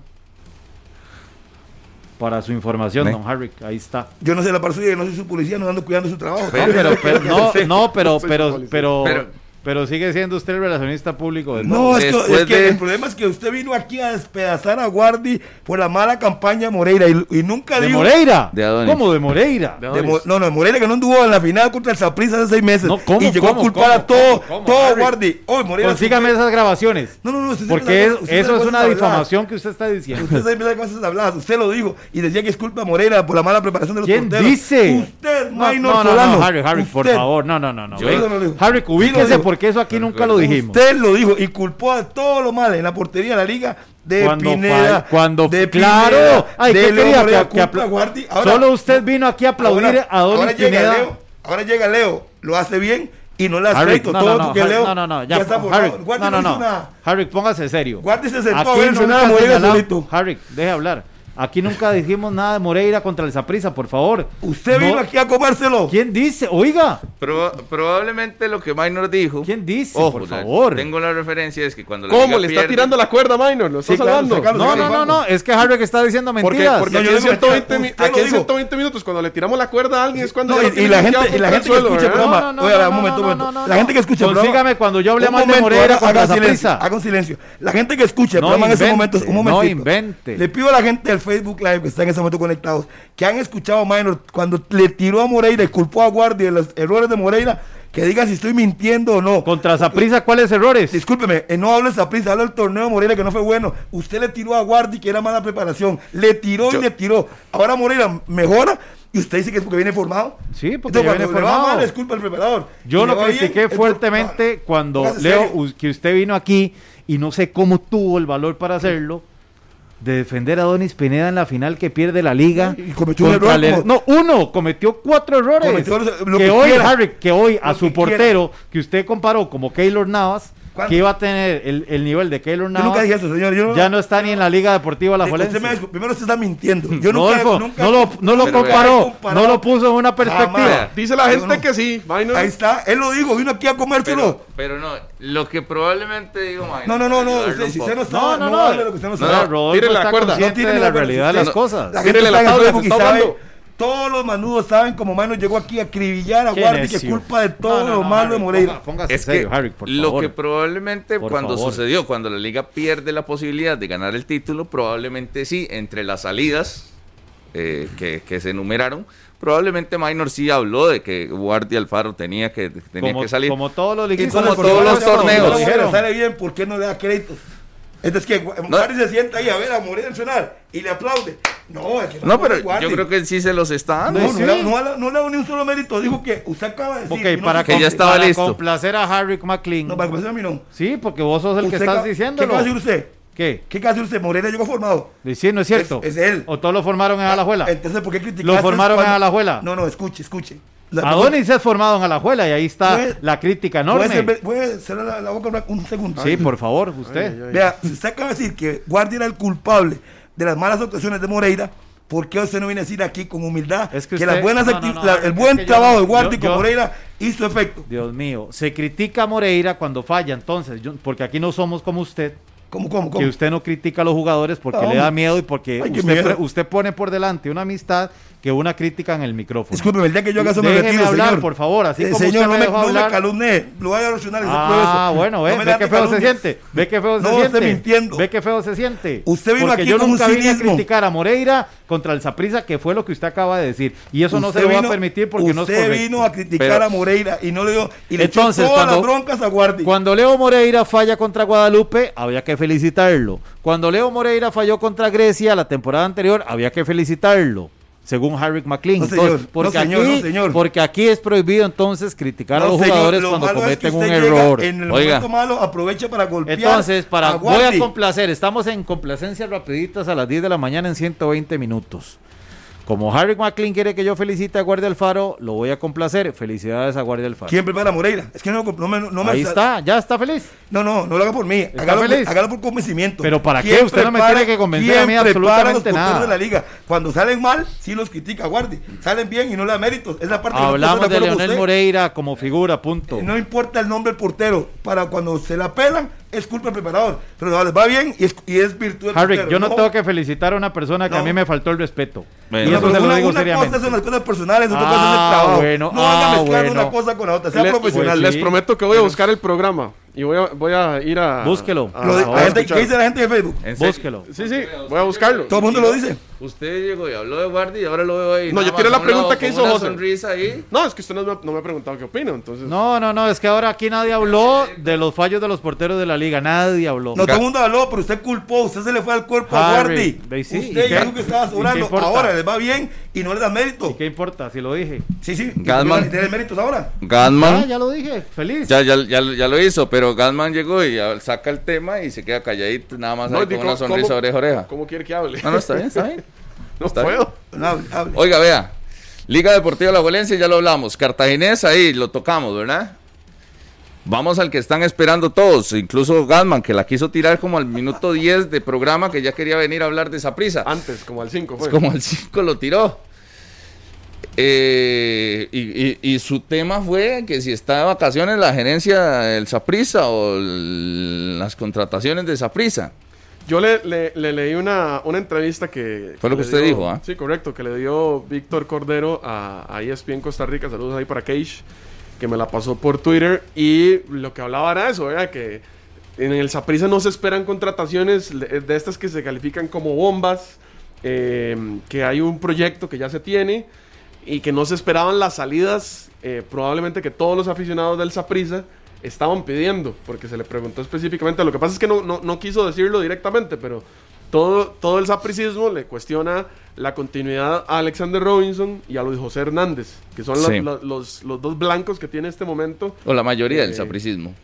[SPEAKER 4] Para su información,
[SPEAKER 3] Ve.
[SPEAKER 4] don Harry, ahí está.
[SPEAKER 5] Yo no sé la par suya, yo no soy su policía, no ando cuidando su trabajo.
[SPEAKER 4] No, pero, pero- no, no, pero,
[SPEAKER 2] Soy
[SPEAKER 4] pero,
[SPEAKER 2] futbolista.
[SPEAKER 4] pero,
[SPEAKER 3] Pero-
[SPEAKER 4] pero sigue siendo usted el relacionista público de
[SPEAKER 5] No, es que,
[SPEAKER 3] Después
[SPEAKER 5] es que
[SPEAKER 3] de-
[SPEAKER 5] el problema es que usted vino aquí a despedazar a Guardi por la mala campaña de Moreira y, y nunca
[SPEAKER 4] ¿De
[SPEAKER 5] dijo.
[SPEAKER 4] Moreira?
[SPEAKER 3] De Adonis.
[SPEAKER 4] ¿Cómo de Moreira?
[SPEAKER 2] De-
[SPEAKER 5] de Mo- no, no, Moreira que no anduvo en la final contra el Saprissa hace seis meses.
[SPEAKER 4] No, ¿cómo,
[SPEAKER 5] y llegó
[SPEAKER 4] cómo,
[SPEAKER 5] a culpar
[SPEAKER 4] cómo,
[SPEAKER 5] a todo,
[SPEAKER 4] cómo, cómo,
[SPEAKER 5] todo
[SPEAKER 4] Harry?
[SPEAKER 5] Guardi. Hoy Moreira.
[SPEAKER 4] Consígame esas grabaciones.
[SPEAKER 5] No, no, no, usted siempre
[SPEAKER 4] porque
[SPEAKER 5] sabe
[SPEAKER 4] es-
[SPEAKER 5] cosas- usted
[SPEAKER 4] eso
[SPEAKER 5] sabe
[SPEAKER 4] es
[SPEAKER 5] cosas
[SPEAKER 4] una
[SPEAKER 5] habladas.
[SPEAKER 4] difamación que usted está diciendo.
[SPEAKER 5] Usted siempre sabe cosas habladas, usted lo dijo y decía que es culpa de Moreira por la mala preparación de los
[SPEAKER 4] ¿Quién
[SPEAKER 5] porteros.
[SPEAKER 4] dice?
[SPEAKER 5] Usted,
[SPEAKER 4] no,
[SPEAKER 5] Maynor
[SPEAKER 4] no, no,
[SPEAKER 5] Solano.
[SPEAKER 4] no, Harry, Harry, por
[SPEAKER 5] Usted.
[SPEAKER 4] favor, no, no, no, no.
[SPEAKER 5] Yo
[SPEAKER 4] ven.
[SPEAKER 5] no lo digo.
[SPEAKER 4] Harry,
[SPEAKER 5] Yo no
[SPEAKER 4] ubíquese
[SPEAKER 5] digo.
[SPEAKER 4] porque eso aquí nunca lo dijimos.
[SPEAKER 5] Usted lo dijo y culpó a todo lo mal en la portería de la liga de
[SPEAKER 4] Cuando,
[SPEAKER 5] Pineda.
[SPEAKER 4] fal- cuando
[SPEAKER 5] de
[SPEAKER 4] claro,
[SPEAKER 5] Pineda,
[SPEAKER 4] ay,
[SPEAKER 5] de
[SPEAKER 4] ¿qué
[SPEAKER 5] Leo
[SPEAKER 4] quería?
[SPEAKER 5] Moreira,
[SPEAKER 4] Que- que
[SPEAKER 5] culpa
[SPEAKER 4] apla-
[SPEAKER 5] a Guardi. Ahora-
[SPEAKER 4] Solo usted vino aquí a aplaudir
[SPEAKER 5] ahora-
[SPEAKER 4] a Donis
[SPEAKER 5] ahora llega
[SPEAKER 4] Pineda.
[SPEAKER 5] Leo, ahora llega Leo, lo hace bien y no le hace
[SPEAKER 4] Harry,
[SPEAKER 5] crédito.
[SPEAKER 4] no,
[SPEAKER 5] todo
[SPEAKER 4] no,
[SPEAKER 5] lo
[SPEAKER 4] no,
[SPEAKER 5] que
[SPEAKER 4] Harry,
[SPEAKER 5] Leo
[SPEAKER 4] no, no, no, ya,
[SPEAKER 5] está por-
[SPEAKER 4] Harry,
[SPEAKER 5] Guardi
[SPEAKER 4] no, no,
[SPEAKER 5] hizo
[SPEAKER 4] no.
[SPEAKER 5] una-
[SPEAKER 4] Harry, póngase serio.
[SPEAKER 5] Guardi se sentó
[SPEAKER 4] Aquí
[SPEAKER 5] a verse
[SPEAKER 4] nunca
[SPEAKER 5] nada, Moreira
[SPEAKER 4] señalamos-
[SPEAKER 5] solito.
[SPEAKER 4] Harry, deje hablar. Aquí nunca dijimos nada de Moreira contra el Zaprisa, por favor.
[SPEAKER 5] Usted
[SPEAKER 4] No-
[SPEAKER 5] vino aquí a comérselo.
[SPEAKER 4] ¿Quién dice? Oiga,
[SPEAKER 3] Proba- probablemente lo que Minor dijo.
[SPEAKER 4] ¿Quién dice,
[SPEAKER 3] Ojo,
[SPEAKER 4] por
[SPEAKER 3] la-
[SPEAKER 4] favor?
[SPEAKER 3] Tengo la referencia es que cuando la
[SPEAKER 2] ¿Cómo?
[SPEAKER 3] liga
[SPEAKER 2] ¿Le está
[SPEAKER 3] pierde-
[SPEAKER 2] tirando la cuerda a Minor? ¿Lo está
[SPEAKER 5] Sí, claro,
[SPEAKER 2] salvando?
[SPEAKER 5] sacalo,
[SPEAKER 4] no, no, no, no, es que Harry que está diciendo
[SPEAKER 2] Porque,
[SPEAKER 4] mentiras.
[SPEAKER 2] porque
[SPEAKER 5] No,
[SPEAKER 2] aquí,
[SPEAKER 5] yo
[SPEAKER 2] en
[SPEAKER 5] digo que
[SPEAKER 2] 120, mi-
[SPEAKER 5] usted lo
[SPEAKER 2] aquí en
[SPEAKER 5] digo.
[SPEAKER 2] 120 minutos, cuando le tiramos la cuerda a alguien, es cuando.
[SPEAKER 5] No,
[SPEAKER 2] ya
[SPEAKER 5] y,
[SPEAKER 2] lo
[SPEAKER 5] y
[SPEAKER 2] tienen
[SPEAKER 5] la
[SPEAKER 2] bloqueado
[SPEAKER 5] gente, y la
[SPEAKER 2] contra el
[SPEAKER 5] gente que escucha el
[SPEAKER 2] suelo, ¿verdad?
[SPEAKER 5] programa,
[SPEAKER 4] No, no,
[SPEAKER 5] oiga,
[SPEAKER 4] no,
[SPEAKER 5] un
[SPEAKER 4] no,
[SPEAKER 5] momento,
[SPEAKER 4] no,
[SPEAKER 5] un momento.
[SPEAKER 4] no, no,
[SPEAKER 5] la gente que escucha el programa,
[SPEAKER 4] Consígame cuando yo hable
[SPEAKER 5] un
[SPEAKER 4] mal de
[SPEAKER 5] momento,
[SPEAKER 4] Moreira
[SPEAKER 5] haga-
[SPEAKER 4] contra
[SPEAKER 5] haga silencio,
[SPEAKER 4] Saprissa.
[SPEAKER 5] Haga un silencio. La gente que escucha el
[SPEAKER 4] No
[SPEAKER 5] programa en ese
[SPEAKER 4] invente,
[SPEAKER 5] momento, un
[SPEAKER 4] no
[SPEAKER 5] momentito.
[SPEAKER 4] invente.
[SPEAKER 5] Le pido a la gente del Facebook Live que está en ese momento conectados, que han escuchado a Minor cuando le tiró a Moreira y culpó a Guardia de los errores de Moreira, que digan si estoy mintiendo o no.
[SPEAKER 4] Contra Zaprisa, ¿cuáles errores?
[SPEAKER 5] Discúlpeme, eh, no hables a prisa, habla del torneo de Moreira que no fue bueno. Usted le tiró a Guardi que era mala preparación. Le tiró
[SPEAKER 3] Yo-
[SPEAKER 5] y le tiró. Ahora Moreira mejora y usted dice que es porque viene formado.
[SPEAKER 4] Sí, porque ya
[SPEAKER 5] cuando
[SPEAKER 4] viene
[SPEAKER 5] le va
[SPEAKER 4] formado.
[SPEAKER 5] mal, es culpa del preparador.
[SPEAKER 4] Yo
[SPEAKER 5] Si le
[SPEAKER 4] lo
[SPEAKER 5] va bien,
[SPEAKER 4] critiqué
[SPEAKER 5] es por-
[SPEAKER 4] fuertemente
[SPEAKER 5] Ah,
[SPEAKER 4] cuando
[SPEAKER 5] póngase
[SPEAKER 4] Leo,
[SPEAKER 5] serio.
[SPEAKER 4] us- que usted vino aquí y no sé cómo tuvo el valor para hacerlo, de defender a Donis Pineda en la final que pierde la liga.
[SPEAKER 5] Y cometió un
[SPEAKER 4] contra
[SPEAKER 5] error
[SPEAKER 4] el-
[SPEAKER 5] como-
[SPEAKER 4] No, uno, cometió cuatro errores.
[SPEAKER 5] Cometió los- lo
[SPEAKER 4] que,
[SPEAKER 5] que
[SPEAKER 4] hoy,
[SPEAKER 5] quiera.
[SPEAKER 4] Harry, que hoy a
[SPEAKER 5] Lo
[SPEAKER 4] su
[SPEAKER 5] que
[SPEAKER 4] portero, que usted comparó como Keylor Navas,
[SPEAKER 5] ¿Cuánto?
[SPEAKER 4] que iba a tener el, el nivel de Keylor
[SPEAKER 5] Yo
[SPEAKER 4] Navas,
[SPEAKER 5] nunca dije eso, señor. Yo no,
[SPEAKER 4] ya no está ni en la Liga Deportiva La
[SPEAKER 5] Eh, usted me- primero usted está mintiendo. Yo nunca,
[SPEAKER 4] Rodolfo,
[SPEAKER 5] nunca-
[SPEAKER 4] no lo, no lo
[SPEAKER 3] Pero vea,
[SPEAKER 4] comparó,
[SPEAKER 5] comparado.
[SPEAKER 4] no lo puso en una perspectiva.
[SPEAKER 3] Jamás.
[SPEAKER 2] Dice la
[SPEAKER 5] Yo
[SPEAKER 2] gente
[SPEAKER 5] no.
[SPEAKER 2] que sí, Minor.
[SPEAKER 5] Ahí está, él lo dijo, vino aquí a comérselo.
[SPEAKER 3] Pero, pero no, lo que probablemente digo Minor.
[SPEAKER 5] no, no, no, no.
[SPEAKER 3] ayudarlo
[SPEAKER 5] usted-
[SPEAKER 3] un
[SPEAKER 5] si
[SPEAKER 3] poco.
[SPEAKER 5] usted no sabe,
[SPEAKER 4] No, no,
[SPEAKER 5] no,
[SPEAKER 4] no.
[SPEAKER 5] hable lo que usted
[SPEAKER 4] No,
[SPEAKER 5] no sabe.
[SPEAKER 4] no, Rodolfo
[SPEAKER 2] Tírele la
[SPEAKER 4] está
[SPEAKER 2] cuerda.
[SPEAKER 4] consciente
[SPEAKER 5] No tírele
[SPEAKER 4] de
[SPEAKER 5] la
[SPEAKER 4] la
[SPEAKER 5] cuerda,
[SPEAKER 4] realidad de
[SPEAKER 5] usted
[SPEAKER 4] las
[SPEAKER 5] no-
[SPEAKER 4] cosas.
[SPEAKER 5] La
[SPEAKER 2] Tírele
[SPEAKER 5] gente
[SPEAKER 2] la
[SPEAKER 5] está en
[SPEAKER 2] tabla,
[SPEAKER 5] Facebook
[SPEAKER 2] se
[SPEAKER 5] y
[SPEAKER 2] está
[SPEAKER 5] sabe,
[SPEAKER 2] hablando.
[SPEAKER 5] todos los manudos saben como Mano llegó aquí a acribillar a
[SPEAKER 4] Qué
[SPEAKER 5] Guardi, que es
[SPEAKER 4] necio.
[SPEAKER 5] culpa de todo
[SPEAKER 4] No, no,
[SPEAKER 5] lo
[SPEAKER 4] no,
[SPEAKER 5] malo
[SPEAKER 4] Harry,
[SPEAKER 5] de Moreira.
[SPEAKER 4] ponga- póngase
[SPEAKER 3] Es
[SPEAKER 4] serio,
[SPEAKER 3] que
[SPEAKER 4] Harry, por
[SPEAKER 3] lo
[SPEAKER 4] favor.
[SPEAKER 3] que probablemente
[SPEAKER 4] Por
[SPEAKER 3] cuando
[SPEAKER 4] favor.
[SPEAKER 3] sucedió, cuando la liga pierde la posibilidad de ganar el título, probablemente sí, entre las salidas eh, que, que se enumeraron, probablemente Minor sí habló de que Guardia Alfaro tenía que, tenía
[SPEAKER 4] como,
[SPEAKER 3] que salir.
[SPEAKER 4] como todos los
[SPEAKER 3] Y
[SPEAKER 4] liguistas
[SPEAKER 3] como
[SPEAKER 4] del
[SPEAKER 5] Porque
[SPEAKER 3] todos
[SPEAKER 5] no
[SPEAKER 4] Corredor,
[SPEAKER 3] los
[SPEAKER 5] le- no,
[SPEAKER 3] torneos.
[SPEAKER 5] no,
[SPEAKER 4] dijeron.
[SPEAKER 5] Bueno, sale bien, ¿por qué no le da créditos? Entonces que Guardi se sienta ahí a ver a Moreno entrenar y le aplaude. No, es que
[SPEAKER 3] No,
[SPEAKER 5] fue
[SPEAKER 3] pero
[SPEAKER 5] Guardi.
[SPEAKER 3] yo creo que él sí se los está
[SPEAKER 5] No,
[SPEAKER 3] dando.
[SPEAKER 5] no,
[SPEAKER 4] Sí.
[SPEAKER 5] le- no le- no le da ni un solo mérito. Dijo que usted acaba de decir.
[SPEAKER 4] Ok,
[SPEAKER 5] y no
[SPEAKER 4] para,
[SPEAKER 5] se
[SPEAKER 3] que ya
[SPEAKER 4] compl-
[SPEAKER 5] cumple.
[SPEAKER 3] estaba
[SPEAKER 4] para
[SPEAKER 3] listo.
[SPEAKER 4] complacer a Harry McLean.
[SPEAKER 5] No, para que pase a mí no.
[SPEAKER 4] sí, porque vos sos el que
[SPEAKER 5] Usted
[SPEAKER 4] estás
[SPEAKER 5] ca- ¿Qué
[SPEAKER 4] diciéndolo.
[SPEAKER 5] va a decir usted?
[SPEAKER 4] ¿Qué?
[SPEAKER 5] ¿Qué va a decir usted? Moreno llegó formado.
[SPEAKER 4] Sí, no es cierto.
[SPEAKER 5] Es- es él. Ah,
[SPEAKER 4] O todos lo formaron en Alajuela.
[SPEAKER 5] Entonces, ¿por qué criticaste?
[SPEAKER 4] Lo formaron en
[SPEAKER 5] cuando-
[SPEAKER 4] Alajuela.
[SPEAKER 5] No, no, escuche, escuche. La-
[SPEAKER 4] Adonis es formado en Alajuela y ahí está
[SPEAKER 5] Puede-
[SPEAKER 4] la crítica
[SPEAKER 5] Voy a
[SPEAKER 4] enorme.
[SPEAKER 5] cerrar- voy a cerrar la, la boca un- un segundo.
[SPEAKER 4] Sí, por favor, usted.
[SPEAKER 2] ay, ay.
[SPEAKER 5] Vea, si usted acaba de decir que Guardia era el culpable de las malas actuaciones de Moreira, ¿por qué usted no viene a decir aquí con humildad
[SPEAKER 4] Es que
[SPEAKER 5] que,
[SPEAKER 4] usted-
[SPEAKER 5] las buenas
[SPEAKER 4] no, no,
[SPEAKER 5] acti-
[SPEAKER 4] no,
[SPEAKER 5] la-
[SPEAKER 4] es
[SPEAKER 5] el
[SPEAKER 4] que
[SPEAKER 5] buen
[SPEAKER 4] yo-
[SPEAKER 5] trabajo de
[SPEAKER 4] yo-
[SPEAKER 5] Guardia con
[SPEAKER 4] yo-
[SPEAKER 5] Moreira hizo efecto?
[SPEAKER 4] Dios mío, se critica a Moreira cuando falla, entonces, yo- porque aquí no somos como usted,
[SPEAKER 5] ¿Cómo, cómo, cómo?
[SPEAKER 4] que usted no critica a los jugadores porque
[SPEAKER 5] No,
[SPEAKER 4] le da
[SPEAKER 5] hombre.
[SPEAKER 4] miedo y porque
[SPEAKER 5] Ay, qué
[SPEAKER 4] usted,
[SPEAKER 5] miedo.
[SPEAKER 4] pre- usted pone por delante una amistad que una crítica en el micrófono.
[SPEAKER 5] Discúlpeme, el día que yo haga eso me
[SPEAKER 4] Déjeme
[SPEAKER 5] retiro,
[SPEAKER 4] hablar,
[SPEAKER 5] señor. Eh,
[SPEAKER 4] por favor, así como
[SPEAKER 5] señor,
[SPEAKER 4] usted me
[SPEAKER 5] no me,
[SPEAKER 4] dejó
[SPEAKER 5] no
[SPEAKER 4] hablar.
[SPEAKER 5] me calumne, lo voy a erosionar.
[SPEAKER 4] Ah, bueno, ve, ve qué feo se siente. Ve qué feo se
[SPEAKER 5] No,
[SPEAKER 4] siente.
[SPEAKER 5] esté mintiendo.
[SPEAKER 4] Ve qué feo se siente.
[SPEAKER 5] Usted vino
[SPEAKER 4] Porque
[SPEAKER 5] aquí
[SPEAKER 4] yo
[SPEAKER 5] con un
[SPEAKER 4] nunca vine a
[SPEAKER 5] cinismo.
[SPEAKER 4] criticar a Moreira contra el Saprisa, que fue lo que usted acaba de decir. Y eso no se lo va a permitir porque no es
[SPEAKER 5] Usted
[SPEAKER 4] correcto.
[SPEAKER 5] vino a criticar
[SPEAKER 3] Pero-
[SPEAKER 5] a Moreira y no le dio. Y le
[SPEAKER 4] Entonces,
[SPEAKER 5] echó todas
[SPEAKER 4] cuando-
[SPEAKER 5] las broncas a Guardi.
[SPEAKER 4] Cuando Leo Moreira falla contra Guadalupe, había que felicitarlo. Cuando Leo Moreira falló contra Grecia la temporada anterior, había que felicitarlo. Según Harry McLean.
[SPEAKER 5] No,
[SPEAKER 4] Entonces,
[SPEAKER 5] señor. No,
[SPEAKER 4] porque,
[SPEAKER 5] señor,
[SPEAKER 4] aquí,
[SPEAKER 5] no, señor.
[SPEAKER 4] porque aquí es prohibido entonces criticar a
[SPEAKER 5] No,
[SPEAKER 4] los
[SPEAKER 5] señor,
[SPEAKER 4] jugadores
[SPEAKER 5] lo
[SPEAKER 4] cuando
[SPEAKER 5] malo es que
[SPEAKER 4] cometen un
[SPEAKER 5] usted llega
[SPEAKER 4] error.
[SPEAKER 5] En el
[SPEAKER 3] Oiga.
[SPEAKER 5] momento malo aprovecha para golpear.
[SPEAKER 4] Entonces, para,
[SPEAKER 5] a
[SPEAKER 4] voy a
[SPEAKER 5] Guardi.
[SPEAKER 4] complacer. Estamos en complacencias rapiditas a las 10 de la mañana en 120 minutos. Como Harry McLean quiere que yo felicite a Guardia Alfaro, lo voy a complacer. Felicidades a Guardia Alfaro.
[SPEAKER 5] ¿Quién prepara a Moreira? Es que no, no me. No me
[SPEAKER 4] Ahí está, ya está feliz.
[SPEAKER 5] No, no, no lo haga por mí.
[SPEAKER 4] ¿Está
[SPEAKER 5] Hágalo,
[SPEAKER 4] feliz?
[SPEAKER 5] hágalo por convencimiento.
[SPEAKER 4] ¿Pero para
[SPEAKER 5] ¿Quién
[SPEAKER 4] qué? Usted no me tiene que convencer
[SPEAKER 5] quién
[SPEAKER 4] a mí
[SPEAKER 5] prepara
[SPEAKER 4] absolutamente
[SPEAKER 5] los porteros
[SPEAKER 4] nada.
[SPEAKER 5] de la liga. Cuando salen mal, sí los critica Guardi. Salen bien y no le da méritos. Es la parte que no estoy
[SPEAKER 4] Hablamos de
[SPEAKER 5] acuerdo con
[SPEAKER 4] Leonel
[SPEAKER 5] usted.
[SPEAKER 4] Moreira como figura, punto.
[SPEAKER 5] No importa el nombre del portero. Para cuando se la pelan, es culpa del preparador. Pero les va bien y es, y es virtud del
[SPEAKER 4] Harry,
[SPEAKER 5] portero.
[SPEAKER 4] yo no, tengo que felicitar a una persona que a
[SPEAKER 5] No.
[SPEAKER 4] mí me faltó el respeto.
[SPEAKER 3] Bueno.
[SPEAKER 4] y
[SPEAKER 5] No,
[SPEAKER 4] eso
[SPEAKER 5] pero
[SPEAKER 4] se lo
[SPEAKER 5] una,
[SPEAKER 4] digo
[SPEAKER 5] una
[SPEAKER 4] seriamente.
[SPEAKER 5] cosa son las cosas personales, otra
[SPEAKER 4] Ah,
[SPEAKER 5] cosa es el trabajo.
[SPEAKER 4] bueno,
[SPEAKER 5] no van
[SPEAKER 4] ah,
[SPEAKER 5] a mezclar
[SPEAKER 4] bueno.
[SPEAKER 5] una cosa con la otra, sea
[SPEAKER 2] Le-
[SPEAKER 5] profesional.
[SPEAKER 4] pues
[SPEAKER 2] Les
[SPEAKER 4] sí.
[SPEAKER 2] prometo que voy a buscar el programa y voy a, voy a ir a.
[SPEAKER 4] Búsquelo.
[SPEAKER 2] a-
[SPEAKER 5] Lo de-
[SPEAKER 2] a
[SPEAKER 5] la gente-
[SPEAKER 2] escuchar.
[SPEAKER 5] ¿Qué dice la gente de Facebook?
[SPEAKER 3] En serio.
[SPEAKER 4] Búsquelo.
[SPEAKER 2] Sí, sí, voy a buscarlo.
[SPEAKER 5] Todo el mundo lo dice.
[SPEAKER 3] Usted llegó y habló de Guardi y ahora lo veo ahí.
[SPEAKER 2] No,
[SPEAKER 3] nada
[SPEAKER 2] yo
[SPEAKER 3] más
[SPEAKER 2] quiero la
[SPEAKER 3] con un lado,
[SPEAKER 2] pregunta que
[SPEAKER 3] con
[SPEAKER 2] hizo
[SPEAKER 3] una
[SPEAKER 2] José.
[SPEAKER 3] sonrisa ahí.
[SPEAKER 2] No, es que usted no me, ha- no me ha preguntado qué opino, entonces.
[SPEAKER 4] No, no, no, es que ahora aquí nadie habló de los fallos de los porteros de la liga. Nadie habló.
[SPEAKER 5] No, todo el mundo habló, pero usted culpó, usted se le fue al cuerpo a
[SPEAKER 4] Harry,
[SPEAKER 5] Guardi.
[SPEAKER 4] ve, sí, ¿y
[SPEAKER 5] usted
[SPEAKER 4] qué?
[SPEAKER 5] dijo que estaba
[SPEAKER 4] ¿Y qué
[SPEAKER 5] sobrando,
[SPEAKER 4] importa?
[SPEAKER 5] ahora les va bien y no le da mérito.
[SPEAKER 4] ¿Qué importa si lo dije?
[SPEAKER 5] Sí, sí,
[SPEAKER 3] Galman.
[SPEAKER 5] tiene méritos ahora.
[SPEAKER 4] Ah,
[SPEAKER 3] Gatman.
[SPEAKER 4] ya lo dije, feliz.
[SPEAKER 3] Ya, ya, ya, ya lo hizo, pero Gatman llegó y ah, saca el tema y se queda calladito, nada más ahí
[SPEAKER 2] di-
[SPEAKER 3] con una sonrisa oreja a oreja.
[SPEAKER 2] ¿Cómo quiere que hable?
[SPEAKER 3] Ah, No, no, está bien, está bien.
[SPEAKER 2] No
[SPEAKER 3] está bien.
[SPEAKER 2] puedo.
[SPEAKER 5] No, hable, hable.
[SPEAKER 3] Oiga, vea. Liga Deportiva La Valencia, ya lo hablamos. Cartaginés, ahí lo tocamos, ¿verdad? Vamos al que están esperando todos, incluso Gatman, que la quiso tirar como al minuto 10 de programa, que ya quería venir a hablar de esa prisa.
[SPEAKER 4] Ah,
[SPEAKER 2] Antes, como al pues. 5.
[SPEAKER 4] pues.
[SPEAKER 3] Es como al 5 lo tiró. Eh, y, y- y su tema fue que si está de vacaciones la gerencia del Saprisa o el- las contrataciones de Saprisa.
[SPEAKER 2] Yo le, le- le leí una, una entrevista que...
[SPEAKER 3] Fue lo que
[SPEAKER 2] le
[SPEAKER 3] usted
[SPEAKER 2] dio-
[SPEAKER 3] dijo, ¿ah?
[SPEAKER 2] Sí, correcto, que le dio Víctor Cordero a, a E ESPN Costa Rica. Saludos ahí para Cage, que me la pasó por Twitter. Y lo que hablaba era eso, era que en el Saprissa no se esperan contrataciones le- de estas que se califican como bombas, eh, que hay un proyecto que ya se tiene y que no se esperaban las salidas, eh, probablemente que todos los aficionados del Saprissa estaban pidiendo, porque se le preguntó específicamente. Lo que pasa es que no, no, no quiso decirlo directamente, pero todo, todo el sapricismo le cuestiona la continuidad a Alexander Robinson y a Luis José Hernández, que son la-
[SPEAKER 3] Sí.
[SPEAKER 2] la- los, los dos blancos que tiene este momento
[SPEAKER 3] O la mayoría del
[SPEAKER 2] Eh,
[SPEAKER 3] sapricismo.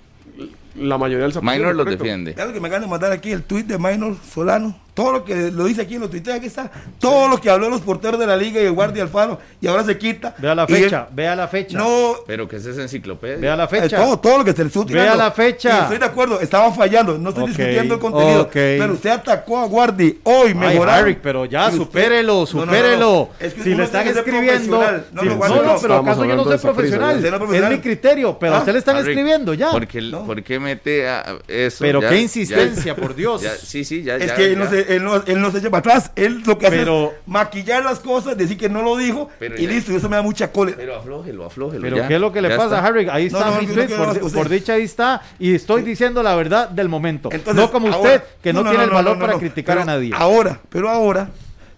[SPEAKER 2] la mayoría del sapricismo.
[SPEAKER 3] Minor los
[SPEAKER 2] correcto.
[SPEAKER 3] defiende.
[SPEAKER 5] Ya lo que me acaban de mandar aquí, el tweet de Minor Solano. Todo lo que lo dice aquí, lo tuitea, aquí está. Todo lo que habló los porteros de la liga y el Guardia Alfaro. Y ahora se quita.
[SPEAKER 4] Vea la
[SPEAKER 5] Y él-
[SPEAKER 4] fecha, vea la fecha.
[SPEAKER 5] No,
[SPEAKER 3] Pero que es esa enciclopedia.
[SPEAKER 4] Vea la fecha.
[SPEAKER 5] Eh, Todo, todo lo que se le estuvo
[SPEAKER 4] Vea
[SPEAKER 5] tirando.
[SPEAKER 4] la fecha.
[SPEAKER 5] Y estoy de acuerdo, estaban fallando. No estoy
[SPEAKER 4] Ok,
[SPEAKER 5] discutiendo el contenido.
[SPEAKER 4] ok.
[SPEAKER 5] Pero usted atacó a Guardi hoy,
[SPEAKER 4] Ay,
[SPEAKER 5] mejoraron.
[SPEAKER 4] Harry, pero ya,
[SPEAKER 5] Y usted-
[SPEAKER 4] supérelo,
[SPEAKER 5] No, no, no, no.
[SPEAKER 4] supérelo.
[SPEAKER 5] Es que
[SPEAKER 4] si
[SPEAKER 5] uno
[SPEAKER 4] le están
[SPEAKER 5] tiene que ser
[SPEAKER 4] escribiendo.
[SPEAKER 5] profesional. No,
[SPEAKER 4] si-
[SPEAKER 5] no,
[SPEAKER 4] no,
[SPEAKER 5] Guardi,
[SPEAKER 4] no,
[SPEAKER 5] no.
[SPEAKER 4] pero
[SPEAKER 2] Estábamos
[SPEAKER 4] acaso yo no
[SPEAKER 2] hablando
[SPEAKER 4] soy
[SPEAKER 2] de esa prisa,
[SPEAKER 4] profesional.
[SPEAKER 5] ya.
[SPEAKER 4] Es mi criterio, pero a usted le están
[SPEAKER 3] Rick,
[SPEAKER 4] escribiendo ya.
[SPEAKER 3] ¿Por qué, por qué mete a eso?
[SPEAKER 4] Pero
[SPEAKER 3] Ya,
[SPEAKER 4] qué
[SPEAKER 3] ya,
[SPEAKER 4] insistencia, pues. por Dios.
[SPEAKER 3] ya, sí, sí, ya.
[SPEAKER 5] Es
[SPEAKER 3] ya,
[SPEAKER 5] que él
[SPEAKER 3] ya.
[SPEAKER 5] no, se, él, no, él no se echa para atrás. Él lo que hace
[SPEAKER 4] Pero-
[SPEAKER 5] es maquillar las cosas, decir que no lo dijo.
[SPEAKER 3] Pero
[SPEAKER 5] y
[SPEAKER 3] ya-
[SPEAKER 5] listo, y eso me da mucha cólera.
[SPEAKER 3] Pero aflójelo, aflójelo.
[SPEAKER 4] Pero
[SPEAKER 3] ya,
[SPEAKER 4] ¿qué es lo que le
[SPEAKER 3] ya
[SPEAKER 4] pasa,
[SPEAKER 3] está.
[SPEAKER 4] Harry? Ahí
[SPEAKER 5] No,
[SPEAKER 4] está
[SPEAKER 5] no,
[SPEAKER 4] mi
[SPEAKER 5] yo no
[SPEAKER 4] tweet,
[SPEAKER 5] quiero
[SPEAKER 4] por,
[SPEAKER 5] más
[SPEAKER 4] di-
[SPEAKER 5] cosas.
[SPEAKER 4] por dicha ahí está, y estoy diciendo la verdad del momento.
[SPEAKER 5] Entonces,
[SPEAKER 4] no como
[SPEAKER 5] ahora-
[SPEAKER 4] usted, que no,
[SPEAKER 5] no,
[SPEAKER 4] tiene el
[SPEAKER 5] no,
[SPEAKER 4] valor
[SPEAKER 5] no,
[SPEAKER 4] para
[SPEAKER 5] no.
[SPEAKER 4] criticar a
[SPEAKER 5] Pero
[SPEAKER 4] nadie.
[SPEAKER 5] Ahora, pero ahora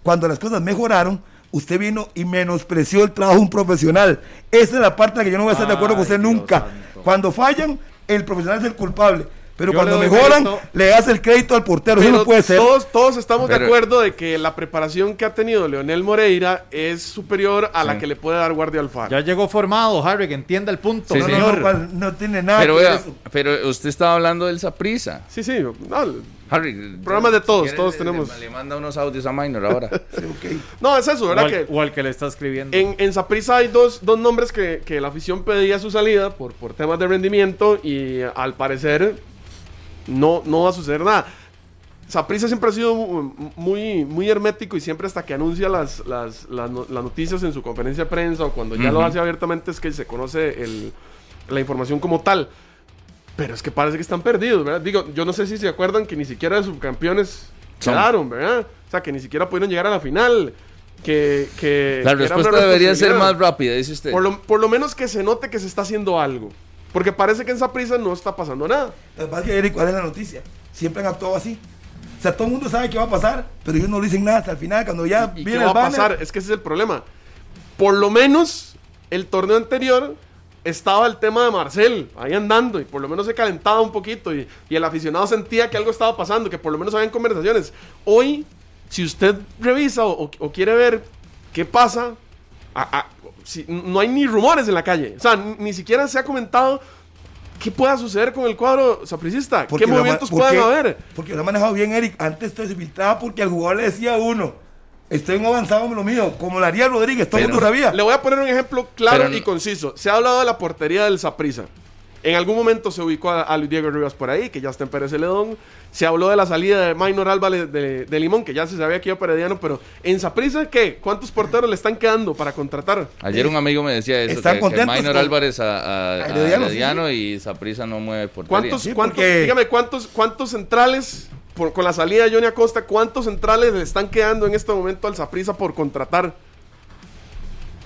[SPEAKER 5] cuando las cosas mejoraron, usted vino y menospreció el trabajo de un profesional. Esa es la parte en la que yo no voy a estar de acuerdo con
[SPEAKER 4] Ay,
[SPEAKER 5] usted
[SPEAKER 4] Dios
[SPEAKER 5] nunca.
[SPEAKER 4] santo.
[SPEAKER 5] Cuando fallan, el profesional es el culpable. Pero
[SPEAKER 2] Yo
[SPEAKER 5] cuando
[SPEAKER 2] le doy
[SPEAKER 5] mejoran,
[SPEAKER 2] mérito.
[SPEAKER 5] le das el crédito al portero. Eso
[SPEAKER 2] Pero
[SPEAKER 5] no puede ser.
[SPEAKER 2] Todos, todos estamos
[SPEAKER 3] Pero-
[SPEAKER 2] de acuerdo de que la preparación que ha tenido Leonel Moreira es superior a la que le puede dar Guardia Alfaro.
[SPEAKER 4] Ya llegó formado, Harry, que entienda el punto.
[SPEAKER 3] Sí,
[SPEAKER 5] no, no,
[SPEAKER 3] señor.
[SPEAKER 5] no, cual- no tiene nada
[SPEAKER 2] Ah,
[SPEAKER 3] Pero
[SPEAKER 5] que ver
[SPEAKER 3] vea,
[SPEAKER 5] eso.
[SPEAKER 3] pero usted estaba hablando del Saprisa.
[SPEAKER 2] Sí, sí. No,
[SPEAKER 3] Harry.
[SPEAKER 2] Programas de todos,
[SPEAKER 3] si quiere,
[SPEAKER 2] todos
[SPEAKER 3] le-
[SPEAKER 2] tenemos.
[SPEAKER 3] Le, manda unos audios a Minor ahora.
[SPEAKER 5] Sí, ok.
[SPEAKER 2] no, es eso,
[SPEAKER 4] O
[SPEAKER 2] ¿verdad?
[SPEAKER 4] al,
[SPEAKER 2] que
[SPEAKER 4] o al que le está escribiendo.
[SPEAKER 2] En, en Saprissa hay dos, dos nombres que, que la afición pedía a su salida por, por temas de rendimiento y al parecer no, no va a suceder nada. Saprissa siempre ha sido mu- muy, muy hermético y siempre hasta que anuncia las, las, las no- las noticias en su conferencia de prensa o cuando ya lo
[SPEAKER 3] Ujú.
[SPEAKER 2] hace abiertamente es que se conoce el- la información como tal. Pero es que parece que están perdidos, ¿verdad? Digo, yo no sé si se acuerdan que ni siquiera de subcampeones
[SPEAKER 3] Son.
[SPEAKER 2] quedaron, ¿verdad? O sea, que ni siquiera pudieron llegar a la final. Que, que
[SPEAKER 3] La
[SPEAKER 2] Eh, que era una
[SPEAKER 3] respuesta debería ser
[SPEAKER 2] responsabilidad.
[SPEAKER 3] más rápida, dice usted.
[SPEAKER 2] Por lo, por lo menos que se note que se está haciendo algo. Porque parece que en esa prisa no está pasando nada.
[SPEAKER 5] Lo que pasa es que, Eric, ¿cuál es la noticia? Siempre han actuado así. O sea, todo el mundo sabe qué va a pasar, pero ellos no dicen nada hasta el final. Cuando ya
[SPEAKER 2] ¿Y
[SPEAKER 5] viene
[SPEAKER 2] qué
[SPEAKER 5] el
[SPEAKER 2] va a
[SPEAKER 5] banner,
[SPEAKER 2] pasar? Es que ese es el problema. Por lo menos el torneo anterior estaba el tema de Marcel ahí andando y por lo menos se calentaba un poquito y, y el aficionado sentía que algo estaba pasando, que por lo menos habían conversaciones. Hoy, si usted revisa o, o- o quiere ver qué pasa, a- a- si- no hay ni rumores en la calle. O sea, ni, ni siquiera se ha comentado qué pueda suceder con el cuadro sapricista,
[SPEAKER 5] porque
[SPEAKER 2] qué
[SPEAKER 5] lo ha ma-
[SPEAKER 2] movimientos
[SPEAKER 5] porque-
[SPEAKER 2] pueden haber.
[SPEAKER 5] Porque lo ha manejado bien, Eric. Antes esto se filtraba porque al jugador le decía a uno, estoy en avanzado en lo mío, como lo haría Rodríguez, todo el
[SPEAKER 3] Pero-
[SPEAKER 5] mundo sabía.
[SPEAKER 2] Le voy a poner un ejemplo claro
[SPEAKER 3] Pero no-
[SPEAKER 2] y conciso. Se ha hablado de la portería del Saprisa. En algún momento se ubicó a, a Luis Diego Rivas por ahí, que ya está en Pérez Celedón. Se habló de la salida de Minor Álvarez de, de Limón, que ya se sabía que iba Perediano, pero en Saprisa, ¿qué? ¿Cuántos porteros le están quedando para contratar?
[SPEAKER 3] Ayer un amigo me decía eso,
[SPEAKER 5] ¿Están
[SPEAKER 3] que, que
[SPEAKER 5] contentos
[SPEAKER 3] Minor
[SPEAKER 5] con-
[SPEAKER 3] Álvarez a, a,
[SPEAKER 5] a
[SPEAKER 3] a
[SPEAKER 5] Herediano, sí,
[SPEAKER 3] Herediano y Saprisa no mueve portería.
[SPEAKER 2] ¿Cuántos,
[SPEAKER 5] Sí,
[SPEAKER 2] cuántos-
[SPEAKER 5] porque-
[SPEAKER 2] dígame, ¿cuántos, cuántos centrales, por- con la salida de Johnny Acosta, cuántos centrales le están quedando en este momento al Saprisa por contratar?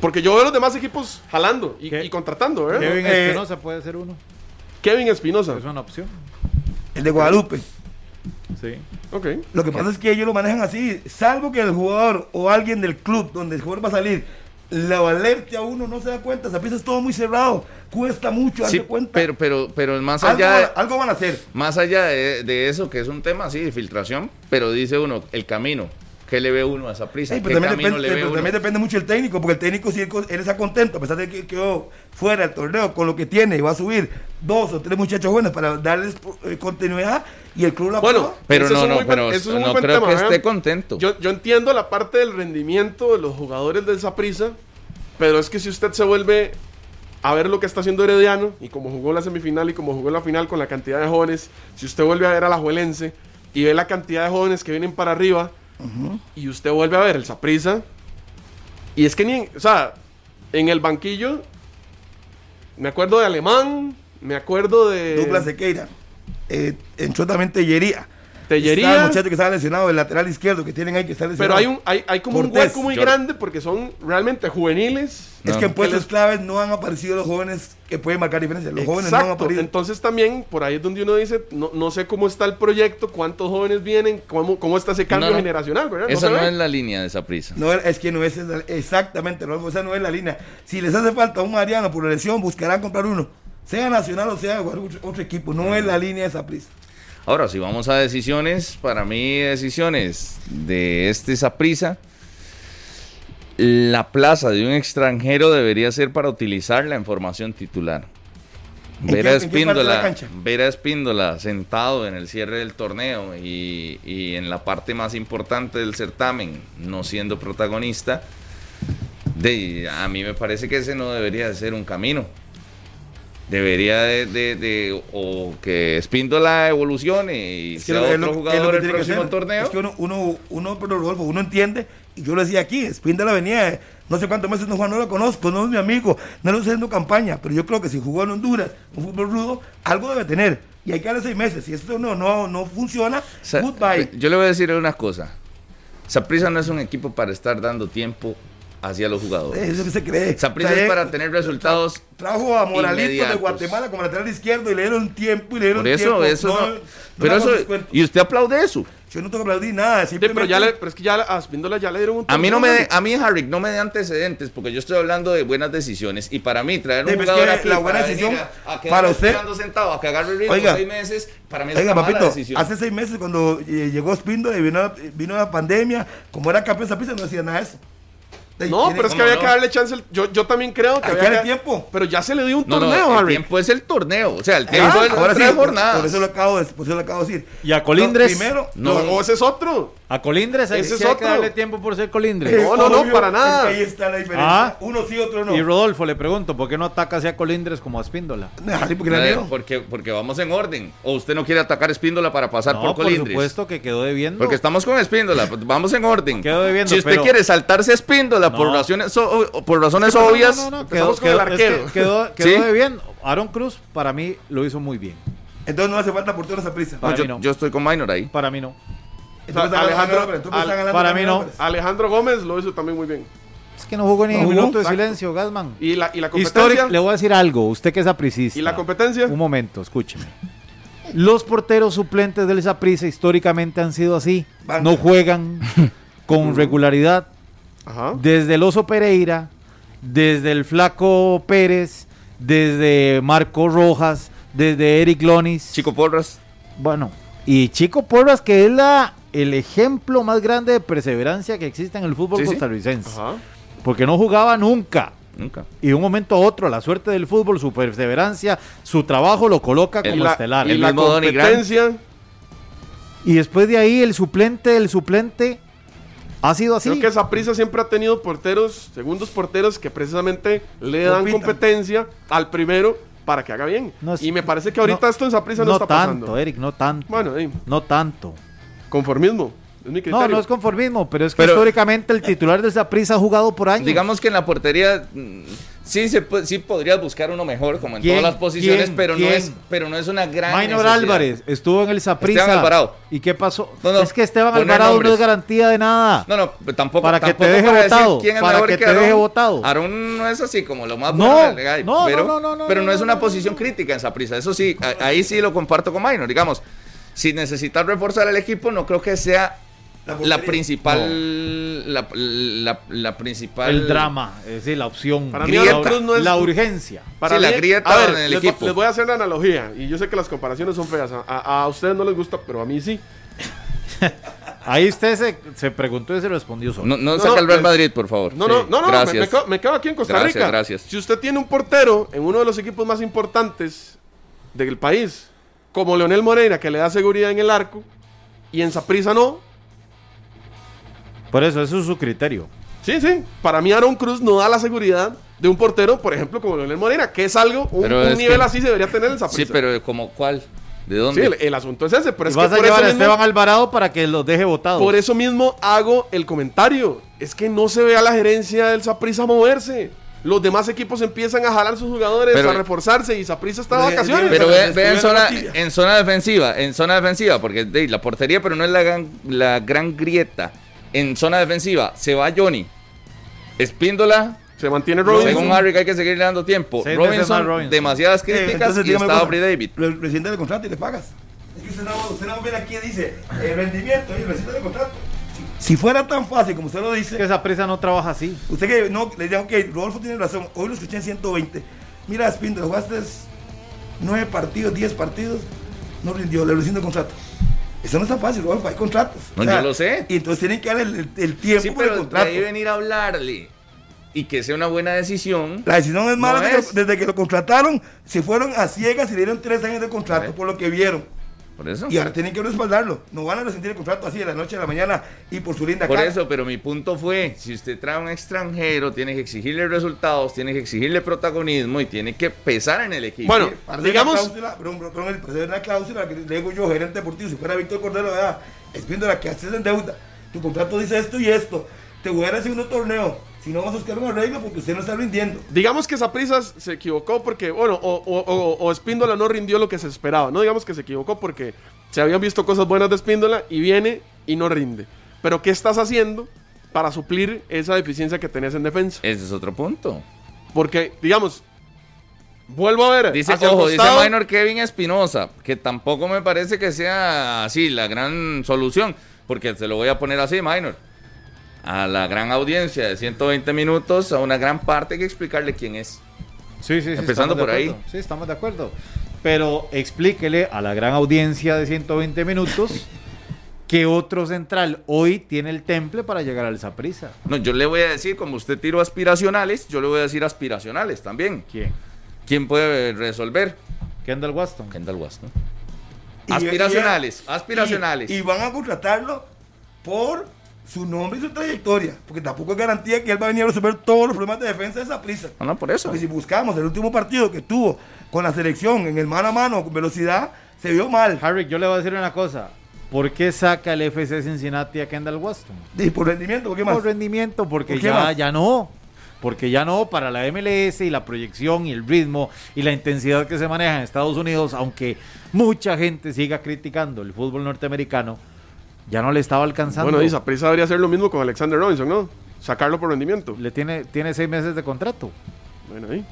[SPEAKER 2] Porque yo veo los demás equipos jalando y,
[SPEAKER 4] ¿Qué?
[SPEAKER 2] y contratando, ¿eh?
[SPEAKER 4] Kevin
[SPEAKER 5] Eh,
[SPEAKER 4] Espinosa puede ser uno.
[SPEAKER 2] Kevin Espinosa.
[SPEAKER 4] Es una opción.
[SPEAKER 5] El de Guadalupe.
[SPEAKER 4] Sí.
[SPEAKER 2] Ok.
[SPEAKER 5] Lo que pasa es que ellos lo manejan así, salvo que el jugador o alguien del club donde el jugador va a salir, la alerte a uno, no se da cuenta, esa pieza es todo muy cerrado, cuesta mucho darse
[SPEAKER 3] Sí,
[SPEAKER 5] cuenta.
[SPEAKER 3] pero, pero, pero más
[SPEAKER 5] algo,
[SPEAKER 3] allá...
[SPEAKER 5] van, a- algo van a hacer.
[SPEAKER 3] Más allá de, de eso, que es un tema así de filtración, pero dice uno, el camino. ¿Qué le ve uno a esa prisa?
[SPEAKER 5] Sí,
[SPEAKER 3] ¿Qué
[SPEAKER 5] pero también,
[SPEAKER 3] camino le
[SPEAKER 5] depende,
[SPEAKER 3] ve
[SPEAKER 5] pero
[SPEAKER 3] uno?
[SPEAKER 5] también depende mucho el técnico, porque el técnico si él, co- él está contento, a pesar de que quedó fuera del torneo con lo que tiene y va a subir dos o tres muchachos buenos para darles eh, continuidad y el club la
[SPEAKER 2] Bueno,
[SPEAKER 5] aprueba.
[SPEAKER 3] Pero
[SPEAKER 2] Ese es
[SPEAKER 3] no,
[SPEAKER 2] un
[SPEAKER 3] no,
[SPEAKER 2] muy buen-
[SPEAKER 3] pero
[SPEAKER 2] ese es un muy
[SPEAKER 3] no
[SPEAKER 2] buen
[SPEAKER 3] creo
[SPEAKER 2] tema,
[SPEAKER 3] que
[SPEAKER 2] ¿verdad?
[SPEAKER 3] esté contento.
[SPEAKER 2] Yo, yo entiendo la parte del rendimiento de los jugadores del Saprissa, pero es que si usted se vuelve a ver lo que está haciendo Herediano y como jugó la semifinal y como jugó la final con la cantidad de jóvenes, si usted vuelve a ver a la Juelense y ve la cantidad de jóvenes que vienen para arriba y usted vuelve a ver el Saprissa, y es que ni, en- o sea, en el banquillo me acuerdo de Alemán, me acuerdo de
[SPEAKER 5] Douglas Sequeira eh, entró también Tellería.
[SPEAKER 2] Tellería.
[SPEAKER 5] Está el muchacho que estaba lesionado, el lateral izquierdo que tienen ahí que está lesionado.
[SPEAKER 2] Pero hay, un, hay, hay como un
[SPEAKER 5] Cortés,
[SPEAKER 2] hueco muy
[SPEAKER 3] yo-
[SPEAKER 2] grande porque son realmente juveniles.
[SPEAKER 5] Es
[SPEAKER 3] No,
[SPEAKER 5] que en
[SPEAKER 3] no.
[SPEAKER 5] puestos
[SPEAKER 2] Él es-
[SPEAKER 5] claves no han aparecido los jóvenes que pueden marcar diferencia. Los jóvenes no han
[SPEAKER 2] Exacto.
[SPEAKER 5] aparecido.
[SPEAKER 2] Entonces también por ahí es donde uno dice, no, no sé cómo está el proyecto, cuántos jóvenes vienen, cómo, cómo está ese cambio
[SPEAKER 3] No, no.
[SPEAKER 2] generacional, ¿verdad? No
[SPEAKER 3] Esa
[SPEAKER 2] se
[SPEAKER 3] no
[SPEAKER 2] ve.
[SPEAKER 3] es la línea de esa prisa.
[SPEAKER 5] No, es que no es esa- exactamente, Rodolfo, esa no es la línea. Si les hace falta un Mariano por lesión, buscarán comprar uno. Sea nacional o sea otro, otro equipo, no es la línea de esa prisa.
[SPEAKER 3] Ahora, si vamos a decisiones, para mí decisiones de este Saprisa, la plaza de un extranjero debería ser para utilizarla en formación titular.
[SPEAKER 5] qué-
[SPEAKER 3] Ver a
[SPEAKER 5] en qué parte de la
[SPEAKER 3] Espíndola,
[SPEAKER 5] cancha?
[SPEAKER 3] ver a Espíndola sentado en el cierre del torneo y, y en la parte más importante del certamen, no siendo protagonista, de, a mí me parece que ese no debería de ser un camino. Debería de, de- de- o que Espíndola evolucione y
[SPEAKER 5] Es que
[SPEAKER 3] sea
[SPEAKER 5] lo- es lo-
[SPEAKER 3] otro
[SPEAKER 5] es lo
[SPEAKER 3] jugador
[SPEAKER 5] que
[SPEAKER 3] el
[SPEAKER 5] tiene que
[SPEAKER 3] próximo
[SPEAKER 5] hacer.
[SPEAKER 3] torneo.
[SPEAKER 5] Es que uno, uno, uno, pero Rodolfo, uno entiende, y yo lo decía aquí, Espíndola venía, eh, no sé cuántos meses no Juan, no lo conozco, no es mi amigo, no lo estoy haciendo campaña, pero yo creo que si jugó en Honduras, un fútbol rudo, algo debe tener. Y hay que darle seis meses. Si esto no, no, no funciona,
[SPEAKER 3] O sea,
[SPEAKER 5] goodbye.
[SPEAKER 3] Yo le voy a decir una cosa. Saprisa no es un equipo para estar dando tiempo hacia los jugadores.
[SPEAKER 5] Eso que se cree.
[SPEAKER 3] Saprisa
[SPEAKER 5] O sea,
[SPEAKER 3] es
[SPEAKER 5] eh,
[SPEAKER 3] para tener resultados.
[SPEAKER 5] Trajo a Moralito de
[SPEAKER 3] Inmediatos.
[SPEAKER 5] Guatemala como lateral izquierdo y le dieron tiempo y le dieron
[SPEAKER 3] Por eso,
[SPEAKER 5] tiempo.
[SPEAKER 3] eso no.
[SPEAKER 5] no
[SPEAKER 3] pero
[SPEAKER 5] hagamos
[SPEAKER 3] eso,
[SPEAKER 5] descuento.
[SPEAKER 3] y usted aplaude eso.
[SPEAKER 5] Yo no tengo que aplaudir nada.
[SPEAKER 2] Sí, pero,
[SPEAKER 5] Simplemente,
[SPEAKER 2] ya le- pero es que ya a Spindola ya le dieron un
[SPEAKER 3] A mí no me,
[SPEAKER 2] torneo,
[SPEAKER 3] de- a mí Harrick no me dé antecedentes porque yo estoy hablando de buenas decisiones y para mí traer un
[SPEAKER 5] Pero es
[SPEAKER 3] jugador
[SPEAKER 5] que
[SPEAKER 3] aquí
[SPEAKER 5] la buena
[SPEAKER 3] para venir
[SPEAKER 5] decisión
[SPEAKER 3] a, a quedarme
[SPEAKER 5] para usted-
[SPEAKER 3] esperando sentado a cagar el ritmo
[SPEAKER 5] Oiga.
[SPEAKER 3] seis meses para mí es
[SPEAKER 5] Oiga,
[SPEAKER 3] una mala
[SPEAKER 5] papito,
[SPEAKER 3] decisión.
[SPEAKER 5] hace seis meses cuando eh, llegó Spindola y vino, vino la pandemia, como era campeón de no decía nada de eso. De-
[SPEAKER 2] No,
[SPEAKER 5] tiene-
[SPEAKER 2] pero es que
[SPEAKER 3] ¿Cómo
[SPEAKER 2] había
[SPEAKER 3] no?
[SPEAKER 2] que darle chance. al- Yo, yo también creo que
[SPEAKER 5] Hay
[SPEAKER 2] había
[SPEAKER 5] que
[SPEAKER 2] que
[SPEAKER 5] darle tiempo.
[SPEAKER 2] Pero ya se le dio un
[SPEAKER 3] no,
[SPEAKER 2] torneo,
[SPEAKER 3] no, el
[SPEAKER 2] Harry.
[SPEAKER 3] tiempo es el torneo, o sea, el
[SPEAKER 5] Ah,
[SPEAKER 3] tiempo es
[SPEAKER 5] ahora sí,
[SPEAKER 3] tres
[SPEAKER 5] por-
[SPEAKER 3] jornadas.
[SPEAKER 5] Por eso lo acabo de, por eso lo acabo de decir.
[SPEAKER 4] Y a Colindres.
[SPEAKER 5] No, primero,
[SPEAKER 2] No,
[SPEAKER 3] No.
[SPEAKER 2] o ese es otro.
[SPEAKER 4] A Colindres, ahí
[SPEAKER 2] Ese
[SPEAKER 4] sí
[SPEAKER 2] es
[SPEAKER 4] hay que
[SPEAKER 2] otro.
[SPEAKER 4] darle tiempo por ser Colindres.
[SPEAKER 5] es
[SPEAKER 2] no, no,
[SPEAKER 5] obvio,
[SPEAKER 2] para nada.
[SPEAKER 5] es que Ahí está la diferencia.
[SPEAKER 4] Ah.
[SPEAKER 5] Uno sí, otro no.
[SPEAKER 4] Y Rodolfo, le pregunto, ¿por qué no ataca así a Colindres como a Espíndola?
[SPEAKER 5] Nah, ah, sí, porque
[SPEAKER 3] A
[SPEAKER 5] la
[SPEAKER 3] ver,
[SPEAKER 5] leo.
[SPEAKER 3] porque, porque vamos en orden. O usted no quiere atacar Espíndola para pasar
[SPEAKER 4] No,
[SPEAKER 3] por
[SPEAKER 4] por,
[SPEAKER 3] Colindres.
[SPEAKER 4] supuesto que quedó debiendo.
[SPEAKER 3] Porque estamos con Espíndola, pues, vamos en orden.
[SPEAKER 4] Quedo debiendo,
[SPEAKER 3] si usted
[SPEAKER 4] pero-
[SPEAKER 3] quiere saltarse a Espíndola por
[SPEAKER 4] No.
[SPEAKER 3] razones, so- o- por razones
[SPEAKER 4] No, no,
[SPEAKER 3] obvias, pues
[SPEAKER 4] no, no, quedó,
[SPEAKER 2] empezamos con el
[SPEAKER 4] quedó- es
[SPEAKER 2] arquero.
[SPEAKER 4] que quedó- quedó
[SPEAKER 3] Sí.
[SPEAKER 4] debiendo. Aaron Cruz, para mí, lo hizo muy bien.
[SPEAKER 5] Entonces no hace falta por toda esa prisa.
[SPEAKER 3] no,
[SPEAKER 4] Para
[SPEAKER 3] yo,
[SPEAKER 4] mí no.
[SPEAKER 3] yo estoy con Minor ahí.
[SPEAKER 4] Para mí no.
[SPEAKER 5] Entonces,
[SPEAKER 2] Alejandro-
[SPEAKER 5] Alejandro Álvarez, entonces
[SPEAKER 2] Al-
[SPEAKER 5] están ganando
[SPEAKER 4] para
[SPEAKER 5] también
[SPEAKER 4] mí no.
[SPEAKER 5] Álvarez.
[SPEAKER 2] Alejandro Gómez lo hizo también muy bien.
[SPEAKER 4] Es que no jugó ni
[SPEAKER 5] No
[SPEAKER 4] un
[SPEAKER 5] jugó.
[SPEAKER 4] minuto de
[SPEAKER 2] Exacto.
[SPEAKER 4] silencio, Gasman.
[SPEAKER 2] Y la, y la competencia.
[SPEAKER 4] Histórico, le voy a decir algo, usted que es apricista.
[SPEAKER 2] ¿Y la competencia?
[SPEAKER 4] Un momento, escúcheme. Los porteros suplentes del Saprissa históricamente han sido así.
[SPEAKER 5] Banca.
[SPEAKER 4] No juegan con regularidad.
[SPEAKER 2] Ajá.
[SPEAKER 4] Desde el Oso Pereira, desde el Flaco Pérez, desde Marco Rojas, desde Eric Lonis.
[SPEAKER 3] Chico Porras,
[SPEAKER 4] Bueno, y Chico Porras, que es la, el ejemplo más grande de perseverancia que existe en el fútbol
[SPEAKER 3] Sí, sí.
[SPEAKER 4] costarricense.
[SPEAKER 2] Ajá.
[SPEAKER 4] Porque no jugaba nunca.
[SPEAKER 3] nunca.
[SPEAKER 4] Y de un momento a otro, la suerte del fútbol, su perseverancia, su trabajo lo coloca
[SPEAKER 3] El-
[SPEAKER 4] como
[SPEAKER 2] la-
[SPEAKER 4] estelar.
[SPEAKER 2] y
[SPEAKER 3] el
[SPEAKER 2] la
[SPEAKER 3] mismo Donny Grant.
[SPEAKER 2] competencia.
[SPEAKER 4] Y después de ahí, el suplente, el suplente, ha sido así.
[SPEAKER 2] Creo que esa prisa siempre ha tenido porteros, segundos porteros, que precisamente le dan
[SPEAKER 5] Compitan.
[SPEAKER 2] competencia al primero para que haga bien.
[SPEAKER 4] No es-
[SPEAKER 2] y me parece que ahorita
[SPEAKER 4] no-
[SPEAKER 2] esto en esa prisa no, está
[SPEAKER 4] tanto, eh.
[SPEAKER 2] pasando.
[SPEAKER 4] Eric, no tanto.
[SPEAKER 2] Bueno, sí.
[SPEAKER 4] No tanto.
[SPEAKER 2] Conformismo. Es mi criterio.
[SPEAKER 4] No, no es conformismo, pero es que
[SPEAKER 3] Pero-
[SPEAKER 4] históricamente el titular de esa prisa ha jugado por años.
[SPEAKER 3] Digamos que en la portería mm, sí se puede- sí podrías buscar uno mejor como en
[SPEAKER 4] ¿Quién?
[SPEAKER 3] todas las posiciones,
[SPEAKER 4] ¿Quién?
[SPEAKER 3] pero
[SPEAKER 4] ¿Quién?
[SPEAKER 3] no es pero no es una gran
[SPEAKER 4] Maynor
[SPEAKER 3] necesidad.
[SPEAKER 4] Álvarez estuvo en el Saprissa.
[SPEAKER 3] Esteban Alvarado.
[SPEAKER 4] ¿Y qué pasó?
[SPEAKER 3] No, no,
[SPEAKER 4] es que Esteban
[SPEAKER 3] poner
[SPEAKER 4] Alvarado
[SPEAKER 3] nombres.
[SPEAKER 4] no es garantía de nada.
[SPEAKER 3] No, no, pero tampoco
[SPEAKER 4] Para que te
[SPEAKER 3] tampoco
[SPEAKER 4] deje
[SPEAKER 3] decir
[SPEAKER 4] votado,
[SPEAKER 3] quién es
[SPEAKER 4] para
[SPEAKER 3] mejor
[SPEAKER 4] que te
[SPEAKER 3] Aarón.
[SPEAKER 4] deje votado.
[SPEAKER 3] Aarón no es así como lo más
[SPEAKER 4] No,
[SPEAKER 3] bueno que hay,
[SPEAKER 4] no,
[SPEAKER 3] pero,
[SPEAKER 4] no, no, no,
[SPEAKER 3] pero
[SPEAKER 4] no,
[SPEAKER 3] no es
[SPEAKER 4] no,
[SPEAKER 3] una
[SPEAKER 4] no,
[SPEAKER 3] posición
[SPEAKER 4] no.
[SPEAKER 3] crítica en esa prisa. Eso sí, a- ahí sí lo comparto con Minor, digamos. Si necesitas reforzar el equipo, no creo que sea
[SPEAKER 5] La
[SPEAKER 3] la,
[SPEAKER 5] portería.
[SPEAKER 3] principal la, la- la principal
[SPEAKER 4] El drama, es decir, la opción.
[SPEAKER 2] Para
[SPEAKER 4] la,
[SPEAKER 2] mí
[SPEAKER 3] Grieta.
[SPEAKER 2] Aaron Cruz no es
[SPEAKER 4] la urgencia.
[SPEAKER 3] Sí, la grieta
[SPEAKER 2] a ver,
[SPEAKER 3] en el
[SPEAKER 2] les, vo-
[SPEAKER 3] equipo.
[SPEAKER 2] les voy a hacer la analogía. Y yo sé que las comparaciones son feas. A, a- a ustedes no les gusta, pero a mí sí.
[SPEAKER 4] Ahí usted se, se preguntó y se respondió solo.
[SPEAKER 3] No, no,
[SPEAKER 2] No,
[SPEAKER 3] saca
[SPEAKER 2] no,
[SPEAKER 3] el Real
[SPEAKER 2] pues-
[SPEAKER 3] Madrid, por favor.
[SPEAKER 2] No,
[SPEAKER 3] Sí,
[SPEAKER 2] no, no, no, me-
[SPEAKER 3] Gracias.
[SPEAKER 2] me, quedo, me quedo aquí en Costa
[SPEAKER 3] Gracias,
[SPEAKER 2] Rica.
[SPEAKER 3] gracias.
[SPEAKER 2] Si usted tiene un portero en uno de los equipos más importantes del país, como Leonel Moreira, que le da seguridad en el arco, y en Saprisa no,
[SPEAKER 4] Por eso, eso es su criterio.
[SPEAKER 2] sí, sí, para mí Aaron Cruz no da la seguridad de un portero, por ejemplo, como Leonel Moreira, que es algo, un,
[SPEAKER 3] Pero
[SPEAKER 2] un
[SPEAKER 3] es
[SPEAKER 2] nivel
[SPEAKER 3] que-
[SPEAKER 2] así se debería tener
[SPEAKER 5] Ah,
[SPEAKER 2] en Saprisa.
[SPEAKER 3] Sí, pero como cuál? ¿De
[SPEAKER 2] Sí,
[SPEAKER 3] dónde?
[SPEAKER 2] el, el asunto es ese, pero
[SPEAKER 4] y
[SPEAKER 2] es que
[SPEAKER 4] vas a
[SPEAKER 2] por eso
[SPEAKER 4] llevar a
[SPEAKER 2] mismo-
[SPEAKER 4] Esteban Alvarado para que los deje votados.
[SPEAKER 2] Por eso mismo hago el comentario. Es que no se ve a la gerencia del Saprisa moverse. Los demás equipos empiezan a jalar sus jugadores,
[SPEAKER 3] Pero- eh,
[SPEAKER 2] a reforzarse y Saprisa está de
[SPEAKER 4] eh,
[SPEAKER 5] Pero-
[SPEAKER 2] vacaciones.
[SPEAKER 3] Pero eh,
[SPEAKER 5] Pero
[SPEAKER 3] ve,
[SPEAKER 5] les
[SPEAKER 3] ve en,
[SPEAKER 5] tuvieron
[SPEAKER 3] zona,
[SPEAKER 5] la tibia.
[SPEAKER 3] en zona defensiva, en zona defensiva, porque de, la portería, pero no es la gran, la gran grieta. En zona defensiva se va Johnny. Espíndola,
[SPEAKER 2] se mantiene
[SPEAKER 3] según
[SPEAKER 2] Robinson.
[SPEAKER 3] Harry, que hay que seguir dando tiempo.
[SPEAKER 4] Seis veces
[SPEAKER 3] Robinson,
[SPEAKER 4] más Robinson.
[SPEAKER 3] demasiadas
[SPEAKER 5] Eh,
[SPEAKER 3] críticas y
[SPEAKER 5] dígame
[SPEAKER 3] está
[SPEAKER 5] cosa,
[SPEAKER 3] Aubrey David.
[SPEAKER 5] re- Resiente el contrato y le pagas. Es que usted no, usted no viene aquí y dice eh, rendimiento y resiente el contrato. Si fuera tan fácil como usted lo
[SPEAKER 4] Es que
[SPEAKER 5] dice,
[SPEAKER 4] esa prisa no trabaja así.
[SPEAKER 5] usted que no, le diga, ok, Rodolfo tiene razón, hoy lo escuché en 120. Mira, Spindler, jugaste 9 partidos, 10 partidos, no rindió, le resiento el contrato. Eso no es tan fácil, Rodolfo, hay contratos.
[SPEAKER 3] No, yo lo sé.
[SPEAKER 5] Y entonces tienen que darle el, el- el tiempo
[SPEAKER 3] Sí,
[SPEAKER 5] por el
[SPEAKER 3] pero de
[SPEAKER 5] contrato.
[SPEAKER 3] ahí venir a hablarle y que sea una buena decisión.
[SPEAKER 5] La decisión es mala
[SPEAKER 3] No
[SPEAKER 5] desde,
[SPEAKER 3] es.
[SPEAKER 5] Que, desde que lo contrataron, se fueron a ciegas y le dieron 3 años de contrato
[SPEAKER 3] Ok.
[SPEAKER 5] por lo que vieron.
[SPEAKER 3] Por eso.
[SPEAKER 5] Y ahora tienen que respaldarlo. No van a resentir el contrato así de la noche a la mañana y por su linda
[SPEAKER 3] Por
[SPEAKER 5] cara.
[SPEAKER 3] eso, pero mi punto fue, si usted trae a un extranjero, tiene que exigirle resultados, tiene que exigirle protagonismo y tiene que pesar en el equipo.
[SPEAKER 2] Bueno,
[SPEAKER 5] Para hacer
[SPEAKER 2] digamos,
[SPEAKER 5] Una cláusula, perdón, perdón, perdón, para hacer una cláusula que le digo yo, gerente deportivo, si fuera Víctor Cordero, ¿verdad? Espíndola que haces en deuda. Tu contrato dice esto y esto. Te voy a dar el segundo torneo. Si no, vas a buscar un arreglo porque usted no está rindiendo.
[SPEAKER 2] Digamos que Saprisa se equivocó porque, bueno, o, o, o- o Espíndola no rindió lo que se esperaba. No digamos que se equivocó porque se habían visto cosas buenas de Espíndola y viene y no rinde. Pero ¿qué estás haciendo para
[SPEAKER 3] Eh.
[SPEAKER 2] suplir esa deficiencia que tenés en defensa?
[SPEAKER 3] Ese es otro punto.
[SPEAKER 2] Porque, digamos, Vuelvo a ver.
[SPEAKER 3] Dice,
[SPEAKER 2] hacia el
[SPEAKER 3] ojo, dice
[SPEAKER 2] costado.
[SPEAKER 3] Minor Kevin Espinosa, que tampoco me parece que sea así la gran solución, porque se lo voy a poner así, Minor. A la gran audiencia de 120 minutos, a una gran parte hay que explicarle quién es.
[SPEAKER 4] Sí, sí, sí.
[SPEAKER 3] Empezando
[SPEAKER 4] estamos de
[SPEAKER 3] por ahí.
[SPEAKER 4] acuerdo. Sí, estamos de acuerdo. Pero explíquele a la gran audiencia de 120 minutos que otro central hoy tiene el temple para llegar al Zaprisa.
[SPEAKER 3] No, yo le voy a decir, como usted tiró aspiracionales, yo le voy a decir aspiracionales también.
[SPEAKER 4] ¿Quién?
[SPEAKER 3] ¿Quién puede resolver?
[SPEAKER 4] Kendall Waston.
[SPEAKER 3] Kendall Waston.
[SPEAKER 5] Y-
[SPEAKER 3] Aspiracionales,
[SPEAKER 5] y-
[SPEAKER 3] aspiracionales.
[SPEAKER 5] Y, y van a contratarlo por su nombre y su trayectoria. Porque tampoco es garantía que él va a venir a resolver todos los problemas de defensa de esa prisa.
[SPEAKER 3] No, no, por eso.
[SPEAKER 5] Porque si buscamos el último partido que tuvo con la selección en el mano a mano, con velocidad, se vio mal.
[SPEAKER 4] Harry, yo le voy a decir una cosa. ¿Por qué saca el FC Cincinnati a Kendall Waston?
[SPEAKER 5] Y por rendimiento, ¿por qué más?
[SPEAKER 4] Por rendimiento, porque
[SPEAKER 5] ¿Por qué
[SPEAKER 4] ya,
[SPEAKER 5] más?
[SPEAKER 4] ya no. Porque ya no, para la MLS y la proyección y el ritmo y la intensidad que se maneja en Estados Unidos, aunque mucha gente siga criticando el fútbol norteamericano, ya no le estaba alcanzando.
[SPEAKER 2] Bueno, y Saprissa debería hacer lo mismo con Alexander Robinson, ¿no? Sacarlo por rendimiento.
[SPEAKER 4] le tiene, tiene seis meses de contrato,
[SPEAKER 2] Bueno, ahí.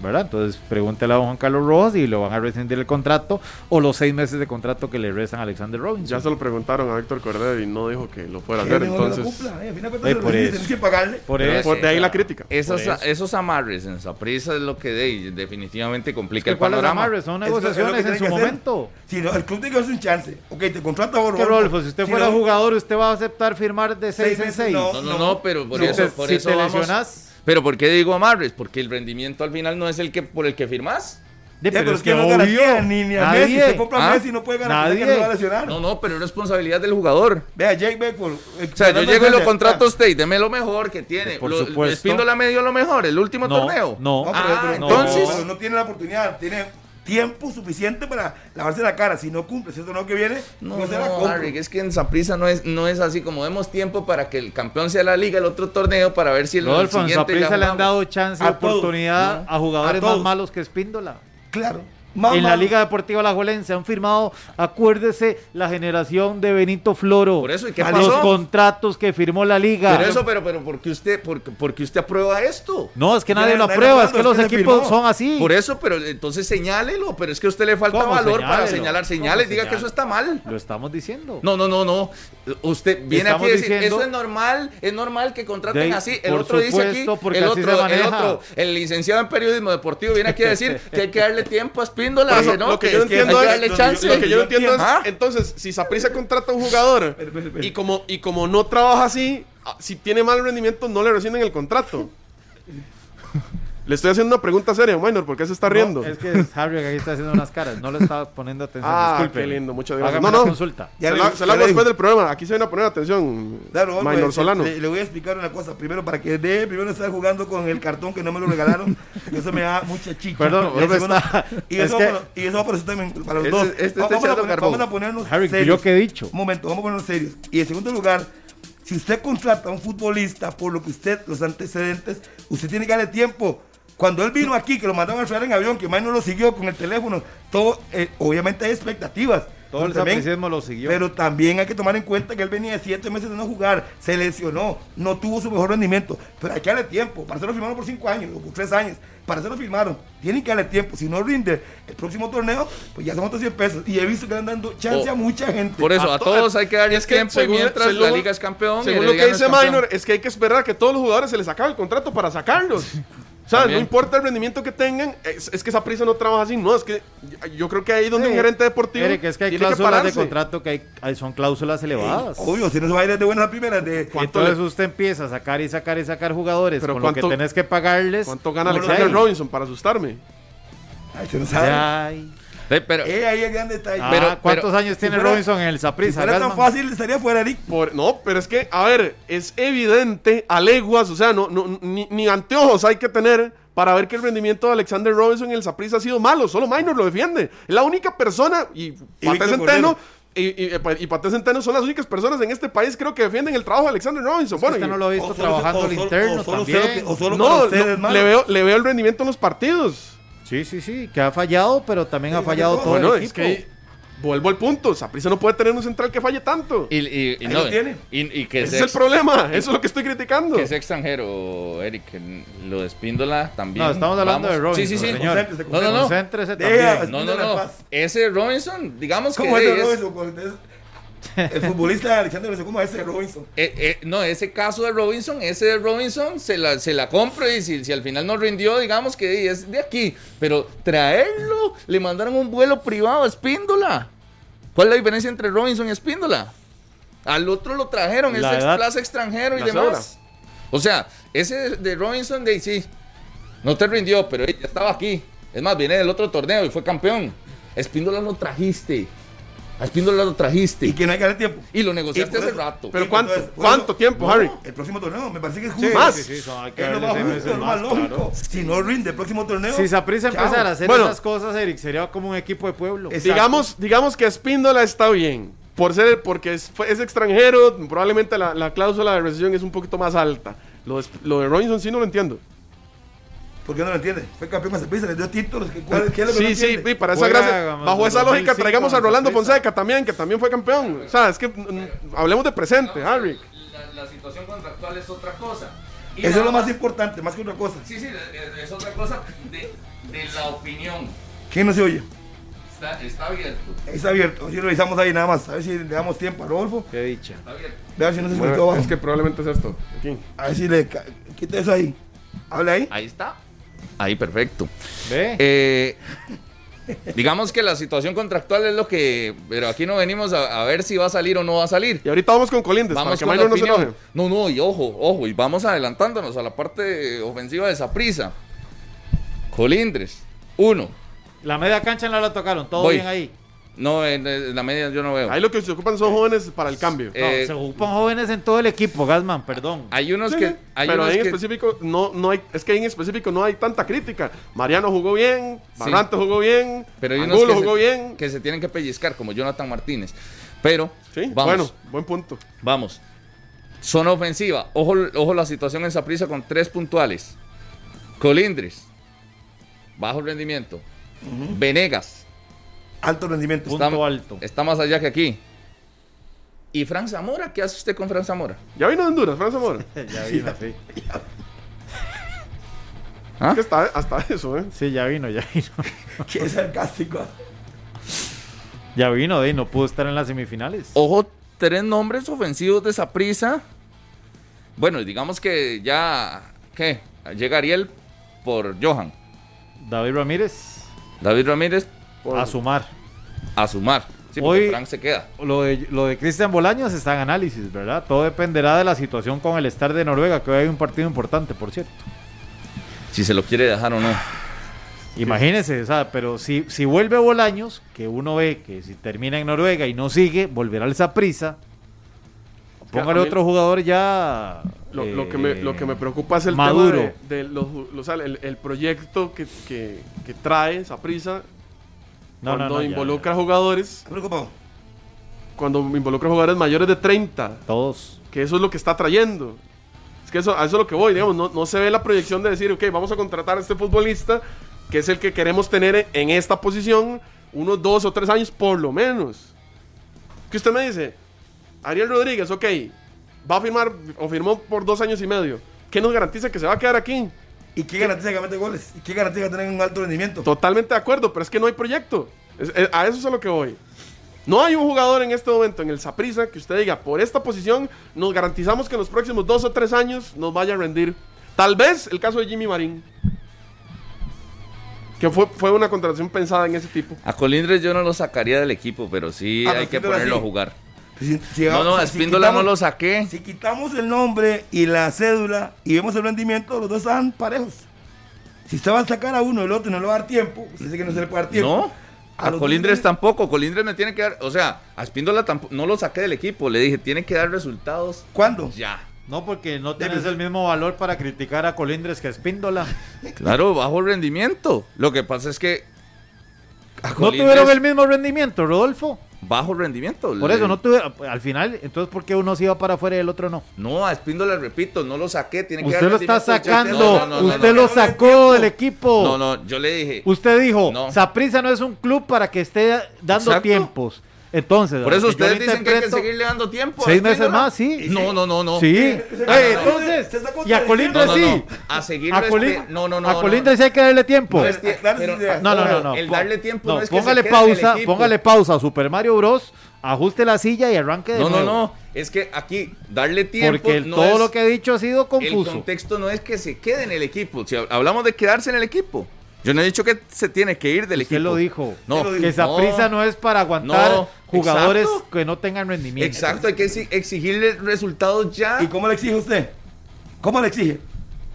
[SPEAKER 4] ¿verdad? Entonces pregúntale a don Juan Carlos Rojas y lo van a rescindir el contrato o los seis meses de contrato que le restan a Alexander Robinson.
[SPEAKER 2] Ya se lo preguntaron a Héctor Cordero y no dijo que lo fuera a
[SPEAKER 5] Que
[SPEAKER 2] hacer.
[SPEAKER 5] mejor no lo
[SPEAKER 2] Entonces,
[SPEAKER 5] cumpla, eh, a fin de cuentas,
[SPEAKER 4] Eh,
[SPEAKER 5] se lo
[SPEAKER 4] por
[SPEAKER 5] recibe,
[SPEAKER 4] eso.
[SPEAKER 5] tenés que pagarle.
[SPEAKER 4] Por
[SPEAKER 3] Pero
[SPEAKER 4] eso.
[SPEAKER 3] es
[SPEAKER 2] por- de ahí
[SPEAKER 3] que,
[SPEAKER 2] la crítica.
[SPEAKER 3] Esos,
[SPEAKER 4] Por eso.
[SPEAKER 3] esos amarres en Saprissa es lo que de- definitivamente
[SPEAKER 4] Es
[SPEAKER 3] complica
[SPEAKER 4] que
[SPEAKER 3] el
[SPEAKER 4] ¿cuáles
[SPEAKER 3] panorama.
[SPEAKER 4] amarres? Son
[SPEAKER 5] Eso es lo que
[SPEAKER 4] negociaciones en
[SPEAKER 5] tiene
[SPEAKER 4] su
[SPEAKER 5] que hacer.
[SPEAKER 4] momento.
[SPEAKER 5] Si no, el club tiene que darse un chance. Ok, te contrata a
[SPEAKER 4] Que, Rodolfo, si usted fuera jugador, ¿usted va a aceptar firmar de seis
[SPEAKER 5] Seis
[SPEAKER 4] en
[SPEAKER 5] meses,
[SPEAKER 4] seis?
[SPEAKER 5] no.
[SPEAKER 3] No, no, no, pero por
[SPEAKER 4] Si
[SPEAKER 3] eso,
[SPEAKER 4] te-
[SPEAKER 3] por
[SPEAKER 4] si
[SPEAKER 3] eso
[SPEAKER 4] te
[SPEAKER 3] vamos-
[SPEAKER 4] lesionas.
[SPEAKER 3] Pero ¿por qué digo amarres? Porque el rendimiento al final no es el que por el que firmás.
[SPEAKER 4] De,
[SPEAKER 5] Ya, eh, pero es que no garantía ni, ni a Messi.
[SPEAKER 4] nadie.
[SPEAKER 5] Se compra
[SPEAKER 3] Ah,
[SPEAKER 5] a Messi no puede garantizar que
[SPEAKER 4] nadie.
[SPEAKER 5] no va a lesionar.
[SPEAKER 3] No, no, pero es responsabilidad del jugador.
[SPEAKER 5] Vea, Jake eh, Beckford.
[SPEAKER 3] O sea, yo llego y lo contrato a
[SPEAKER 5] Ah,
[SPEAKER 3] usted y deme lo mejor que tiene.
[SPEAKER 4] Eh, por
[SPEAKER 3] Lo-
[SPEAKER 4] supuesto.
[SPEAKER 3] Espíndola me dio lo mejor, el último
[SPEAKER 4] No,
[SPEAKER 3] torneo.
[SPEAKER 4] no.
[SPEAKER 5] No, pero,
[SPEAKER 3] Ah,
[SPEAKER 5] pero-
[SPEAKER 3] entonces-
[SPEAKER 5] pero no tiene la oportunidad, tiene tiempo suficiente para lavarse la cara. Si no cumple, si eso no que viene,
[SPEAKER 3] No,
[SPEAKER 5] no,
[SPEAKER 3] no,
[SPEAKER 5] se la compra.
[SPEAKER 3] Harry, es que en Saprissa no es, no es así como demos tiempo para que el campeón sea la liga el otro torneo para ver si el, el
[SPEAKER 4] Rodolfo, en
[SPEAKER 3] siguiente ya
[SPEAKER 4] Saprissa le han
[SPEAKER 3] jugamos.
[SPEAKER 4] dado chance y
[SPEAKER 5] A todos,
[SPEAKER 4] oportunidad
[SPEAKER 3] ¿no?
[SPEAKER 4] a jugadores
[SPEAKER 5] A
[SPEAKER 4] más
[SPEAKER 5] todos.
[SPEAKER 4] malos que Espíndola.
[SPEAKER 5] Claro. Más
[SPEAKER 4] en la
[SPEAKER 5] malo.
[SPEAKER 4] Liga Deportiva La Alajuelense han firmado, acuérdese, la generación de Benito Floro.
[SPEAKER 3] Por eso, ¿y qué
[SPEAKER 4] a
[SPEAKER 3] pasó?
[SPEAKER 4] Los contratos que firmó la Liga.
[SPEAKER 3] Pero eso, pero, pero, ¿por qué usted, por, por qué usted aprueba esto?
[SPEAKER 4] no, es que nadie
[SPEAKER 5] Ya,
[SPEAKER 4] lo
[SPEAKER 5] nadie
[SPEAKER 4] aprueba,
[SPEAKER 5] lo
[SPEAKER 4] es que
[SPEAKER 5] aprueba,
[SPEAKER 4] los
[SPEAKER 5] es que le
[SPEAKER 4] equipos
[SPEAKER 5] firmó.
[SPEAKER 4] son así.
[SPEAKER 3] Por e- eso, pero entonces señálelo, pero es que a usted le falta
[SPEAKER 4] ¿Cómo
[SPEAKER 3] valor para
[SPEAKER 4] señálelo?
[SPEAKER 3] señalar,
[SPEAKER 4] ¿Cómo
[SPEAKER 3] señales, diga que
[SPEAKER 4] señalo?
[SPEAKER 3] eso está mal.
[SPEAKER 4] Lo estamos diciendo.
[SPEAKER 3] No, no, no, no. Usted viene
[SPEAKER 4] Estamos
[SPEAKER 3] aquí a decir,
[SPEAKER 4] diciendo-
[SPEAKER 3] eso es normal, es normal que contraten
[SPEAKER 4] De-
[SPEAKER 3] así. El
[SPEAKER 4] por
[SPEAKER 3] otro dice
[SPEAKER 4] supuesto,
[SPEAKER 3] aquí,
[SPEAKER 4] porque
[SPEAKER 3] el
[SPEAKER 4] así
[SPEAKER 3] otro,
[SPEAKER 4] se
[SPEAKER 3] el
[SPEAKER 4] maneja.
[SPEAKER 3] otro, el licenciado en periodismo deportivo viene aquí a decir que hay que darle tiempo a Espíndola,
[SPEAKER 2] Por eso,
[SPEAKER 3] ¿no?
[SPEAKER 2] lo que yo no
[SPEAKER 3] hay
[SPEAKER 2] entiendo
[SPEAKER 3] que
[SPEAKER 2] es-
[SPEAKER 3] darle
[SPEAKER 5] lo que yo-
[SPEAKER 3] chance.
[SPEAKER 2] lo que yo no entiendo es,
[SPEAKER 3] ¿Ah?
[SPEAKER 2] entonces, si Saprissa contrata a un jugador
[SPEAKER 5] Pero, pero, pero.
[SPEAKER 2] y como y como no trabaja así, ah, si tiene mal rendimiento, no le rescinden el contrato. Le estoy haciendo una pregunta seria, Minor, ¿por qué se está riendo?
[SPEAKER 4] No, es que Harry aquí está haciendo unas caras, no le estaba poniendo atención.
[SPEAKER 2] Ah,
[SPEAKER 4] disculpe.
[SPEAKER 2] qué lindo, muchas gracias.
[SPEAKER 4] Hágame
[SPEAKER 2] No,
[SPEAKER 4] una
[SPEAKER 2] no.
[SPEAKER 4] consulta.
[SPEAKER 5] Ya
[SPEAKER 2] se
[SPEAKER 5] le-
[SPEAKER 2] la, se la
[SPEAKER 5] ya
[SPEAKER 2] hago
[SPEAKER 5] le-
[SPEAKER 2] después del programa, aquí se van a poner atención.
[SPEAKER 5] Claro, pues, este, hombre,
[SPEAKER 2] Minor
[SPEAKER 5] se-
[SPEAKER 2] Solano.
[SPEAKER 5] Le, le voy a explicar una cosa. Primero, para que dé, primero estar jugando con el cartón que no me lo regalaron. porque eso me da mucha chicha.
[SPEAKER 4] Perdón,
[SPEAKER 5] Y
[SPEAKER 4] hombre,
[SPEAKER 5] segundo-
[SPEAKER 4] está-
[SPEAKER 5] y,
[SPEAKER 4] es
[SPEAKER 5] eso
[SPEAKER 4] que-
[SPEAKER 5] va para- y eso va para usted también, para los
[SPEAKER 3] Este-
[SPEAKER 5] dos.
[SPEAKER 3] este está
[SPEAKER 5] Va- vamos, a
[SPEAKER 3] echando
[SPEAKER 5] poner-
[SPEAKER 3] carbón.
[SPEAKER 5] vamos a ponernos
[SPEAKER 4] Harry, ¿yo qué he dicho?
[SPEAKER 5] Un momento, vamos a ponernos serios. Y en segundo lugar, si usted contrata a un futbolista por lo que usted, los antecedentes, usted tiene que darle tiempo. Cuando él vino aquí, que lo mandaron a traer en avión, que más no lo siguió con el teléfono, todo, eh, obviamente hay expectativas.
[SPEAKER 4] Todo el
[SPEAKER 5] Pero también-
[SPEAKER 4] sapricismo lo siguió.
[SPEAKER 5] pero también hay que tomar en cuenta que él venía de siete meses de no jugar, se lesionó, no tuvo su mejor rendimiento. Pero hay que darle tiempo. Para hacerlo firmaron por cinco años o por tres años. Para hacerlo firmaron. Tienen que darle tiempo. Si no rinde el próximo torneo, pues ya son otros 100 pesos. Y he visto que le han dando chance
[SPEAKER 3] Oh.
[SPEAKER 5] a mucha gente.
[SPEAKER 3] Por eso, a,
[SPEAKER 2] to-
[SPEAKER 3] todos hay que darle
[SPEAKER 2] es que
[SPEAKER 3] tiempo
[SPEAKER 2] según-
[SPEAKER 3] y mientras la
[SPEAKER 2] según-
[SPEAKER 3] liga es campeón.
[SPEAKER 2] Según
[SPEAKER 3] el
[SPEAKER 2] lo
[SPEAKER 3] liga
[SPEAKER 2] que
[SPEAKER 3] no es
[SPEAKER 2] dice
[SPEAKER 3] campeón.
[SPEAKER 2] Minor, es que hay que esperar que todos los jugadores se les acabe el contrato para sacarlos. O sea,
[SPEAKER 3] También.
[SPEAKER 2] no importa el rendimiento que tengan, es, es que esa prisa no trabaja así. No, es que yo creo que ahí donde
[SPEAKER 4] Sí.
[SPEAKER 2] un gerente deportivo.
[SPEAKER 4] Eh, Eric, es que hay
[SPEAKER 2] tiene
[SPEAKER 4] cláusulas de
[SPEAKER 2] pararse.
[SPEAKER 4] contrato que hay- hay- son cláusulas elevadas.
[SPEAKER 5] Obvio, si no se va a ir de buenas a primeras. De,
[SPEAKER 4] Entonces usted empieza a sacar y sacar y sacar jugadores
[SPEAKER 2] Pero
[SPEAKER 4] con
[SPEAKER 2] ¿cuánto-
[SPEAKER 4] lo que tenés que pagarles.
[SPEAKER 2] ¿Cuánto gana
[SPEAKER 4] no lo
[SPEAKER 2] Alexander
[SPEAKER 4] hay.
[SPEAKER 2] Robinson para asustarme?
[SPEAKER 5] Ay, usted no sabe.
[SPEAKER 4] Ay.
[SPEAKER 3] Sí, pero,
[SPEAKER 5] Eh, ahí es el gran detalle.
[SPEAKER 4] Ah,
[SPEAKER 3] Pero-
[SPEAKER 4] ¿Cuántos
[SPEAKER 3] pero-
[SPEAKER 4] años tiene
[SPEAKER 5] fuera-
[SPEAKER 4] Robinson en el
[SPEAKER 5] si
[SPEAKER 4] Saprissa?
[SPEAKER 5] fuera tan
[SPEAKER 4] Gasman?
[SPEAKER 5] fácil, estaría fuera, Eric.
[SPEAKER 2] Por- no, pero es que, a ver, es evidente, a leguas, o sea, no, no- ni, ni anteojos hay que tener para ver que el rendimiento de Alexander Robinson en el Saprissa ha sido malo. Solo Minor lo defiende. Es la única persona, y Paté
[SPEAKER 5] Víctor
[SPEAKER 2] Centeno. Y, y, pues, y Paté Centeno son las únicas personas en este país creo que defienden el trabajo de Alexander Robinson. Bueno,
[SPEAKER 4] Usted no
[SPEAKER 2] y-
[SPEAKER 4] lo ha visto
[SPEAKER 5] O solo-
[SPEAKER 4] trabajando
[SPEAKER 5] o
[SPEAKER 4] el
[SPEAKER 5] solo-
[SPEAKER 4] interno
[SPEAKER 5] o solo
[SPEAKER 4] también.
[SPEAKER 5] cero que- o solo
[SPEAKER 2] no,
[SPEAKER 5] para
[SPEAKER 2] no,
[SPEAKER 5] ustedes, mano.
[SPEAKER 2] le, veo, le veo el rendimiento en los partidos.
[SPEAKER 4] Sí, sí, sí, que ha fallado, pero también ha
[SPEAKER 5] Sí,
[SPEAKER 4] fallado
[SPEAKER 5] sobre
[SPEAKER 4] todo
[SPEAKER 5] todo.
[SPEAKER 2] Bueno,
[SPEAKER 4] el
[SPEAKER 2] es
[SPEAKER 4] equipo.
[SPEAKER 2] que vuelvo al punto. Saprisa no puede tener un central que falle tanto.
[SPEAKER 3] Y, y, y
[SPEAKER 5] Ahí
[SPEAKER 3] no,
[SPEAKER 5] lo tiene.
[SPEAKER 3] y- y que
[SPEAKER 2] Ese
[SPEAKER 3] sea-
[SPEAKER 2] es el problema. Eso es lo que estoy criticando.
[SPEAKER 3] Que es extranjero, Eric. que Lo de Espíndola también.
[SPEAKER 4] No, estamos hablando de Robinson,
[SPEAKER 3] Sí, sí, sí.
[SPEAKER 4] señor.
[SPEAKER 5] Concéntrese,
[SPEAKER 3] No, no, no.
[SPEAKER 4] Concéntrese
[SPEAKER 5] Deja-
[SPEAKER 4] también.
[SPEAKER 3] No, no,
[SPEAKER 5] Espíndola en
[SPEAKER 3] no.
[SPEAKER 5] paz.
[SPEAKER 3] Ese Robinson, digamos que.
[SPEAKER 5] ¿Cómo es
[SPEAKER 3] es-
[SPEAKER 5] ese Robinson? Cuando es- El futbolista Alexander Robinson, ¿cómo es ese Robinson?
[SPEAKER 3] eh, eh, no, ese caso de Robinson, ese de Robinson se la, se la compro y si, si al final no rindió, digamos que es de aquí. Pero traerlo, le mandaron un vuelo privado a Espíndola. ¿Cuál es la diferencia entre Robinson y Espíndola? Al otro lo trajeron, es
[SPEAKER 4] La
[SPEAKER 3] ex
[SPEAKER 4] edad.
[SPEAKER 3] plaza extranjero y
[SPEAKER 2] La
[SPEAKER 3] demás. O sea, ese de Robinson, de sí, no te rindió, pero ey, ya estaba aquí. Es más, viene del otro torneo y fue campeón. A Espíndola lo trajiste. A Espíndola lo trajiste.
[SPEAKER 5] Y
[SPEAKER 3] Y,
[SPEAKER 5] que no hay que darle tiempo.
[SPEAKER 3] lo negociaste
[SPEAKER 5] por
[SPEAKER 3] hace
[SPEAKER 5] eso-
[SPEAKER 3] rato.
[SPEAKER 2] Pero
[SPEAKER 5] Sí,
[SPEAKER 2] ¿cuánto?
[SPEAKER 5] entonces, por
[SPEAKER 2] ¿Cuánto tiempo, Harry?
[SPEAKER 5] El próximo torneo, me parece que es
[SPEAKER 4] Sí,
[SPEAKER 5] justo.
[SPEAKER 2] más.
[SPEAKER 4] sí, sí, son- hay que
[SPEAKER 5] Es lo
[SPEAKER 4] darle
[SPEAKER 5] más
[SPEAKER 4] seis meses
[SPEAKER 5] justo, lo más
[SPEAKER 4] más, claro.
[SPEAKER 5] lógico. Si no rinde el próximo torneo.
[SPEAKER 4] Si Saprisa
[SPEAKER 5] chao.
[SPEAKER 4] empezara a hacer
[SPEAKER 2] Bueno.
[SPEAKER 4] esas cosas, Eric, sería como un equipo de pueblo.
[SPEAKER 5] Es- Exacto.
[SPEAKER 2] Digamos, digamos que Espíndola está bien. Por ser, porque es, fue- es extranjero, probablemente la, la cláusula de rescisión es un poquito más alta. Lo de, Esp- lo de Robinson sí no lo entiendo.
[SPEAKER 5] ¿Por qué no lo entiende? Fue campeón con Saprissa, le dio títulos. ¿qué- cuál- ¿Qué es lo que no
[SPEAKER 2] Sí, sí,
[SPEAKER 5] entiende?
[SPEAKER 2] y para esa
[SPEAKER 4] Juega,
[SPEAKER 2] gracia,
[SPEAKER 4] digamos,
[SPEAKER 2] bajo esa lógica
[SPEAKER 4] 2005
[SPEAKER 2] traigamos a
[SPEAKER 4] con
[SPEAKER 2] Rolando
[SPEAKER 4] Saprissa.
[SPEAKER 2] Fonseca también, que también fue campeón. O sea, es que mm, hablemos de presente, Harry.
[SPEAKER 3] La, situación contractual es otra cosa.
[SPEAKER 5] Eso es lo más importante, más que otra cosa.
[SPEAKER 3] Sí, sí, es otra cosa de, la opinión.
[SPEAKER 5] ¿Quién no se oye?
[SPEAKER 3] Está, abierto.
[SPEAKER 5] Ahí está abierto. Si revisamos ahí nada más. A ver si le damos tiempo a Rodolfo.
[SPEAKER 4] Qué dicha.
[SPEAKER 3] Está abierto.
[SPEAKER 5] A ver si no se escuchó
[SPEAKER 2] Bueno,
[SPEAKER 5] abajo.
[SPEAKER 2] es que probablemente es esto. Aquí.
[SPEAKER 5] A ver si le. ca- Quita eso ahí. Habla ahí.
[SPEAKER 3] Ahí está. Ahí, perfecto.
[SPEAKER 4] ¿Ve?
[SPEAKER 3] Eh, digamos que la situación contractual es lo que. Pero aquí no venimos a, a ver si va a salir o no va a salir.
[SPEAKER 2] Y ahorita vamos con Colindes, para
[SPEAKER 3] Vamos
[SPEAKER 2] que
[SPEAKER 3] con
[SPEAKER 2] Minor
[SPEAKER 3] la
[SPEAKER 2] no se
[SPEAKER 3] opinión.
[SPEAKER 2] enoje.
[SPEAKER 3] No, no, y ojo, ojo, y vamos adelantándonos a la parte ofensiva de esa prisa. Colindres, uno.
[SPEAKER 4] La media cancha no la tocaron, todo
[SPEAKER 3] Voy.
[SPEAKER 4] bien ahí.
[SPEAKER 3] No, en, en la media yo no veo.
[SPEAKER 2] Ahí lo que se ocupan son jóvenes para el cambio.
[SPEAKER 4] No,
[SPEAKER 3] Eh, Ah,
[SPEAKER 4] se ocupan jóvenes en todo el equipo, Gasman, perdón.
[SPEAKER 3] Hay unos
[SPEAKER 2] Sí,
[SPEAKER 3] que.
[SPEAKER 2] sí.
[SPEAKER 3] Hay
[SPEAKER 2] pero
[SPEAKER 3] unos
[SPEAKER 2] ahí en
[SPEAKER 3] que-
[SPEAKER 2] específico no, no hay, es que ahí en específico no hay tanta crítica. Mariano jugó bien, Barrantes jugó bien,
[SPEAKER 3] pero hay unos
[SPEAKER 2] Angulo
[SPEAKER 3] que
[SPEAKER 2] jugó
[SPEAKER 3] se,
[SPEAKER 2] bien.
[SPEAKER 3] que se tienen que pellizcar, como Jonathan Martínez. Pero,
[SPEAKER 2] Sí,
[SPEAKER 3] vamos,
[SPEAKER 2] bueno, buen punto.
[SPEAKER 3] vamos. Zona ofensiva. Ojo, ojo la situación en Saprissa con tres puntuales. Colindres, bajo rendimiento. Venegas,
[SPEAKER 5] Alto rendimiento.
[SPEAKER 4] Punto alto.
[SPEAKER 3] está más allá que aquí. Y Fran Zamora, ¿qué hace usted con Fran Zamora?
[SPEAKER 2] Ya vino de Honduras, Franz Amor.
[SPEAKER 4] Eh, Ya vino, sí.
[SPEAKER 3] ¿Ah?
[SPEAKER 2] Es que está, hasta eso, ¿eh?
[SPEAKER 4] Sí, ya vino, ya vino.
[SPEAKER 5] Qué sarcástico.
[SPEAKER 4] Ya vino, de, no pudo estar en las semifinales.
[SPEAKER 3] Ojo, tres nombres ofensivos de Saprissa. Bueno, digamos que ya. ¿Qué? Llega Ariel por Johan.
[SPEAKER 4] David Ramírez,
[SPEAKER 3] David Ramírez
[SPEAKER 2] Por-
[SPEAKER 4] a sumar.
[SPEAKER 3] a sumar. Sí, porque
[SPEAKER 4] Hoy-
[SPEAKER 3] Frank se queda.
[SPEAKER 4] Lo de, lo de Cristian Bolaños está en análisis, ¿verdad? Todo dependerá de la situación con el Star de Noruega, que hoy hay un partido importante, por cierto.
[SPEAKER 3] Si se lo quiere dejar o no.
[SPEAKER 4] Imagínense, o sea, pero si, si vuelve Bolaños, que uno ve que si termina en Noruega y no sigue, volverá al prisa.
[SPEAKER 2] que a
[SPEAKER 4] Póngale
[SPEAKER 2] mí-
[SPEAKER 4] otro jugador ya.
[SPEAKER 2] Lo,
[SPEAKER 4] eh,
[SPEAKER 2] lo que me, lo que me preocupa es el
[SPEAKER 4] Maduro.
[SPEAKER 2] tema de, de los, o sea, el, el proyecto que, que, que trae esa prisa
[SPEAKER 4] No, no,
[SPEAKER 2] cuando
[SPEAKER 4] no, ya,
[SPEAKER 2] involucra jugadores,
[SPEAKER 5] Preocupado.
[SPEAKER 2] cuando involucra jugadores mayores de 30,
[SPEAKER 4] ya. Todos.
[SPEAKER 2] que eso es lo que está trayendo. Es que eso, a eso es lo que voy, digamos, no, no se ve la proyección de decir, ok, vamos a contratar a este futbolista, que es el que queremos tener en esta posición, unos dos o tres años por lo menos. Que usted me dice, Ariel Rodríguez, ok, va a firmar o firmó por dos años y medio. ¿Qué nos garantiza que se va a quedar aquí?
[SPEAKER 5] ¿Y qué garantiza que mete goles? ¿Y qué garantiza que tenga un alto rendimiento?
[SPEAKER 2] Totalmente de acuerdo, pero es que no hay proyecto. Es- es- a eso es a lo que voy. No hay un jugador en este momento en el Saprisa que usted diga, por esta posición nos garantizamos que en los próximos dos o tres años nos vaya a rendir. Tal vez el caso de Jimmy Marín. Que fue, fue una contratación pensada en ese tipo.
[SPEAKER 3] A Colindres yo no lo sacaría del equipo, pero sí
[SPEAKER 5] Ah, pero
[SPEAKER 3] hay que
[SPEAKER 5] Espíndola
[SPEAKER 3] ponerlo
[SPEAKER 5] sí.
[SPEAKER 3] a jugar.
[SPEAKER 5] Si- si-
[SPEAKER 3] No, no,
[SPEAKER 5] si-
[SPEAKER 3] a
[SPEAKER 5] si
[SPEAKER 3] Espíndola
[SPEAKER 5] quitamos-
[SPEAKER 3] no lo saqué.
[SPEAKER 5] Si quitamos el nombre y la cédula y vemos el rendimiento, los dos están parejos. Si usted va a sacar a uno, el otro y no le va a dar tiempo, usted dice que no se le puede dar tiempo.
[SPEAKER 3] No.
[SPEAKER 5] A
[SPEAKER 3] A,
[SPEAKER 5] los
[SPEAKER 3] Colindres
[SPEAKER 5] Colindres-
[SPEAKER 3] tampoco. Colindres me tiene que dar. O sea, a Espíndola tampoco. No lo saqué del equipo. Le dije, tiene que dar resultados
[SPEAKER 5] ¿Cuándo?
[SPEAKER 3] ya.
[SPEAKER 4] No, porque no tenés
[SPEAKER 5] pero-
[SPEAKER 4] el mismo valor para criticar a Colindres que a Espíndola.
[SPEAKER 3] Claro, bajo rendimiento. Lo que pasa es que. a
[SPEAKER 4] ¿No
[SPEAKER 3] Colindres-
[SPEAKER 4] tuvieron el mismo rendimiento, Rodolfo?
[SPEAKER 3] bajo rendimiento.
[SPEAKER 4] Por
[SPEAKER 3] Le-
[SPEAKER 4] eso no tuve. Al final, entonces, ¿por qué uno se iba para afuera y el otro no?
[SPEAKER 3] No, a Espíndola, repito, no lo saqué. Tiene que
[SPEAKER 4] Usted
[SPEAKER 3] dar
[SPEAKER 4] lo está
[SPEAKER 3] rendimiento. Yo-
[SPEAKER 4] sacando.
[SPEAKER 3] No, no, no,
[SPEAKER 4] usted
[SPEAKER 3] no,
[SPEAKER 4] lo
[SPEAKER 3] no.
[SPEAKER 4] sacó del equipo.
[SPEAKER 3] No, no, yo le dije.
[SPEAKER 4] Usted dijo,
[SPEAKER 3] No.
[SPEAKER 4] Saprisa no es un club para que esté dando
[SPEAKER 3] Exacto.
[SPEAKER 4] tiempos. Entonces,
[SPEAKER 3] Por eso
[SPEAKER 4] yo lo
[SPEAKER 3] ustedes dicen que hay que
[SPEAKER 4] interpreto-
[SPEAKER 3] seguirle dando tiempo. a
[SPEAKER 4] Seis meses
[SPEAKER 3] Espíndola.
[SPEAKER 4] más, sí.
[SPEAKER 3] No, no, no, no.
[SPEAKER 4] Sí.
[SPEAKER 5] no, no,
[SPEAKER 4] Eh,
[SPEAKER 5] no.
[SPEAKER 4] entonces,
[SPEAKER 5] Se está
[SPEAKER 4] y a Colindres
[SPEAKER 3] No, no,
[SPEAKER 4] sí.
[SPEAKER 3] no. A seguir
[SPEAKER 4] A, Colin-
[SPEAKER 3] No, no, no.
[SPEAKER 4] a
[SPEAKER 3] no.
[SPEAKER 4] Colindres sí hay que darle tiempo.
[SPEAKER 3] No, es que-
[SPEAKER 5] Aclare
[SPEAKER 3] pero-
[SPEAKER 5] sus ideas.
[SPEAKER 4] No, no, no, no.
[SPEAKER 3] El
[SPEAKER 4] Pon-
[SPEAKER 3] darle tiempo no,
[SPEAKER 4] no,
[SPEAKER 3] es que se
[SPEAKER 4] póngale
[SPEAKER 3] quede en el
[SPEAKER 4] pausa,
[SPEAKER 3] equipo.
[SPEAKER 4] póngale pausa a Super Mario Bros. Ajuste la silla y arranque de
[SPEAKER 3] No, no,
[SPEAKER 4] nuevo.
[SPEAKER 3] no. Es que aquí darle tiempo.
[SPEAKER 4] Porque el-
[SPEAKER 3] no
[SPEAKER 4] todo
[SPEAKER 3] es-
[SPEAKER 4] lo que he dicho ha sido
[SPEAKER 3] El
[SPEAKER 4] confuso.
[SPEAKER 3] contexto no es que se quede en el equipo. Si hablamos de quedarse en el equipo. Yo no he dicho que se tiene que ir del equipo.
[SPEAKER 4] Usted lo dijo.
[SPEAKER 3] No,
[SPEAKER 5] lo dijo.
[SPEAKER 4] Que Saprisa no, es para aguantar
[SPEAKER 3] No,
[SPEAKER 4] jugadores
[SPEAKER 3] exacto.
[SPEAKER 4] que no tengan rendimiento.
[SPEAKER 3] Exacto, hay que exi- exigirle resultados ya.
[SPEAKER 5] ¿Y cómo le exige usted? ¿Cómo le exige?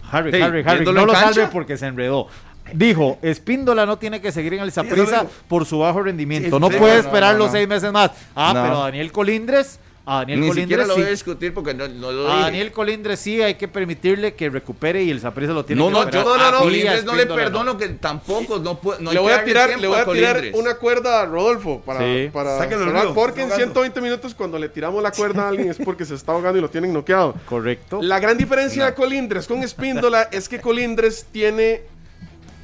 [SPEAKER 4] Harry,
[SPEAKER 3] Sí,
[SPEAKER 4] Harry, Harry, no
[SPEAKER 3] viéndolo
[SPEAKER 4] lo
[SPEAKER 3] en cancha.
[SPEAKER 4] salve porque se enredó. Dijo, Espíndola no tiene que seguir en el
[SPEAKER 5] eso lo
[SPEAKER 4] Saprisa
[SPEAKER 5] digo.
[SPEAKER 4] por su bajo rendimiento.
[SPEAKER 5] Sí,
[SPEAKER 4] No
[SPEAKER 5] sí,
[SPEAKER 4] puede
[SPEAKER 3] no,
[SPEAKER 4] esperar
[SPEAKER 3] no,
[SPEAKER 4] los
[SPEAKER 3] no.
[SPEAKER 4] seis meses más. Ah,
[SPEAKER 3] No.
[SPEAKER 4] pero a Daniel Colindres, a Daniel
[SPEAKER 3] Ni siquiera
[SPEAKER 4] Colindres
[SPEAKER 3] lo
[SPEAKER 4] sí.
[SPEAKER 3] voy a discutir porque no, no lo
[SPEAKER 4] A
[SPEAKER 3] dije.
[SPEAKER 4] Daniel Colindres sí hay que permitirle que recupere y el Saprisa lo tiene
[SPEAKER 3] no,
[SPEAKER 4] que
[SPEAKER 3] no, yo
[SPEAKER 4] superar.
[SPEAKER 3] no, no, no,
[SPEAKER 4] Y a
[SPEAKER 3] Colindres no le
[SPEAKER 4] Espíndola
[SPEAKER 3] perdono que tampoco no puede- no hay
[SPEAKER 2] le
[SPEAKER 3] que
[SPEAKER 2] voy a
[SPEAKER 3] darle
[SPEAKER 2] tirar,
[SPEAKER 3] tiempo
[SPEAKER 2] le voy a tirar
[SPEAKER 3] Colindres.
[SPEAKER 2] una cuerda a Rodolfo para,
[SPEAKER 4] Sí.
[SPEAKER 2] para
[SPEAKER 5] Sáquelo del
[SPEAKER 2] cerrar,
[SPEAKER 5] río,
[SPEAKER 2] porque en
[SPEAKER 5] está ahogando.
[SPEAKER 2] 120 minutos cuando le tiramos la cuerda a alguien es porque se está ahogando y lo tienen noqueado.
[SPEAKER 4] Correcto.
[SPEAKER 2] La gran diferencia de Colindres con Espíndola es que Colindres tiene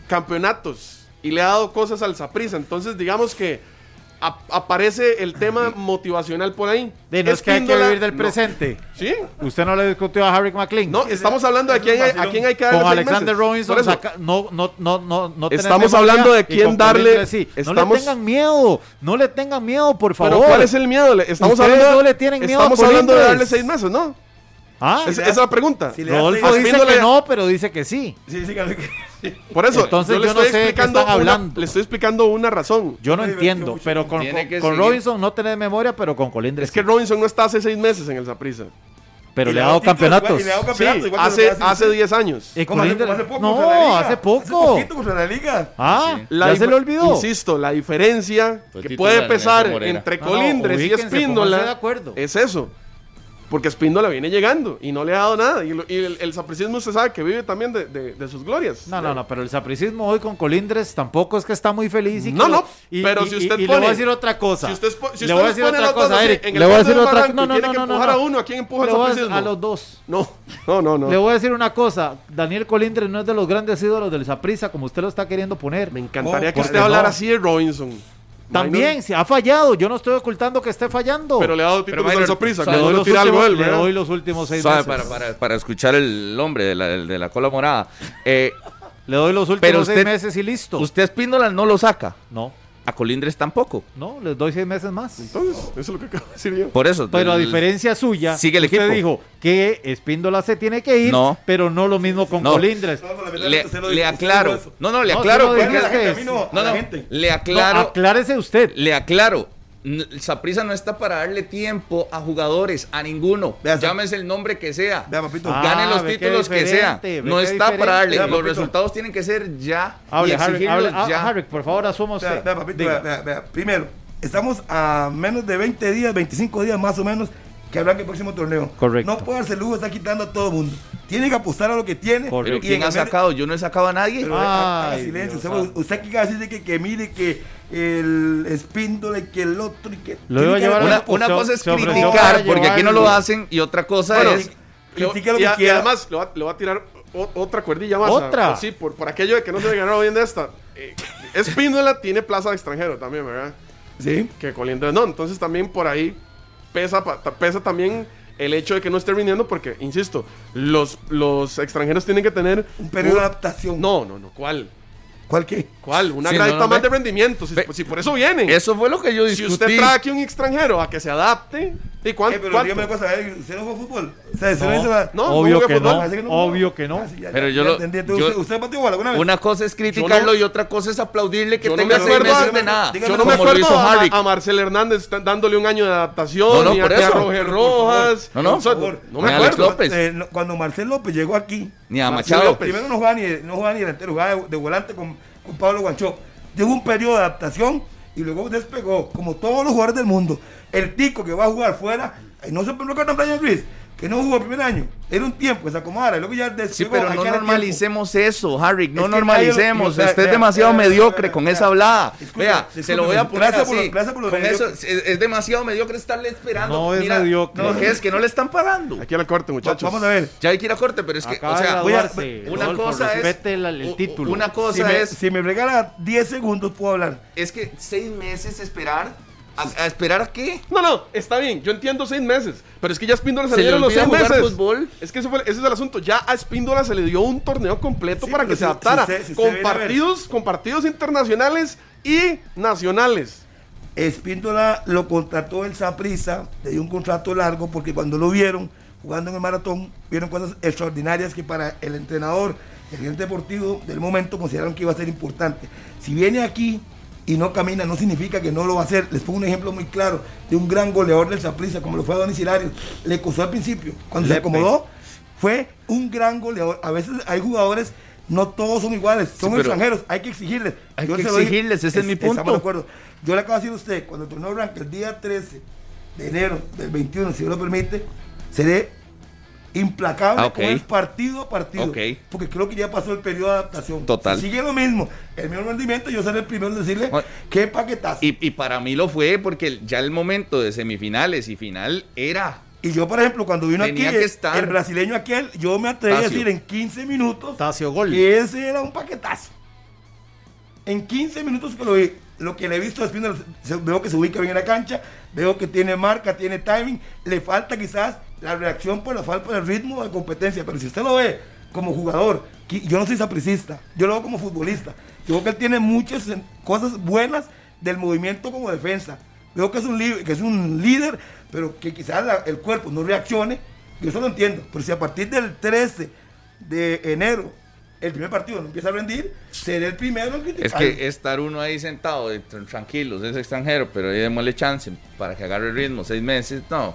[SPEAKER 2] campeonatos y le ha dado cosas al Saprisa. Entonces, digamos que ap- aparece el tema motivacional por ahí.
[SPEAKER 4] De no es que hay que
[SPEAKER 2] Espíndola,
[SPEAKER 4] vivir del
[SPEAKER 2] no.
[SPEAKER 4] presente.
[SPEAKER 2] Sí.
[SPEAKER 4] Usted no le discutió a Harry McLean.
[SPEAKER 2] No, estamos hablando de
[SPEAKER 5] Es un
[SPEAKER 2] quién hay, a
[SPEAKER 5] vacilón.
[SPEAKER 2] quién hay que darle
[SPEAKER 4] con
[SPEAKER 2] seis
[SPEAKER 4] Alexander
[SPEAKER 2] meses.
[SPEAKER 4] Robinson
[SPEAKER 2] Por eso,
[SPEAKER 4] saca- no no no no no tener
[SPEAKER 2] Estamos
[SPEAKER 4] memoria
[SPEAKER 2] hablando de
[SPEAKER 4] y
[SPEAKER 2] quién
[SPEAKER 4] con
[SPEAKER 2] darle-
[SPEAKER 4] Corinthians sí. no le
[SPEAKER 2] estamos-
[SPEAKER 4] tengan miedo no le tengan miedo por favor
[SPEAKER 2] Pero ¿cuál es el miedo? Le- Estamos
[SPEAKER 4] Ustedes
[SPEAKER 2] hablando,
[SPEAKER 4] no le tienen miedo a
[SPEAKER 2] estamos hablando de
[SPEAKER 4] Colindres.
[SPEAKER 2] darle seis meses, ¿no?
[SPEAKER 4] Ah,
[SPEAKER 2] Es- esa es la pregunta.
[SPEAKER 5] Si le das
[SPEAKER 4] Rodolfo
[SPEAKER 5] seis-
[SPEAKER 4] dice
[SPEAKER 2] Espíndola-
[SPEAKER 4] que no pero dice que sí
[SPEAKER 5] Sí, sí, claro que- sí.
[SPEAKER 2] Por eso,
[SPEAKER 4] Entonces,
[SPEAKER 2] le
[SPEAKER 4] yo no
[SPEAKER 2] estoy
[SPEAKER 4] sé de qué
[SPEAKER 2] explicando
[SPEAKER 4] están
[SPEAKER 2] una-
[SPEAKER 4] hablando.
[SPEAKER 2] le estoy explicando una razón.
[SPEAKER 4] yo no
[SPEAKER 5] Me divertió
[SPEAKER 4] entiendo
[SPEAKER 5] mucho.
[SPEAKER 4] pero con,
[SPEAKER 3] Tiene
[SPEAKER 4] con,
[SPEAKER 3] que
[SPEAKER 4] con
[SPEAKER 3] seguir.
[SPEAKER 4] Robinson no tenés memoria pero con Colindres
[SPEAKER 2] Es que
[SPEAKER 4] sí.
[SPEAKER 2] Robinson no está hace seis meses en el Zaprisa.
[SPEAKER 4] pero
[SPEAKER 5] Y
[SPEAKER 4] le ha dado
[SPEAKER 5] títulos,
[SPEAKER 4] campeonatos
[SPEAKER 5] igual- y le ha dado
[SPEAKER 2] Sí,
[SPEAKER 5] campeonatos, igual que
[SPEAKER 2] hace,
[SPEAKER 5] lo que
[SPEAKER 2] hace
[SPEAKER 5] usted.
[SPEAKER 2] 10 años.
[SPEAKER 4] Eh,
[SPEAKER 5] ¿Cómo hace-
[SPEAKER 4] Colindres-
[SPEAKER 5] hace poco
[SPEAKER 4] no
[SPEAKER 5] contra la Liga?
[SPEAKER 4] hace poco
[SPEAKER 5] poquito contra la liga.
[SPEAKER 4] ah
[SPEAKER 3] Sí.
[SPEAKER 4] ya se
[SPEAKER 2] dif-
[SPEAKER 4] le olvidó
[SPEAKER 2] Insisto, la diferencia
[SPEAKER 3] Fue
[SPEAKER 2] que
[SPEAKER 3] titular
[SPEAKER 2] puede
[SPEAKER 3] Nelson
[SPEAKER 2] pesar
[SPEAKER 3] Morera.
[SPEAKER 2] entre
[SPEAKER 4] No, no,
[SPEAKER 2] Colindres y
[SPEAKER 4] ubíquense, pónganse de
[SPEAKER 2] Espíndola
[SPEAKER 4] acuerdo.
[SPEAKER 2] es eso. Porque Espíndola viene llegando y no le ha dado nada. Y, lo- y el, el sapricismo se sabe que vive también de, de- de sus glorias.
[SPEAKER 4] No, no, no, pero el sapricismo hoy con Colindres tampoco es que está muy feliz. Y
[SPEAKER 2] No,
[SPEAKER 4] que-
[SPEAKER 2] no, pero si usted
[SPEAKER 4] y le
[SPEAKER 2] pone-
[SPEAKER 4] voy a decir otra cosa.
[SPEAKER 2] Si usted, expo- si usted
[SPEAKER 4] le voy a
[SPEAKER 2] los
[SPEAKER 4] decir
[SPEAKER 2] pone a
[SPEAKER 4] otra
[SPEAKER 2] los dos
[SPEAKER 4] cosa,
[SPEAKER 2] así, en
[SPEAKER 4] Eric. Le
[SPEAKER 2] el
[SPEAKER 4] voy a
[SPEAKER 2] fondo
[SPEAKER 4] decir
[SPEAKER 2] del
[SPEAKER 4] otra
[SPEAKER 2] barranco
[SPEAKER 4] No,
[SPEAKER 2] y
[SPEAKER 4] no,
[SPEAKER 2] tiene
[SPEAKER 4] no,
[SPEAKER 2] que
[SPEAKER 4] no, no,
[SPEAKER 2] empujar
[SPEAKER 4] no.
[SPEAKER 2] a uno, ¿a quién empuja el
[SPEAKER 4] Le voy a-
[SPEAKER 2] sapricismo?
[SPEAKER 4] A los dos.
[SPEAKER 2] No, no, no. no.
[SPEAKER 4] Le voy a decir una cosa. Daniel Colindres no es de los grandes ídolos del Saprisa, como usted lo está queriendo poner.
[SPEAKER 2] Me encantaría
[SPEAKER 5] Oh,
[SPEAKER 2] que
[SPEAKER 5] ¿por
[SPEAKER 2] usted
[SPEAKER 5] qué no?
[SPEAKER 2] hablara así de Robinson.
[SPEAKER 4] También,
[SPEAKER 2] Minor,
[SPEAKER 4] se ha fallado. Yo no estoy ocultando que esté fallando.
[SPEAKER 2] Pero le ha dado títulos
[SPEAKER 3] Minor,
[SPEAKER 2] al sorpresa.
[SPEAKER 4] O sea,
[SPEAKER 2] que
[SPEAKER 4] le,
[SPEAKER 2] no
[SPEAKER 4] doy
[SPEAKER 2] lo
[SPEAKER 4] los
[SPEAKER 2] tira algo
[SPEAKER 4] últimos,
[SPEAKER 2] él,
[SPEAKER 4] le
[SPEAKER 2] ¿verdad?
[SPEAKER 4] doy los últimos seis
[SPEAKER 3] Suave,
[SPEAKER 4] meses.
[SPEAKER 3] para, para, para escuchar el hombre de la, de la cola morada. Eh,
[SPEAKER 4] Le doy los últimos
[SPEAKER 3] Pero
[SPEAKER 4] seis
[SPEAKER 3] usted-
[SPEAKER 4] meses y listo.
[SPEAKER 3] usted a Espíndola no lo saca.
[SPEAKER 4] No,
[SPEAKER 3] A Colindres tampoco.
[SPEAKER 4] no, les doy seis meses más.
[SPEAKER 2] Entonces, eso es lo que acabo de decir yo.
[SPEAKER 3] Por eso.
[SPEAKER 4] Pero a
[SPEAKER 3] el-
[SPEAKER 4] diferencia suya,
[SPEAKER 3] Sigue el
[SPEAKER 4] usted
[SPEAKER 3] equipo.
[SPEAKER 4] dijo que Espíndola se tiene que ir,
[SPEAKER 3] No.
[SPEAKER 4] pero no lo mismo con
[SPEAKER 3] No.
[SPEAKER 4] Colindres.
[SPEAKER 5] No, no,
[SPEAKER 3] Le,
[SPEAKER 5] lamentablemente se lo
[SPEAKER 3] le
[SPEAKER 5] digo, usted
[SPEAKER 3] aclaro.
[SPEAKER 5] dijo eso.
[SPEAKER 3] No, no, le
[SPEAKER 4] No,
[SPEAKER 3] aclaro.
[SPEAKER 4] solo
[SPEAKER 3] porque-
[SPEAKER 4] digas que
[SPEAKER 5] a mí no,
[SPEAKER 3] no,
[SPEAKER 5] a la
[SPEAKER 3] no,
[SPEAKER 5] gente.
[SPEAKER 3] le
[SPEAKER 4] No,
[SPEAKER 3] aclaro.
[SPEAKER 4] aclárese usted.
[SPEAKER 3] Le aclaro, Saprisa no está para darle tiempo a jugadores, a ninguno.
[SPEAKER 5] Vea, Sa-
[SPEAKER 3] Llámese el nombre que sea.
[SPEAKER 5] Vea, papito.
[SPEAKER 4] Ah,
[SPEAKER 3] Gane los
[SPEAKER 4] ve qué
[SPEAKER 3] títulos que sea.
[SPEAKER 4] diferente, ve
[SPEAKER 3] No
[SPEAKER 4] qué
[SPEAKER 3] está
[SPEAKER 4] diferente.
[SPEAKER 3] para darle.
[SPEAKER 5] Vea,
[SPEAKER 3] los
[SPEAKER 5] papito.
[SPEAKER 3] resultados tienen que ser ya.
[SPEAKER 4] Hable,
[SPEAKER 3] y
[SPEAKER 4] Harry,
[SPEAKER 3] exigirlos
[SPEAKER 4] hable, ah,
[SPEAKER 3] ya.
[SPEAKER 4] Harry, por favor, asuma usted.
[SPEAKER 5] Vea, vea, papito,
[SPEAKER 4] Diga.
[SPEAKER 5] vea, vea, vea. Primero, estamos a menos de 20 días, 25 días más o menos, que habrá que el próximo torneo.
[SPEAKER 4] Correcto.
[SPEAKER 5] No puede darse lujo, está quitando a todo el mundo. Tiene que apostar a lo que tiene.
[SPEAKER 4] Correcto.
[SPEAKER 3] Pero
[SPEAKER 5] Y
[SPEAKER 3] ¿quién
[SPEAKER 5] en
[SPEAKER 3] ha
[SPEAKER 5] el medio-
[SPEAKER 3] sacado? Yo no he sacado a nadie.
[SPEAKER 5] Pero haga- haga
[SPEAKER 4] Ay,
[SPEAKER 5] silencio.
[SPEAKER 4] Dios
[SPEAKER 5] usted-
[SPEAKER 4] santo.
[SPEAKER 5] usted aquí acaba de decir que, que mire que el espíndola y que el otro y que.
[SPEAKER 4] Lo iba a
[SPEAKER 5] tiene que
[SPEAKER 4] llevar a
[SPEAKER 5] haber
[SPEAKER 3] una,
[SPEAKER 5] una-
[SPEAKER 4] pues,
[SPEAKER 3] una
[SPEAKER 4] se-
[SPEAKER 3] cosa es
[SPEAKER 4] se ofreció
[SPEAKER 3] criticar,
[SPEAKER 4] para
[SPEAKER 3] porque aquí no lo
[SPEAKER 4] llevarlo.
[SPEAKER 3] hacen, y otra cosa
[SPEAKER 2] Bueno,
[SPEAKER 3] es.
[SPEAKER 2] Le-
[SPEAKER 5] Critique lo
[SPEAKER 2] y,
[SPEAKER 5] que
[SPEAKER 2] a- y
[SPEAKER 5] quiera.
[SPEAKER 2] además, le va- le va a tirar o- otra cuerdilla más.
[SPEAKER 4] ¿Otra?
[SPEAKER 2] Ah, Sí, por, por aquello de que no se le ganó bien de esta. Eh, Espíndola tiene plaza de extranjero también, ¿verdad?
[SPEAKER 5] Sí.
[SPEAKER 2] Que Colindres no. Entonces también por ahí pesa, pa- ta- pesa también el hecho de que no esté rindiendo porque, insisto, los, los extranjeros tienen que tener...
[SPEAKER 5] Un periodo de
[SPEAKER 2] un-
[SPEAKER 5] adaptación.
[SPEAKER 2] No, no, no. ¿Cuál?
[SPEAKER 5] ¿Cuál qué?
[SPEAKER 2] ¿Cuál? Una
[SPEAKER 3] Sí,
[SPEAKER 2] gradita
[SPEAKER 3] no, no,
[SPEAKER 2] más de
[SPEAKER 3] ve.
[SPEAKER 2] rendimiento. Si,
[SPEAKER 3] Ve.
[SPEAKER 2] si por eso vienen.
[SPEAKER 3] Eso fue lo que yo
[SPEAKER 2] si
[SPEAKER 3] discutí.
[SPEAKER 2] usted trae aquí un extranjero a que se adapte, ¿y cuán-
[SPEAKER 5] Eh, pero
[SPEAKER 2] cuánto?
[SPEAKER 5] dígame una cosa, eh, ¿usted no juega fútbol? O sea, ¿usted
[SPEAKER 4] No.
[SPEAKER 5] hizo la-
[SPEAKER 2] No,
[SPEAKER 4] obvio
[SPEAKER 2] jugué
[SPEAKER 4] que
[SPEAKER 2] fútbol,
[SPEAKER 4] no,
[SPEAKER 5] así que no
[SPEAKER 4] obvio
[SPEAKER 5] juega.
[SPEAKER 4] que no.
[SPEAKER 5] Ah, sí, ya,
[SPEAKER 3] Pero
[SPEAKER 5] ya,
[SPEAKER 3] yo
[SPEAKER 5] ya
[SPEAKER 3] lo-
[SPEAKER 5] entendí. Entonces,
[SPEAKER 3] yo-
[SPEAKER 5] ¿Usted, usted pateó bola alguna vez?
[SPEAKER 3] Una cosa es criticarlo y otra cosa es aplaudirle que
[SPEAKER 2] yo no
[SPEAKER 3] tenga
[SPEAKER 2] me
[SPEAKER 3] seis
[SPEAKER 2] acuerdo,
[SPEAKER 3] meses
[SPEAKER 2] yo no
[SPEAKER 3] de
[SPEAKER 2] me-
[SPEAKER 3] nada.
[SPEAKER 5] dígame
[SPEAKER 2] Yo no me
[SPEAKER 3] Como lo
[SPEAKER 2] acuerdo
[SPEAKER 3] hizo
[SPEAKER 2] a,
[SPEAKER 3] Harrick.
[SPEAKER 2] a Marcel Hernández t- dándole un año de adaptación,
[SPEAKER 3] No, no,
[SPEAKER 2] ni a,
[SPEAKER 3] por
[SPEAKER 2] ni a
[SPEAKER 3] eso.
[SPEAKER 2] Roger
[SPEAKER 5] Pero, por favor,
[SPEAKER 2] Rojas.
[SPEAKER 3] No, no.
[SPEAKER 2] O sea,
[SPEAKER 5] por favor.
[SPEAKER 2] no me
[SPEAKER 3] Ni a Alex
[SPEAKER 2] acuerdo.
[SPEAKER 3] López.
[SPEAKER 5] Eh, no, cuando Marcel López llegó aquí,
[SPEAKER 3] Ni a
[SPEAKER 5] Marcel
[SPEAKER 3] Machado.
[SPEAKER 5] López. Primero no jugaba ni, no jugaba ni delantero, jugaba de, de volante con, con Pablo Guancho. Llegó un periodo de adaptación y luego eh, despegó, como todos los jugadores del mundo. El tico que va a jugar fuera, ay, no se pone con Brian Ruiz. que no jugó el primer año. Era un tiempo que se acomodara. y Luego ya después,
[SPEAKER 3] Sí, pero
[SPEAKER 5] bueno,
[SPEAKER 3] no
[SPEAKER 5] hay que darle
[SPEAKER 3] normalicemos eso, Harry. No
[SPEAKER 5] Es que
[SPEAKER 3] normalicemos.
[SPEAKER 5] nadie
[SPEAKER 3] Usted
[SPEAKER 5] lo-
[SPEAKER 3] es
[SPEAKER 5] vea,
[SPEAKER 3] demasiado
[SPEAKER 5] vea, vea,
[SPEAKER 3] mediocre
[SPEAKER 5] vea,
[SPEAKER 3] con
[SPEAKER 5] vea.
[SPEAKER 3] esa hablada.
[SPEAKER 5] Disculpe,
[SPEAKER 3] Vea, se lo voy a
[SPEAKER 5] disculpe,
[SPEAKER 3] poner
[SPEAKER 5] gracias por
[SPEAKER 3] así.
[SPEAKER 5] lo- gracias por lo
[SPEAKER 3] Con eso,
[SPEAKER 5] mediocre.
[SPEAKER 3] es, es demasiado mediocre estarle esperando.
[SPEAKER 4] No es
[SPEAKER 3] Mira,
[SPEAKER 4] mediocre.
[SPEAKER 3] no, que es que no le están pagando.
[SPEAKER 2] Aquí a la corte,
[SPEAKER 5] tiempo. Va-
[SPEAKER 2] muchachos.
[SPEAKER 5] Vamos a ver.
[SPEAKER 3] Ya hay que ir a corte, pero es que,
[SPEAKER 4] Acaba
[SPEAKER 3] o sea,
[SPEAKER 4] de
[SPEAKER 5] voy a-
[SPEAKER 4] graduarse,
[SPEAKER 3] una
[SPEAKER 4] Rodolfo,
[SPEAKER 3] cosa es
[SPEAKER 4] respete el, el
[SPEAKER 3] u- u-
[SPEAKER 4] título.
[SPEAKER 3] Una cosa
[SPEAKER 5] Si me,
[SPEAKER 3] es
[SPEAKER 5] si me regala 10 segundos, puedo hablar.
[SPEAKER 3] es que seis meses esperar a, a esperar a qué.
[SPEAKER 2] No, no, está bien, yo entiendo seis meses, pero es que ya a Spindola se,
[SPEAKER 3] ¿Se
[SPEAKER 2] le
[SPEAKER 3] le
[SPEAKER 2] dieron los
[SPEAKER 3] olvida
[SPEAKER 2] seis
[SPEAKER 3] jugar
[SPEAKER 2] meses.
[SPEAKER 3] fútbol?
[SPEAKER 2] Es que ese, fue, ese es el asunto, ya a Spindola se le dio un torneo completo
[SPEAKER 5] Sí,
[SPEAKER 2] para
[SPEAKER 5] pero
[SPEAKER 2] que
[SPEAKER 5] si-
[SPEAKER 2] se adaptara,
[SPEAKER 5] si usted- si usted
[SPEAKER 2] con,
[SPEAKER 5] viene a ver.
[SPEAKER 2] partidos, con partidos internacionales y nacionales.
[SPEAKER 5] Espíndola lo contrató el Saprisa, le dio un contrato largo porque cuando lo vieron jugando en el maratón, vieron cosas extraordinarias que para el entrenador, el gerente deportivo del momento consideraron que iba a ser importante. Si viene aquí y no camina, no significa que no lo va a hacer. Les pongo un ejemplo muy claro de un gran goleador del Saprisa, como lo fue Adonis Hilario. Le costó al principio, cuando se
[SPEAKER 4] Lepe.
[SPEAKER 5] acomodó, fue un gran goleador. A veces hay jugadores, no todos son iguales, son
[SPEAKER 3] pero-
[SPEAKER 5] extranjeros, hay que exigirles.
[SPEAKER 3] Hay
[SPEAKER 5] Yo
[SPEAKER 3] que
[SPEAKER 5] se lo dije.
[SPEAKER 3] exigirles, ese es mi punto.
[SPEAKER 5] estamos de acuerdo. Yo le acabo de decir a usted, cuando el torneo arranque el día 13 de enero del 21, si Dios lo permite, seré implacable
[SPEAKER 3] Ah, ok.
[SPEAKER 5] con el partido a partido.
[SPEAKER 3] Ok.
[SPEAKER 5] Porque creo que ya pasó el periodo de adaptación.
[SPEAKER 3] Total.
[SPEAKER 5] Si sigue lo mismo, el mismo rendimiento, yo seré el primero en decirle
[SPEAKER 3] Bueno.
[SPEAKER 5] qué paquetazo. Y,
[SPEAKER 3] Y, y para mí lo fue porque el- ya el momento de semifinales y final era.
[SPEAKER 5] yo, por ejemplo, cuando vino aquí
[SPEAKER 3] Tenía que estar-
[SPEAKER 5] el brasileño aquel, yo me atreví a
[SPEAKER 3] Tacio.
[SPEAKER 5] decir en 15 minutos
[SPEAKER 4] Tacio Gol.
[SPEAKER 5] que ese era un paquetazo. En 15 minutos que lo vi, lo que le he visto a Spinner, se- veo que se ubica bien en la cancha, veo que tiene marca, tiene timing, le falta quizás la reacción por la falta de ritmo de competencia, pero si usted lo ve como jugador, qui- yo no soy sapricista, yo lo veo como futbolista, yo veo que él tiene muchas en- cosas buenas del movimiento como defensa, veo que es un, li- que es un líder, pero que quizás la- el cuerpo no reaccione, yo eso lo entiendo, pero si a partir del 13 de enero el primer partido no empieza a rendir, seré el primero en
[SPEAKER 3] Es
[SPEAKER 5] criticar.
[SPEAKER 3] que eh, estar uno ahí sentado, de- tran- tranquilos, es extranjero, pero ahí démosle chance para que agarre el ritmo, seis meses, no.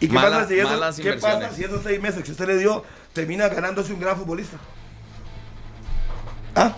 [SPEAKER 5] ¿Y qué,
[SPEAKER 3] Mala-
[SPEAKER 5] pasa si eso-
[SPEAKER 3] malas
[SPEAKER 5] qué pasa
[SPEAKER 3] inversiones.
[SPEAKER 5] si esos seis meses que usted le dio termina ganándose un gran futbolista? Ah,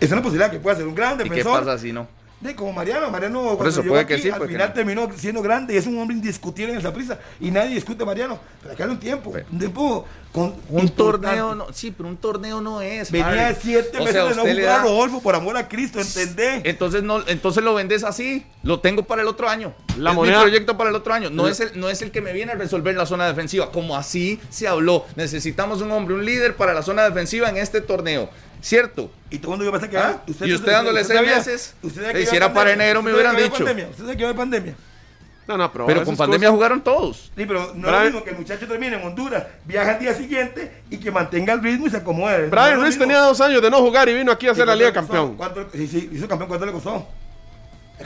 [SPEAKER 5] es una posibilidad que pueda ser un gran
[SPEAKER 3] ¿Y qué
[SPEAKER 5] defensor.
[SPEAKER 3] pasa si no?
[SPEAKER 5] De como Mariano, Mariano cuando
[SPEAKER 3] eso
[SPEAKER 5] llegó
[SPEAKER 3] puede que
[SPEAKER 5] aquí,
[SPEAKER 3] sí,
[SPEAKER 5] al
[SPEAKER 3] puede que
[SPEAKER 5] final
[SPEAKER 3] no.
[SPEAKER 5] terminó siendo grande y es un hombre indiscutible en esa prisa y nadie discute a Mariano, pero acá era un tiempo,
[SPEAKER 3] Pero-
[SPEAKER 5] un tiempo con
[SPEAKER 3] Un
[SPEAKER 5] importante.
[SPEAKER 3] torneo no, sí, pero un torneo no es.
[SPEAKER 5] venía
[SPEAKER 3] Harry.
[SPEAKER 5] de siete
[SPEAKER 3] O
[SPEAKER 5] meses
[SPEAKER 3] sea,
[SPEAKER 5] de no
[SPEAKER 3] usted le
[SPEAKER 5] jugar
[SPEAKER 3] da- eh,
[SPEAKER 5] Rodolfo por amor a Cristo, ¿entendés?
[SPEAKER 3] Entonces no, entonces lo vendes así, lo tengo para el otro año.
[SPEAKER 2] La
[SPEAKER 3] es
[SPEAKER 2] moneda-
[SPEAKER 3] mi proyecto para el otro año. No es el, no es el que me viene a resolver la zona defensiva. Como así se habló. Necesitamos un hombre, un líder para la zona defensiva en este torneo. Cierto.
[SPEAKER 5] Y todo el mundo iba a pensar que.
[SPEAKER 3] Ah,
[SPEAKER 5] ah,
[SPEAKER 3] y usted dándole seis
[SPEAKER 5] sabía-
[SPEAKER 3] meses,
[SPEAKER 5] usted sabía
[SPEAKER 3] le
[SPEAKER 5] que
[SPEAKER 3] hiciera
[SPEAKER 5] había
[SPEAKER 3] para
[SPEAKER 5] pandemia,
[SPEAKER 3] enero, me
[SPEAKER 5] usted
[SPEAKER 3] hubieran
[SPEAKER 5] sabía que
[SPEAKER 3] dicho.
[SPEAKER 5] había pandemia, Usted sabe que había pandemia.
[SPEAKER 2] No, no, pero,
[SPEAKER 3] Pero
[SPEAKER 2] esas
[SPEAKER 3] con pandemia
[SPEAKER 2] cosas-
[SPEAKER 3] jugaron todos.
[SPEAKER 5] Sí, pero no
[SPEAKER 2] Brian-
[SPEAKER 5] es lo mismo que el muchacho termine en Honduras, viaja al día siguiente y que mantenga el ritmo y se acomode. No es
[SPEAKER 2] Brian
[SPEAKER 5] lo
[SPEAKER 2] Ruiz
[SPEAKER 5] mismo.
[SPEAKER 2] tenía dos años de no jugar y vino aquí a
[SPEAKER 5] ¿Y
[SPEAKER 2] hacer la
[SPEAKER 5] cuánto
[SPEAKER 2] Liga
[SPEAKER 5] le costó?
[SPEAKER 2] Campeón.
[SPEAKER 5] ¿Cuánto- sí, sí, hizo campeón, ¿cuánto le costó?
[SPEAKER 2] ¿Cómo?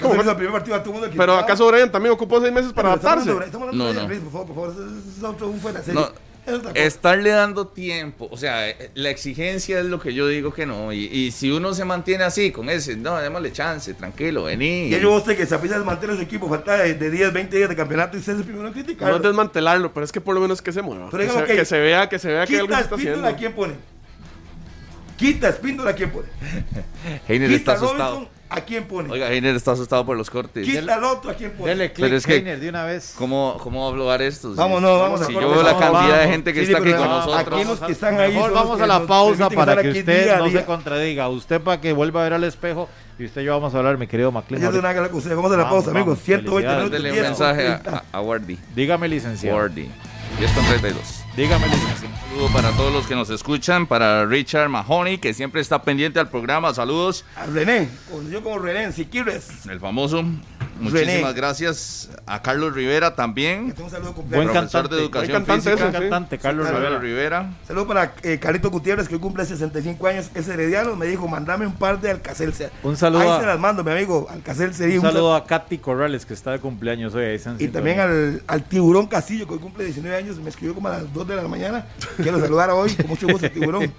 [SPEAKER 5] ¿Cómo hizo el primer partido a todo el mundo
[SPEAKER 2] Pero
[SPEAKER 5] equipado?
[SPEAKER 2] acaso Brian también ocupó seis meses para
[SPEAKER 5] Pero estamos
[SPEAKER 2] adaptarse.
[SPEAKER 5] hablando- estamos hablando
[SPEAKER 3] No,
[SPEAKER 5] de
[SPEAKER 3] no.
[SPEAKER 5] ritmo, por favor, por favor, eso es otro- un fuera de serie.
[SPEAKER 3] No,
[SPEAKER 5] Es otra cosa.
[SPEAKER 3] estarle dando tiempo, o sea, eh, la exigencia es lo que yo digo que no. Y, y si uno se mantiene así, con ese, no, démosle chance, tranquilo, vení.
[SPEAKER 5] Ya yo usted que se aprieta a mantener su equipo, falta de, de 10, 20 días de campeonato y usted es el primero en criticar.
[SPEAKER 2] No es desmantelarlo, pero es que por lo menos que se mueva.
[SPEAKER 5] Pero
[SPEAKER 2] que,
[SPEAKER 5] diga,
[SPEAKER 2] se,
[SPEAKER 5] ok,
[SPEAKER 2] que se vea, que se vea que algo
[SPEAKER 5] Quita
[SPEAKER 2] se está
[SPEAKER 5] Espíndola,
[SPEAKER 2] haciendo.
[SPEAKER 5] ¿quién pone? Quita Espíndola, ¿quién pone?
[SPEAKER 3] Heiner está
[SPEAKER 5] Quita
[SPEAKER 3] asustado.
[SPEAKER 5] Robinson, ¿a quién pone?
[SPEAKER 3] Oiga, Heiner está asustado por los cortes.
[SPEAKER 5] Quita al otro, ¿a quién pone?
[SPEAKER 4] Dele click,
[SPEAKER 3] Pero es que-
[SPEAKER 4] Heiner, de una vez.
[SPEAKER 3] ¿Cómo, ¿Cómo va a hablar esto? Si-
[SPEAKER 5] Vamos, no, vamos a
[SPEAKER 3] Si yo
[SPEAKER 5] corte,
[SPEAKER 3] veo la
[SPEAKER 4] vamos,
[SPEAKER 3] cantidad de
[SPEAKER 4] vamos.
[SPEAKER 3] gente que
[SPEAKER 5] Sí,
[SPEAKER 3] está aquí
[SPEAKER 5] pero
[SPEAKER 3] con
[SPEAKER 5] no,
[SPEAKER 3] nosotros.
[SPEAKER 5] aquí los que están ahí
[SPEAKER 4] Mejor
[SPEAKER 5] son los
[SPEAKER 4] vamos
[SPEAKER 5] que
[SPEAKER 4] a la
[SPEAKER 5] nos
[SPEAKER 4] pausa
[SPEAKER 5] permiten
[SPEAKER 4] para
[SPEAKER 5] estar
[SPEAKER 4] que
[SPEAKER 5] aquí
[SPEAKER 4] usted
[SPEAKER 5] día a
[SPEAKER 4] no
[SPEAKER 5] día.
[SPEAKER 4] se contradiga. Usted para que vuelva a ver al espejo y usted y yo vamos a hablar, mi querido McLean.
[SPEAKER 5] Ya se
[SPEAKER 4] ahorita.
[SPEAKER 5] van a la cosa, Vamos a la
[SPEAKER 4] Vamos,
[SPEAKER 5] pausa, amigos.
[SPEAKER 4] vamos,
[SPEAKER 5] 120
[SPEAKER 4] felicidades.
[SPEAKER 5] minutos.
[SPEAKER 3] Mándele un
[SPEAKER 5] 10,
[SPEAKER 3] mensaje a,
[SPEAKER 5] 30.
[SPEAKER 3] a- a Wardy.
[SPEAKER 4] Dígame, licenciado.
[SPEAKER 3] Wardy. 10 con 32.
[SPEAKER 4] Dígame, licenciado.
[SPEAKER 3] Saludo para todos los que nos escuchan, para Richard Mahoney, que siempre está pendiente al programa. Saludos.
[SPEAKER 5] A René, yo como René, si quieres.
[SPEAKER 3] El famoso. Muchísimas gracias a Carlos Rivera también.
[SPEAKER 5] Este Un saludo completo.
[SPEAKER 4] Buen
[SPEAKER 3] Profesor
[SPEAKER 4] cantante.
[SPEAKER 3] de educación
[SPEAKER 4] Buen cantante,
[SPEAKER 2] física.
[SPEAKER 4] buen cantante, Carlos
[SPEAKER 5] Claro.
[SPEAKER 3] Carlos
[SPEAKER 4] Rivera.
[SPEAKER 3] Rivera.
[SPEAKER 5] Saludo para eh, Carlito Gutiérrez, que hoy cumple 65 años. Es herediano. Me dijo, mandame un par de Alcacelsia.
[SPEAKER 4] Un saludo
[SPEAKER 5] Ahí
[SPEAKER 4] a-
[SPEAKER 5] se las mando, mi amigo. Alcacelsia. y
[SPEAKER 4] Un
[SPEAKER 5] un sal-
[SPEAKER 4] saludo a Katy Corrales, que está de cumpleaños hoy. ahí está en
[SPEAKER 5] Y también
[SPEAKER 4] sintonía.
[SPEAKER 5] al, al tiburón Castillo, que hoy cumple 19 años, me escribió como a las 2 de la mañana. Quiero saludar hoy con mucho gusto, tiburón.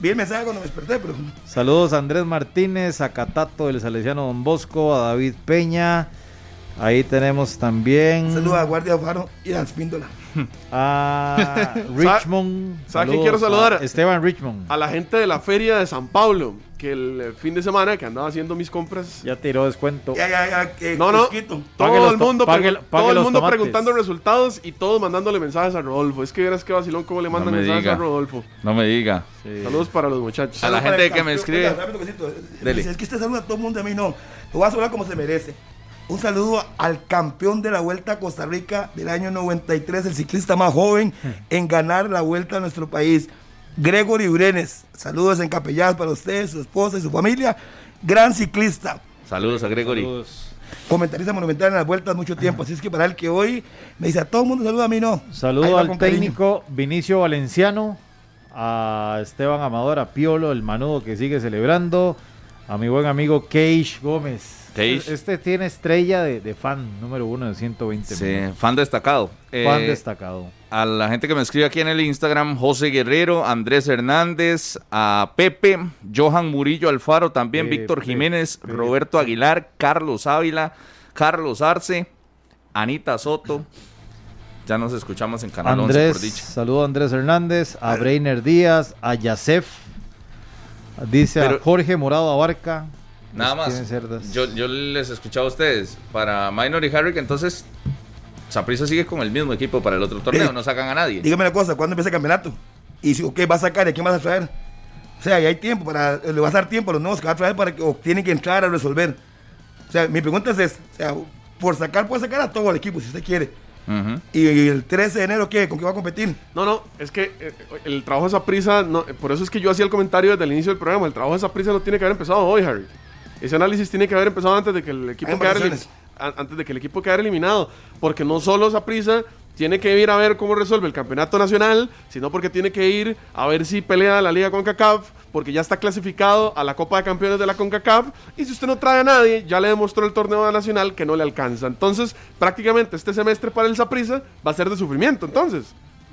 [SPEAKER 5] Vi el mensaje cuando me desperté, pero
[SPEAKER 4] Saludos a Andrés Martínez, a Catato, el Salesiano Don Bosco, a David Peña, Ahí tenemos también
[SPEAKER 5] Saludos a Guardia Faro y a Espíndola.
[SPEAKER 4] a Richmond.
[SPEAKER 2] ¿Sabe- sabe a quién
[SPEAKER 4] Saludos
[SPEAKER 2] quiero saludar?
[SPEAKER 4] a Esteban Richmond.
[SPEAKER 2] A la gente de la feria de San Pablo, que el eh, fin de semana que andaba haciendo mis compras.
[SPEAKER 4] Ya tiró descuento.
[SPEAKER 5] Ya, ya, ya, que-
[SPEAKER 2] No, no.
[SPEAKER 5] Cusquito.
[SPEAKER 4] Pague
[SPEAKER 2] Todo
[SPEAKER 4] los
[SPEAKER 2] el
[SPEAKER 4] to-
[SPEAKER 2] mundo,
[SPEAKER 4] pague-
[SPEAKER 2] pregun-
[SPEAKER 4] pague
[SPEAKER 2] todo el
[SPEAKER 4] los
[SPEAKER 2] mundo
[SPEAKER 4] tomates.
[SPEAKER 2] preguntando resultados y todos mandándole mensajes a Rodolfo. Es que verás que vacilón cómo le mandan
[SPEAKER 3] me
[SPEAKER 2] mensajes
[SPEAKER 3] diga.
[SPEAKER 2] a Rodolfo.
[SPEAKER 3] No me diga.
[SPEAKER 4] Sí.
[SPEAKER 2] Saludos para los muchachos.
[SPEAKER 3] A la
[SPEAKER 5] Saludos para
[SPEAKER 3] gente que
[SPEAKER 5] el
[SPEAKER 3] me
[SPEAKER 5] campeón.
[SPEAKER 3] escribe.
[SPEAKER 5] Oiga, dame un toquecito.
[SPEAKER 3] Dele.
[SPEAKER 5] Dice, Es que usted saluda a todo el mundo, a mí no. Lo voy a saludar como se merece. Un saludo al campeón de la Vuelta a Costa Rica del año 93, el ciclista más joven
[SPEAKER 3] Hmm.
[SPEAKER 5] en ganar la Vuelta a nuestro país, Gregory Urenes. Saludos en Capellas para usted, su esposa y su familia. Gran ciclista,
[SPEAKER 3] Saludos a Gregory.
[SPEAKER 4] Saludos.
[SPEAKER 5] comentarista monumental en las vueltas mucho tiempo. Así es que para el que hoy me dice a todo el mundo saluda, a mí no. Ahí
[SPEAKER 4] Saludo
[SPEAKER 5] va
[SPEAKER 4] al
[SPEAKER 5] con cariño.
[SPEAKER 4] técnico Vinicio Valenciano, a Esteban Amador, a Piolo, el manudo que sigue celebrando, a mi buen amigo Keish Gómez.
[SPEAKER 3] Keish.
[SPEAKER 4] Este tiene estrella de, de fan número uno de 120
[SPEAKER 3] Sí,
[SPEAKER 4] minutos.
[SPEAKER 3] fan destacado. Eh,
[SPEAKER 4] Fan destacado.
[SPEAKER 3] A la gente que me escribe aquí en el Instagram, José Guerrero, Andrés Hernández, a Pepe, Johan Murillo Alfaro, también
[SPEAKER 4] Pepe,
[SPEAKER 3] Víctor Jiménez,
[SPEAKER 4] Pepe.
[SPEAKER 3] Roberto Aguilar, Carlos Ávila, Carlos Arce, Anita Soto. Ya nos escuchamos en Canal 11, por
[SPEAKER 4] Andrés,
[SPEAKER 3] dicha.
[SPEAKER 4] saludo a Andrés Hernández, a Breiner Díaz, a Yacef, dice
[SPEAKER 3] Pero-
[SPEAKER 4] a Jorge Morado Abarca.
[SPEAKER 3] Nada
[SPEAKER 4] Los tienen
[SPEAKER 3] más.
[SPEAKER 4] cerdas.
[SPEAKER 3] Yo, yo les escuchaba a ustedes. Para Minor y Harry, que entonces Saprissa sigue con el mismo equipo para el otro torneo.
[SPEAKER 4] Eh,
[SPEAKER 5] Sí.
[SPEAKER 3] No sacan a nadie.
[SPEAKER 5] Dígame la cosa, ¿cuándo empieza el campeonato? Y si, ok, vas a sacar, ¿y a quién vas a traer? O sea, ya hay tiempo para, le vas a dar tiempo a los nuevos que vas a traer para que, o tienen que entrar a resolver. O sea, mi pregunta es esa, o sea, por sacar, puede sacar a todo el equipo si usted quiere.
[SPEAKER 3] Ujú.
[SPEAKER 5] Y, y el 13 de enero, ¿qué? ¿Con qué va a competir?
[SPEAKER 2] No, no, es que eh, el trabajo de esa prisa, por eso es que yo hacía el comentario desde el inicio del programa, el trabajo de esa prisa no tiene que haber empezado hoy, Harry. Ese análisis tiene que haber empezado antes de que el equipo
[SPEAKER 5] Hay
[SPEAKER 2] quedara elim-
[SPEAKER 5] vacaciones.
[SPEAKER 2] a- antes de que el equipo quedara eliminado, porque no solo esa prisa tiene que ir a ver cómo resuelve el campeonato nacional, sino porque tiene que ir a ver si pelea la Liga CONCACAF, porque ya está clasificado a la Copa de Campeones de la CONCACAF, y si usted no trae a nadie, ya le demostró el torneo nacional que no le alcanza. Entonces, prácticamente este semestre para el Saprisa va a ser de sufrimiento, entonces.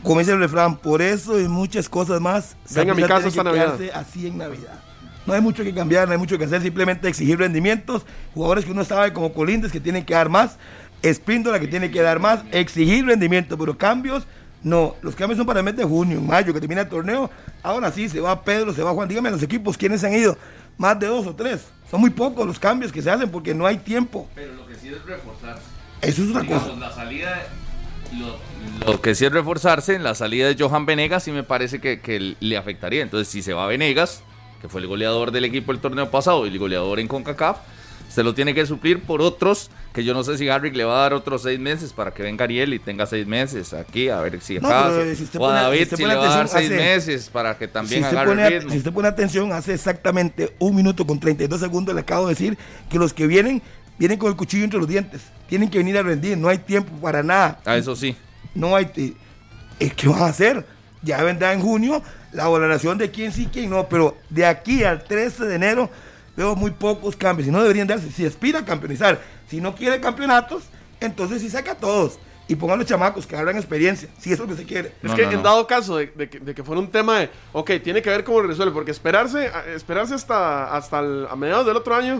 [SPEAKER 5] Como dice el refrán, por eso y muchas cosas más.
[SPEAKER 2] Venga a mi casa
[SPEAKER 5] Saprissa tiene que
[SPEAKER 2] esta
[SPEAKER 5] quedarse Así en Navidad. No hay mucho que cambiar, no hay mucho que hacer, simplemente exigir rendimientos. Jugadores que uno sabe como Colindes que tienen que dar más, Espíndola que tiene que dar más, exigir rendimiento, pero cambios, no. Los cambios son para el mes de junio, en mayo, que termina el torneo. Ahora sí, se va Pedro, se va Juan. Dígame los equipos, ¿quiénes se han ido? Más de dos o tres. Son muy pocos los cambios que se hacen porque no hay tiempo.
[SPEAKER 3] Pero lo que sí es reforzarse.
[SPEAKER 5] Eso es otra cosa.
[SPEAKER 3] Digamos, la salida. Lo, lo que sí es reforzarse en la salida de Johan Venegas, sí me parece que, que le afectaría. Entonces, si se va Venegas, que fue el goleador del equipo el torneo pasado y el goleador en CONCACAF, se lo tiene que suplir por otros. Que yo no sé si Garrick le va a dar otros seis meses para que venga Ariel y tenga seis meses aquí, a ver si
[SPEAKER 5] No,
[SPEAKER 3] pasa.
[SPEAKER 5] pero si usted
[SPEAKER 3] o a
[SPEAKER 5] pone- si
[SPEAKER 3] David
[SPEAKER 5] usted
[SPEAKER 3] si
[SPEAKER 5] pone
[SPEAKER 3] le va a dar seis
[SPEAKER 5] atención, hace-
[SPEAKER 3] meses para que también
[SPEAKER 5] si, usted
[SPEAKER 3] agarre
[SPEAKER 5] pone,
[SPEAKER 3] ritmo.
[SPEAKER 5] si usted pone atención, hace exactamente un minuto con 32 segundos le acabo de decir que los que vienen, vienen con el cuchillo entre los dientes. Tienen que venir a rendir, no hay tiempo para nada.
[SPEAKER 3] Ah, eso sí.
[SPEAKER 5] No hay. ti- eh, ¿Qué van a hacer? Ya vendrá en junio la valoración de quién sí, quién no, pero de aquí al 13 de enero veo muy pocos cambios. Si no deberían darse, si aspira a campeonizar, si no quiere campeonatos, entonces sí saca a todos y pongan los chamacos que hagan experiencia, si eso es lo que se quiere.
[SPEAKER 2] Es
[SPEAKER 3] No,
[SPEAKER 2] que
[SPEAKER 3] no,
[SPEAKER 2] en
[SPEAKER 3] no.
[SPEAKER 2] dado caso de, de que, de que fuera un tema de, ok, tiene que ver cómo lo resuelve, porque esperarse, a- esperarse hasta, hasta el- a mediados del otro año.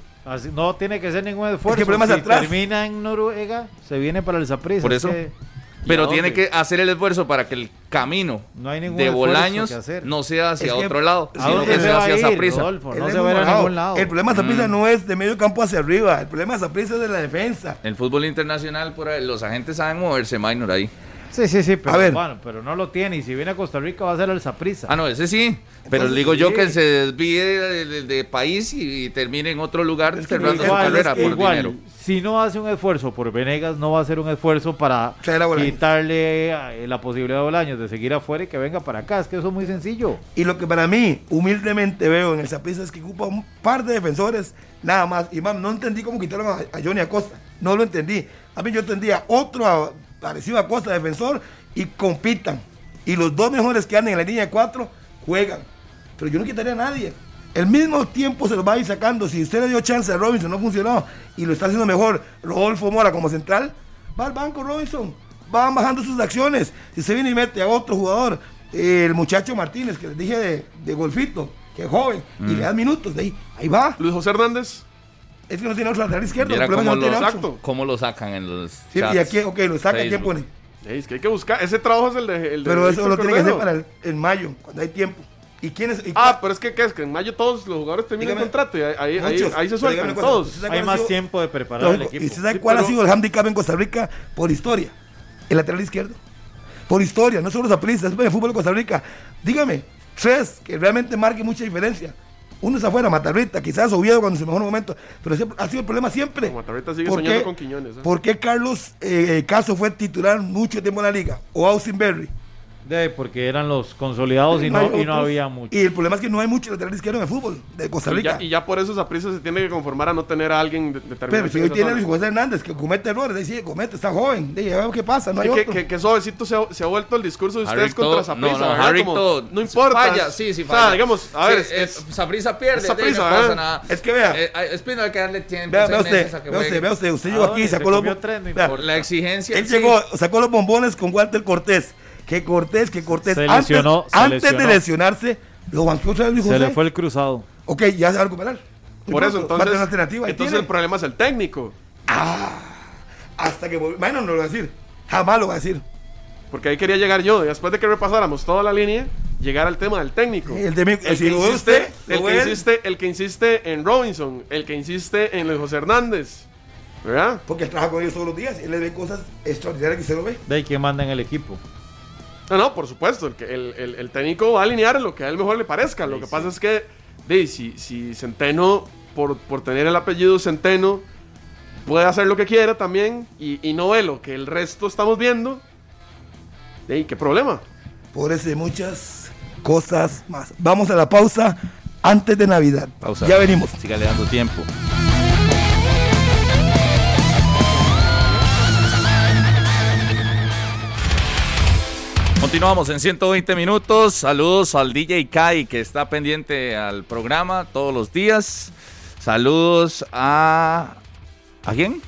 [SPEAKER 4] Así- no tiene que ser ningún esfuerzo.
[SPEAKER 5] el problema es
[SPEAKER 4] si
[SPEAKER 5] atrás.
[SPEAKER 4] termina en Noruega, se viene para el Saprissa.
[SPEAKER 3] Por
[SPEAKER 4] es
[SPEAKER 3] eso.
[SPEAKER 4] que
[SPEAKER 2] ¿Y
[SPEAKER 3] Pero
[SPEAKER 2] a
[SPEAKER 3] tiene
[SPEAKER 2] dónde?
[SPEAKER 3] que hacer el esfuerzo para que el camino
[SPEAKER 4] No hay ningún
[SPEAKER 3] de
[SPEAKER 4] esfuerzo
[SPEAKER 3] Bolaños
[SPEAKER 4] que hacer.
[SPEAKER 3] no sea hacia
[SPEAKER 5] Es que-
[SPEAKER 3] otro lado,
[SPEAKER 5] ¿A
[SPEAKER 4] ¿A
[SPEAKER 3] sino
[SPEAKER 4] dónde
[SPEAKER 3] que
[SPEAKER 4] se
[SPEAKER 3] sea
[SPEAKER 4] va a
[SPEAKER 3] hacia
[SPEAKER 4] ir,
[SPEAKER 3] esa prisa.
[SPEAKER 4] Rodolfo?
[SPEAKER 5] Él
[SPEAKER 4] No
[SPEAKER 5] es
[SPEAKER 4] se
[SPEAKER 5] muy
[SPEAKER 4] va a ir a
[SPEAKER 5] bajado.
[SPEAKER 4] ningún lado.
[SPEAKER 5] El problema de Zaprisa
[SPEAKER 3] Mm.
[SPEAKER 5] no es de medio campo hacia arriba. El problema de Zaprisa es de la defensa.
[SPEAKER 3] El fútbol internacional, por ahí, los agentes saben moverse, minor ahí.
[SPEAKER 4] Sí, sí, sí, pero,
[SPEAKER 5] A ver.
[SPEAKER 4] bueno, pero no lo tiene. Y si viene a Costa Rica va a ser el Saprissa.
[SPEAKER 3] Ah, no, ese sí. Pero
[SPEAKER 5] Entonces,
[SPEAKER 3] digo yo
[SPEAKER 4] sí.
[SPEAKER 3] que se desvíe de, de- de país y, y termine en otro lugar
[SPEAKER 5] Es que
[SPEAKER 3] cerrando su
[SPEAKER 5] igual, es
[SPEAKER 3] carrera
[SPEAKER 5] que
[SPEAKER 3] por
[SPEAKER 4] Igual,
[SPEAKER 3] dinero.
[SPEAKER 4] si no hace un esfuerzo por Venegas, no va a hacer un esfuerzo para
[SPEAKER 5] Traer a Bolaños.
[SPEAKER 4] quitarle a- eh, la posibilidad a Bolaños de seguir afuera y que venga para acá. Es que eso es muy sencillo.
[SPEAKER 5] Y lo que para mí, humildemente veo en el Zaprisa es que ocupa un par de defensores, nada más. Y mam, no entendí cómo quitaron a, a Johnny Acosta. No lo entendí. A mí yo entendía otro a- Arecibo Costa, defensor, y compitan. Y los dos mejores que anden en la línea de cuatro juegan. Pero yo no quitaría a nadie. El mismo tiempo se lo va a ir sacando. Si usted le dio chance a Robinson, no funcionó y lo está haciendo mejor Rodolfo Mora como central, va al banco Robinson. Van bajando sus acciones. Si se viene y mete a otro jugador, eh, el muchacho Martínez, que les dije de, de golfito, que es joven, y
[SPEAKER 3] Mm.
[SPEAKER 5] le dan minutos, de ahí, ahí va.
[SPEAKER 2] Luis José Hernández.
[SPEAKER 5] Es que no tiene otro lateral izquierdo,
[SPEAKER 3] Viera
[SPEAKER 5] el problema es
[SPEAKER 3] cómo,
[SPEAKER 5] que no
[SPEAKER 3] lo,
[SPEAKER 5] tiene
[SPEAKER 2] exacto.
[SPEAKER 5] otro.
[SPEAKER 3] cómo lo sacan en los
[SPEAKER 5] Sí, y
[SPEAKER 3] chats.
[SPEAKER 5] aquí, ok, lo saca, ¿quién
[SPEAKER 3] Facebook.
[SPEAKER 5] pone?
[SPEAKER 2] Ey, es que hay que buscar. Ese trabajo es el de. el de
[SPEAKER 5] Pero eso
[SPEAKER 2] Víctor
[SPEAKER 5] lo tiene que
[SPEAKER 2] Cordero.
[SPEAKER 5] hacer para el, en mayo, cuando hay tiempo. ¿Y quién es? y
[SPEAKER 2] Ah, pero es que, ¿qué es? que en mayo todos los jugadores terminan el
[SPEAKER 5] Dígame.
[SPEAKER 2] contrato y ahí, ahí, ahí-
[SPEAKER 5] Muchos.
[SPEAKER 2] ahí se
[SPEAKER 5] Pero dígame
[SPEAKER 2] sueltan
[SPEAKER 5] una cosa,
[SPEAKER 2] todos.
[SPEAKER 5] ¿usted sabe
[SPEAKER 4] Hay
[SPEAKER 5] cuál ha
[SPEAKER 4] más
[SPEAKER 5] sido-
[SPEAKER 4] tiempo de preparar
[SPEAKER 5] Pero,
[SPEAKER 4] al
[SPEAKER 5] ¿Y
[SPEAKER 4] equipo.
[SPEAKER 5] usted sabe
[SPEAKER 2] Sí,
[SPEAKER 5] cuál
[SPEAKER 2] pero-
[SPEAKER 5] ha sido el handicap en Costa Rica? Por historia. El lateral izquierdo. Por historia, no solo Zaprisa, es por el fútbol de Costa Rica. Dígame, tres que realmente marquen mucha diferencia. Uno es afuera, Matarrita, quizás Oviedo cuando en su mejor momento, pero ese ha sido el problema siempre.
[SPEAKER 2] No, Matarrita sigue
[SPEAKER 5] ¿Por
[SPEAKER 2] soñando
[SPEAKER 5] qué-
[SPEAKER 2] con Quiñones, ¿eh?
[SPEAKER 5] ¿Por qué Carlos eh, Caso fue titular mucho tiempo en la liga? O Austin Berry.
[SPEAKER 4] De- porque eran los consolidados y
[SPEAKER 5] hay
[SPEAKER 4] no, y no
[SPEAKER 5] otros.
[SPEAKER 4] había mucho.
[SPEAKER 5] Y el problema es que no hay mucho lateral izquierdo en el fútbol de Costa
[SPEAKER 2] Y
[SPEAKER 5] Rica.
[SPEAKER 2] ya, y ya por eso Zaprisa se tiene que conformar a no tener a alguien de- determinado.
[SPEAKER 5] Pero si
[SPEAKER 2] en
[SPEAKER 5] hoy
[SPEAKER 2] esa
[SPEAKER 5] tiene a
[SPEAKER 2] zona.
[SPEAKER 5] Luis José Hernández que comete errores, ahí sí, comete, está joven, de ahí, veamos qué pasa, no hay
[SPEAKER 2] que, que-
[SPEAKER 5] otro.
[SPEAKER 2] que- que suavecito se ha, se ha vuelto el discurso de ustedes
[SPEAKER 3] Harrington-
[SPEAKER 2] contra Zaprisa.
[SPEAKER 3] No, no, Harrington
[SPEAKER 2] no importa.
[SPEAKER 3] Falla, sí, sí,
[SPEAKER 2] O sea,
[SPEAKER 3] falla.
[SPEAKER 2] digamos, a ver.
[SPEAKER 3] Sí,
[SPEAKER 2] es-
[SPEAKER 3] eh, Saprissa pierde.
[SPEAKER 2] es Saprissa,
[SPEAKER 3] de ahí no pasa
[SPEAKER 2] ¿eh?
[SPEAKER 3] nada.
[SPEAKER 5] Es que vea.
[SPEAKER 3] Eh, eh, Espino hay que darle tiempo.
[SPEAKER 5] Vea,
[SPEAKER 3] seis
[SPEAKER 5] vea usted,
[SPEAKER 3] meses a que
[SPEAKER 5] vea
[SPEAKER 3] juegue. Ah,
[SPEAKER 5] usted, vea usted, usted
[SPEAKER 4] ¿A
[SPEAKER 5] llegó
[SPEAKER 4] dónde?
[SPEAKER 5] aquí,
[SPEAKER 4] Se
[SPEAKER 5] sacó los
[SPEAKER 4] comió
[SPEAKER 5] bo-
[SPEAKER 4] tres, no
[SPEAKER 5] vea,
[SPEAKER 3] Por la exigencia.
[SPEAKER 5] él
[SPEAKER 3] sí.
[SPEAKER 5] llegó, sacó los bombones con Walter Cortés, que Cortés, que Cortés,
[SPEAKER 4] Se
[SPEAKER 5] antes,
[SPEAKER 4] lesionó, se
[SPEAKER 5] antes de
[SPEAKER 4] lesionó.
[SPEAKER 5] lesionarse, lo banqueó otra vez Luis
[SPEAKER 4] Se le
[SPEAKER 5] José,
[SPEAKER 4] fue el cruzado.
[SPEAKER 5] ok, ya se va a recuperar, Muy
[SPEAKER 2] por eso,
[SPEAKER 5] pronto,
[SPEAKER 2] entonces.
[SPEAKER 5] va a tener una alternativa, ahí
[SPEAKER 2] entonces
[SPEAKER 5] tiene.
[SPEAKER 2] el problema es el técnico.
[SPEAKER 5] hasta que, vol- bueno, no lo va a decir, jamás lo va a decir,
[SPEAKER 2] Porque ahí quería llegar yo. y Después de que repasáramos toda la línea, llegar al tema del técnico.
[SPEAKER 5] el de mi,
[SPEAKER 2] El
[SPEAKER 5] si
[SPEAKER 2] que,
[SPEAKER 5] lo ve
[SPEAKER 2] insiste,
[SPEAKER 5] lo
[SPEAKER 2] el,
[SPEAKER 5] ve
[SPEAKER 2] que
[SPEAKER 5] él,
[SPEAKER 2] insiste, el que insiste en Robinson, el que insiste en Luis José Hernández, ¿verdad?
[SPEAKER 5] porque él trabaja con ellos todos los días, él le ve cosas extraordinarias que se lo ve,
[SPEAKER 4] De ahí que manda en el equipo.
[SPEAKER 2] No, no, por supuesto, el, que- el, el- el técnico va a alinear lo que a él mejor le parezca. Lo que pasa es que, di, si, si Centeno, por, por tener el apellido Centeno, puede hacer lo que quiera también y, y no ve lo que el resto estamos viendo, di, ¿qué problema?
[SPEAKER 5] por eso y muchas cosas más, vamos a la pausa antes de Navidad,
[SPEAKER 3] Pausa.
[SPEAKER 5] ya venimos.
[SPEAKER 3] Sígale dando tiempo. Continuamos en 120 minutos. Saludos al DJ Kai que está pendiente al programa todos los días. Saludos a. ¿A quién?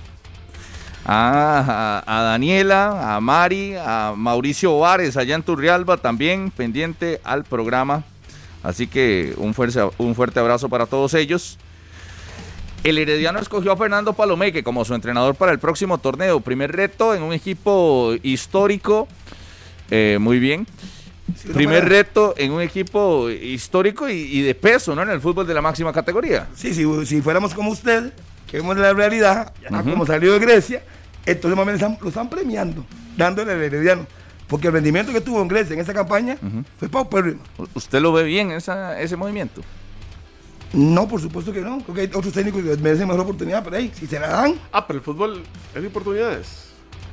[SPEAKER 3] A, a- a Daniela, a Mari, a Mauricio Vares allá en Turrialba también pendiente al programa. Así que un fuerte, un fuerte abrazo para todos ellos. El Herediano escogió a Fernando Palomeque como su entrenador para el próximo torneo. Primer reto en un equipo histórico. Eh, muy bien.
[SPEAKER 5] Sí, de
[SPEAKER 3] Primer
[SPEAKER 5] manera.
[SPEAKER 3] reto en un equipo histórico y, y de peso, ¿no? En el fútbol de la máxima categoría.
[SPEAKER 5] Sí, si, si fuéramos como usted, que vemos la realidad, ah, como salió de Grecia, entonces más bien están- lo están premiando, dándole al herediano. Porque el rendimiento que tuvo en Grecia en esa campaña fue paupérrimo.
[SPEAKER 3] U- ¿Usted lo ve bien esa- ese movimiento?
[SPEAKER 5] No, por supuesto que no. Creo que hay otros técnicos que merecen mejor oportunidad, pero ahí, si se la dan,
[SPEAKER 2] Ah, pero el fútbol es de oportunidades.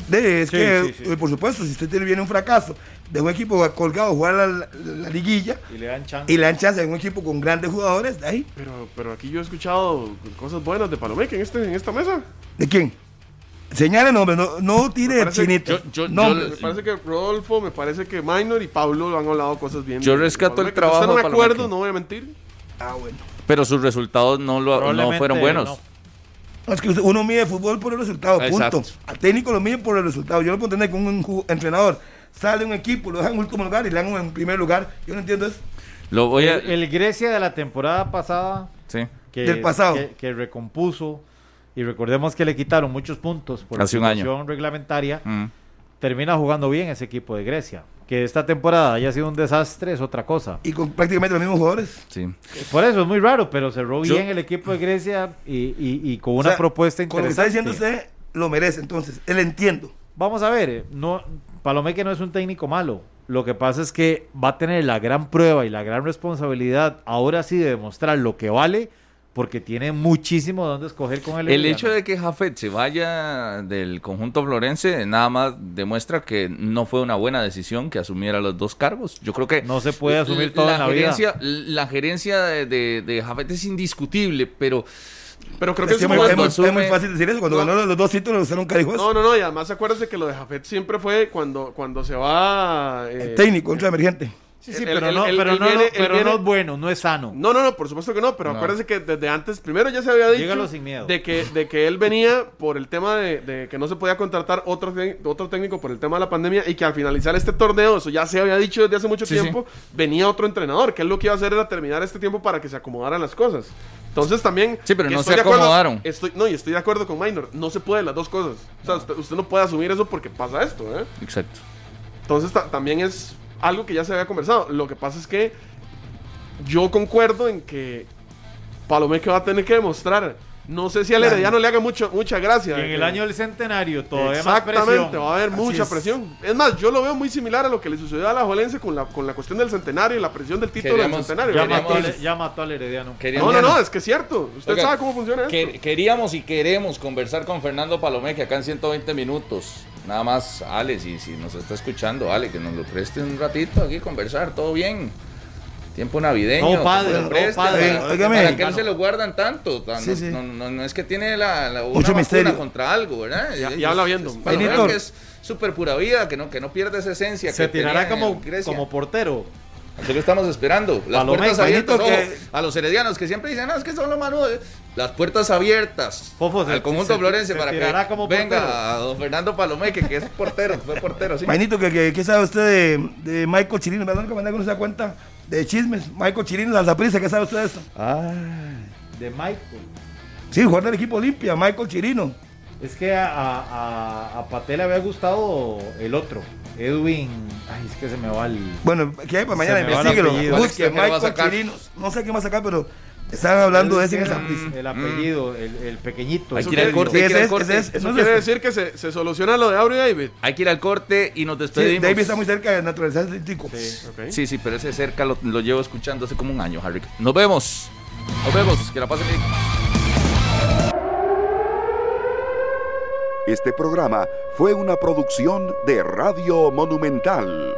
[SPEAKER 5] de- es
[SPEAKER 4] Sí,
[SPEAKER 5] que,
[SPEAKER 4] sí, sí.
[SPEAKER 5] eh, por supuesto, si usted tiene bien un fracaso de un equipo colgado jugar la, la- la liguilla
[SPEAKER 4] Y le dan chance.
[SPEAKER 5] y la chance de un equipo con grandes jugadores, de ahí,
[SPEAKER 2] Pero, pero aquí yo he escuchado cosas buenas de Palomeque en, este, en esta mesa.
[SPEAKER 5] ¿de quién? Señale nombres, no, no tire
[SPEAKER 2] parece-
[SPEAKER 5] chinitas.
[SPEAKER 3] yo- yo-
[SPEAKER 5] Nombres.
[SPEAKER 2] Me parece que Rodolfo, me parece que Minor y Pablo han hablado cosas bien.
[SPEAKER 3] Yo
[SPEAKER 2] de- de
[SPEAKER 3] rescato el
[SPEAKER 2] Palomeque.
[SPEAKER 3] trabajo
[SPEAKER 2] Yo
[SPEAKER 3] de
[SPEAKER 2] no me acuerdo,
[SPEAKER 3] Palomeque.
[SPEAKER 2] no voy a mentir.
[SPEAKER 5] Ah, bueno.
[SPEAKER 3] Pero sus resultados no, lo, no
[SPEAKER 4] Probablemente
[SPEAKER 3] fueron buenos.
[SPEAKER 4] no.
[SPEAKER 5] No, Es que usted- uno mide fútbol por el resultado,
[SPEAKER 3] Exacto.
[SPEAKER 5] punto. Al técnico lo mide por el resultado. Yo no puedo entender que un ju- entrenador sale un equipo, lo deja en último lugar y le dan en primer lugar. Yo no entiendo eso.
[SPEAKER 3] Lo voy a...
[SPEAKER 4] El, el Grecia de la temporada pasada,
[SPEAKER 3] sí.
[SPEAKER 4] que,
[SPEAKER 5] Del pasado.
[SPEAKER 4] que, que recompuso, y recordemos que le quitaron muchos puntos por
[SPEAKER 3] Hace un
[SPEAKER 4] la
[SPEAKER 3] año.
[SPEAKER 4] situación reglamentaria,
[SPEAKER 3] Mm.
[SPEAKER 4] termina jugando bien ese equipo de Grecia. Que esta temporada haya sido un desastre es otra cosa.
[SPEAKER 5] Y con prácticamente los mismos jugadores.
[SPEAKER 3] Sí.
[SPEAKER 4] Por eso es muy raro, pero cerró
[SPEAKER 3] Yo-
[SPEAKER 4] bien el equipo de Grecia y, y- y con
[SPEAKER 5] O
[SPEAKER 4] una
[SPEAKER 5] sea,
[SPEAKER 4] propuesta
[SPEAKER 5] Con lo que está
[SPEAKER 4] interesante.
[SPEAKER 5] diciendo usted, lo merece. Entonces, él entiendo.
[SPEAKER 4] Vamos a ver, eh, no, Palomeque no es un técnico malo. Lo que pasa es que va a tener la gran prueba y la gran responsabilidad ahora sí de demostrar lo que vale, porque tiene muchísimo donde escoger con el
[SPEAKER 3] El
[SPEAKER 4] Herediano.
[SPEAKER 3] hecho de que Jafet se vaya del conjunto florense nada más demuestra que no fue una buena decisión que asumiera los dos cargos. Yo creo que
[SPEAKER 4] No se puede asumir todo en la vida.
[SPEAKER 3] gerencia, La gerencia de, de, de Jafet es indiscutible, pero
[SPEAKER 2] Pero creo que
[SPEAKER 5] Es,
[SPEAKER 2] en
[SPEAKER 5] que
[SPEAKER 2] su
[SPEAKER 5] muy- es
[SPEAKER 2] momento-
[SPEAKER 3] asume-
[SPEAKER 5] muy, es muy fácil decir eso. Cuando
[SPEAKER 2] No.
[SPEAKER 5] ganó los dos títulos, usted nunca dijo eso.
[SPEAKER 2] No, no, no, y además acuérdense que lo de Jafet siempre fue cuando, cuando se va... eh,
[SPEAKER 5] El técnico, contra emergente.
[SPEAKER 4] Sí, sí,
[SPEAKER 2] Él-
[SPEAKER 4] pero
[SPEAKER 2] él-
[SPEAKER 4] no,
[SPEAKER 2] él-
[SPEAKER 4] pero
[SPEAKER 2] él
[SPEAKER 4] no,
[SPEAKER 2] viene-
[SPEAKER 4] no,
[SPEAKER 2] él
[SPEAKER 4] pero
[SPEAKER 2] viene-
[SPEAKER 4] no es bueno, no es sano.
[SPEAKER 2] No, no, no, por supuesto que no, pero
[SPEAKER 3] No.
[SPEAKER 2] acuérdense que desde antes, primero ya se había dicho
[SPEAKER 4] Dígalo sin miedo.
[SPEAKER 2] De, que, de que él venía por el tema de, de que no se podía contratar otro, te- otro técnico por el tema de la pandemia y que al finalizar este torneo, eso ya se había dicho desde hace mucho
[SPEAKER 3] Sí,
[SPEAKER 2] tiempo, venía otro entrenador, que él lo que iba a hacer era terminar este tiempo para que se acomodaran las cosas. Entonces también...
[SPEAKER 3] Sí, pero
[SPEAKER 2] que
[SPEAKER 3] no
[SPEAKER 2] estoy
[SPEAKER 3] se
[SPEAKER 2] de acuerdo-
[SPEAKER 3] acomodaron.
[SPEAKER 2] estoy, no, y estoy de acuerdo con Minor, no se puede las dos cosas. O sea, usted, usted no puede asumir eso porque pasa esto, ¿eh?
[SPEAKER 3] Exacto.
[SPEAKER 2] Entonces ta- también es algo que ya se había conversado. Lo que pasa es que yo concuerdo en que Palomeque va a tener que demostrar. No sé si al
[SPEAKER 5] Claro.
[SPEAKER 2] Herediano le haga mucho, mucha gracia. Eh,
[SPEAKER 4] Y en el año del centenario todavía más
[SPEAKER 2] Exactamente,
[SPEAKER 4] presión.
[SPEAKER 2] va a haber
[SPEAKER 5] Así
[SPEAKER 2] mucha
[SPEAKER 5] es.
[SPEAKER 2] presión. Es más, yo lo veo muy similar a lo que le sucedió a la Jolense con la, con la cuestión del centenario y la presión del título
[SPEAKER 3] Queríamos-
[SPEAKER 2] del centenario.
[SPEAKER 4] Ya
[SPEAKER 3] Queríamos-
[SPEAKER 4] mató, al, ya mató al Herediano.
[SPEAKER 2] No, no, no, es que es cierto. Usted
[SPEAKER 3] Oiga,
[SPEAKER 2] sabe cómo funciona esto.
[SPEAKER 3] Que- queríamos y queremos conversar con Fernando Palomeque acá en 120 minutos. Nada más, Ale, si, si nos está escuchando, Ale, que nos lo preste un ratito aquí, conversar, todo bien. Tiempo navideño.
[SPEAKER 4] No, padre,
[SPEAKER 3] que nos lo
[SPEAKER 4] no, padre.
[SPEAKER 3] Para,
[SPEAKER 5] Óigame.
[SPEAKER 3] para que no se lo guardan tanto. tan-
[SPEAKER 5] Sí, sí.
[SPEAKER 3] No, no- no es que tiene la, la una
[SPEAKER 5] Mucho
[SPEAKER 3] vacuna
[SPEAKER 5] misterio.
[SPEAKER 3] contra algo, ¿verdad?
[SPEAKER 2] Ya-
[SPEAKER 3] Eh,
[SPEAKER 2] ya habla
[SPEAKER 3] es-
[SPEAKER 2] viendo.
[SPEAKER 3] es-
[SPEAKER 2] Bueno,
[SPEAKER 3] Palomeque
[SPEAKER 5] Benito.
[SPEAKER 3] es súper pura vida, que no, que no pierde esa esencia.
[SPEAKER 4] Se
[SPEAKER 3] que
[SPEAKER 4] tirará
[SPEAKER 3] tenía en
[SPEAKER 4] como,
[SPEAKER 3] Grecia.
[SPEAKER 4] como portero.
[SPEAKER 3] Así lo estamos esperando. Las
[SPEAKER 4] Palomeque,
[SPEAKER 3] puertas abiertas
[SPEAKER 5] Benito,
[SPEAKER 3] ojo, a los heredianos que siempre dicen, no, es que son los manudos. Las puertas abiertas
[SPEAKER 4] Fofo, se-
[SPEAKER 3] al conjunto
[SPEAKER 4] se-
[SPEAKER 3] Florencia
[SPEAKER 4] se
[SPEAKER 3] para que
[SPEAKER 4] tirará como portero.
[SPEAKER 3] venga a don Fernando Palomeque, que es portero, fue portero, sí.
[SPEAKER 5] Mainito, ¿qué, qué, qué sabe usted de, de Michael Chirino? Me da que mandar que no se da cuenta de chismes. Michael Chirino, la prisa, ¿qué sabe usted de eso?
[SPEAKER 2] Ah.
[SPEAKER 4] De Michael.
[SPEAKER 5] Sí, jugador del equipo Olimpia, Michael Chirino.
[SPEAKER 4] Es que a, a, a- a Paté le había gustado el otro. Edwin. Ay, es que se me va el.
[SPEAKER 5] Bueno, ¿qué hay para mañana?
[SPEAKER 4] Se me va el
[SPEAKER 5] Investíguelo.
[SPEAKER 4] apellido.
[SPEAKER 3] ¿Cuál
[SPEAKER 5] Busque
[SPEAKER 3] es que va a
[SPEAKER 5] Michael
[SPEAKER 3] sacar?
[SPEAKER 5] Chirino. No sé qué va a sacar, pero estaban hablando de ese en el
[SPEAKER 4] el,
[SPEAKER 5] Saprissa.
[SPEAKER 4] el apellido, el, el pequeñito.
[SPEAKER 3] Hay
[SPEAKER 4] Eso
[SPEAKER 3] que ir al
[SPEAKER 4] que-
[SPEAKER 3] corte,
[SPEAKER 5] Sí,
[SPEAKER 3] hay que ir
[SPEAKER 5] ese
[SPEAKER 3] al
[SPEAKER 5] es,
[SPEAKER 3] corte.
[SPEAKER 5] ese es,
[SPEAKER 2] Eso
[SPEAKER 5] no
[SPEAKER 2] quiere
[SPEAKER 5] es-
[SPEAKER 2] decir que se, se soluciona lo de Aubry David.
[SPEAKER 3] Hay que ir al corte y nos
[SPEAKER 5] Sí,
[SPEAKER 3] despedimos.
[SPEAKER 5] David está muy cerca de naturalizar el tico.
[SPEAKER 4] ¿eh?
[SPEAKER 2] Ok.
[SPEAKER 3] Sí, sí, pero ese cerca lo, lo llevo escuchando hace como un año, Harry. Nos vemos. Nos vemos. Que la pasen bien.
[SPEAKER 1] Este programa fue una producción de Radio Monumental.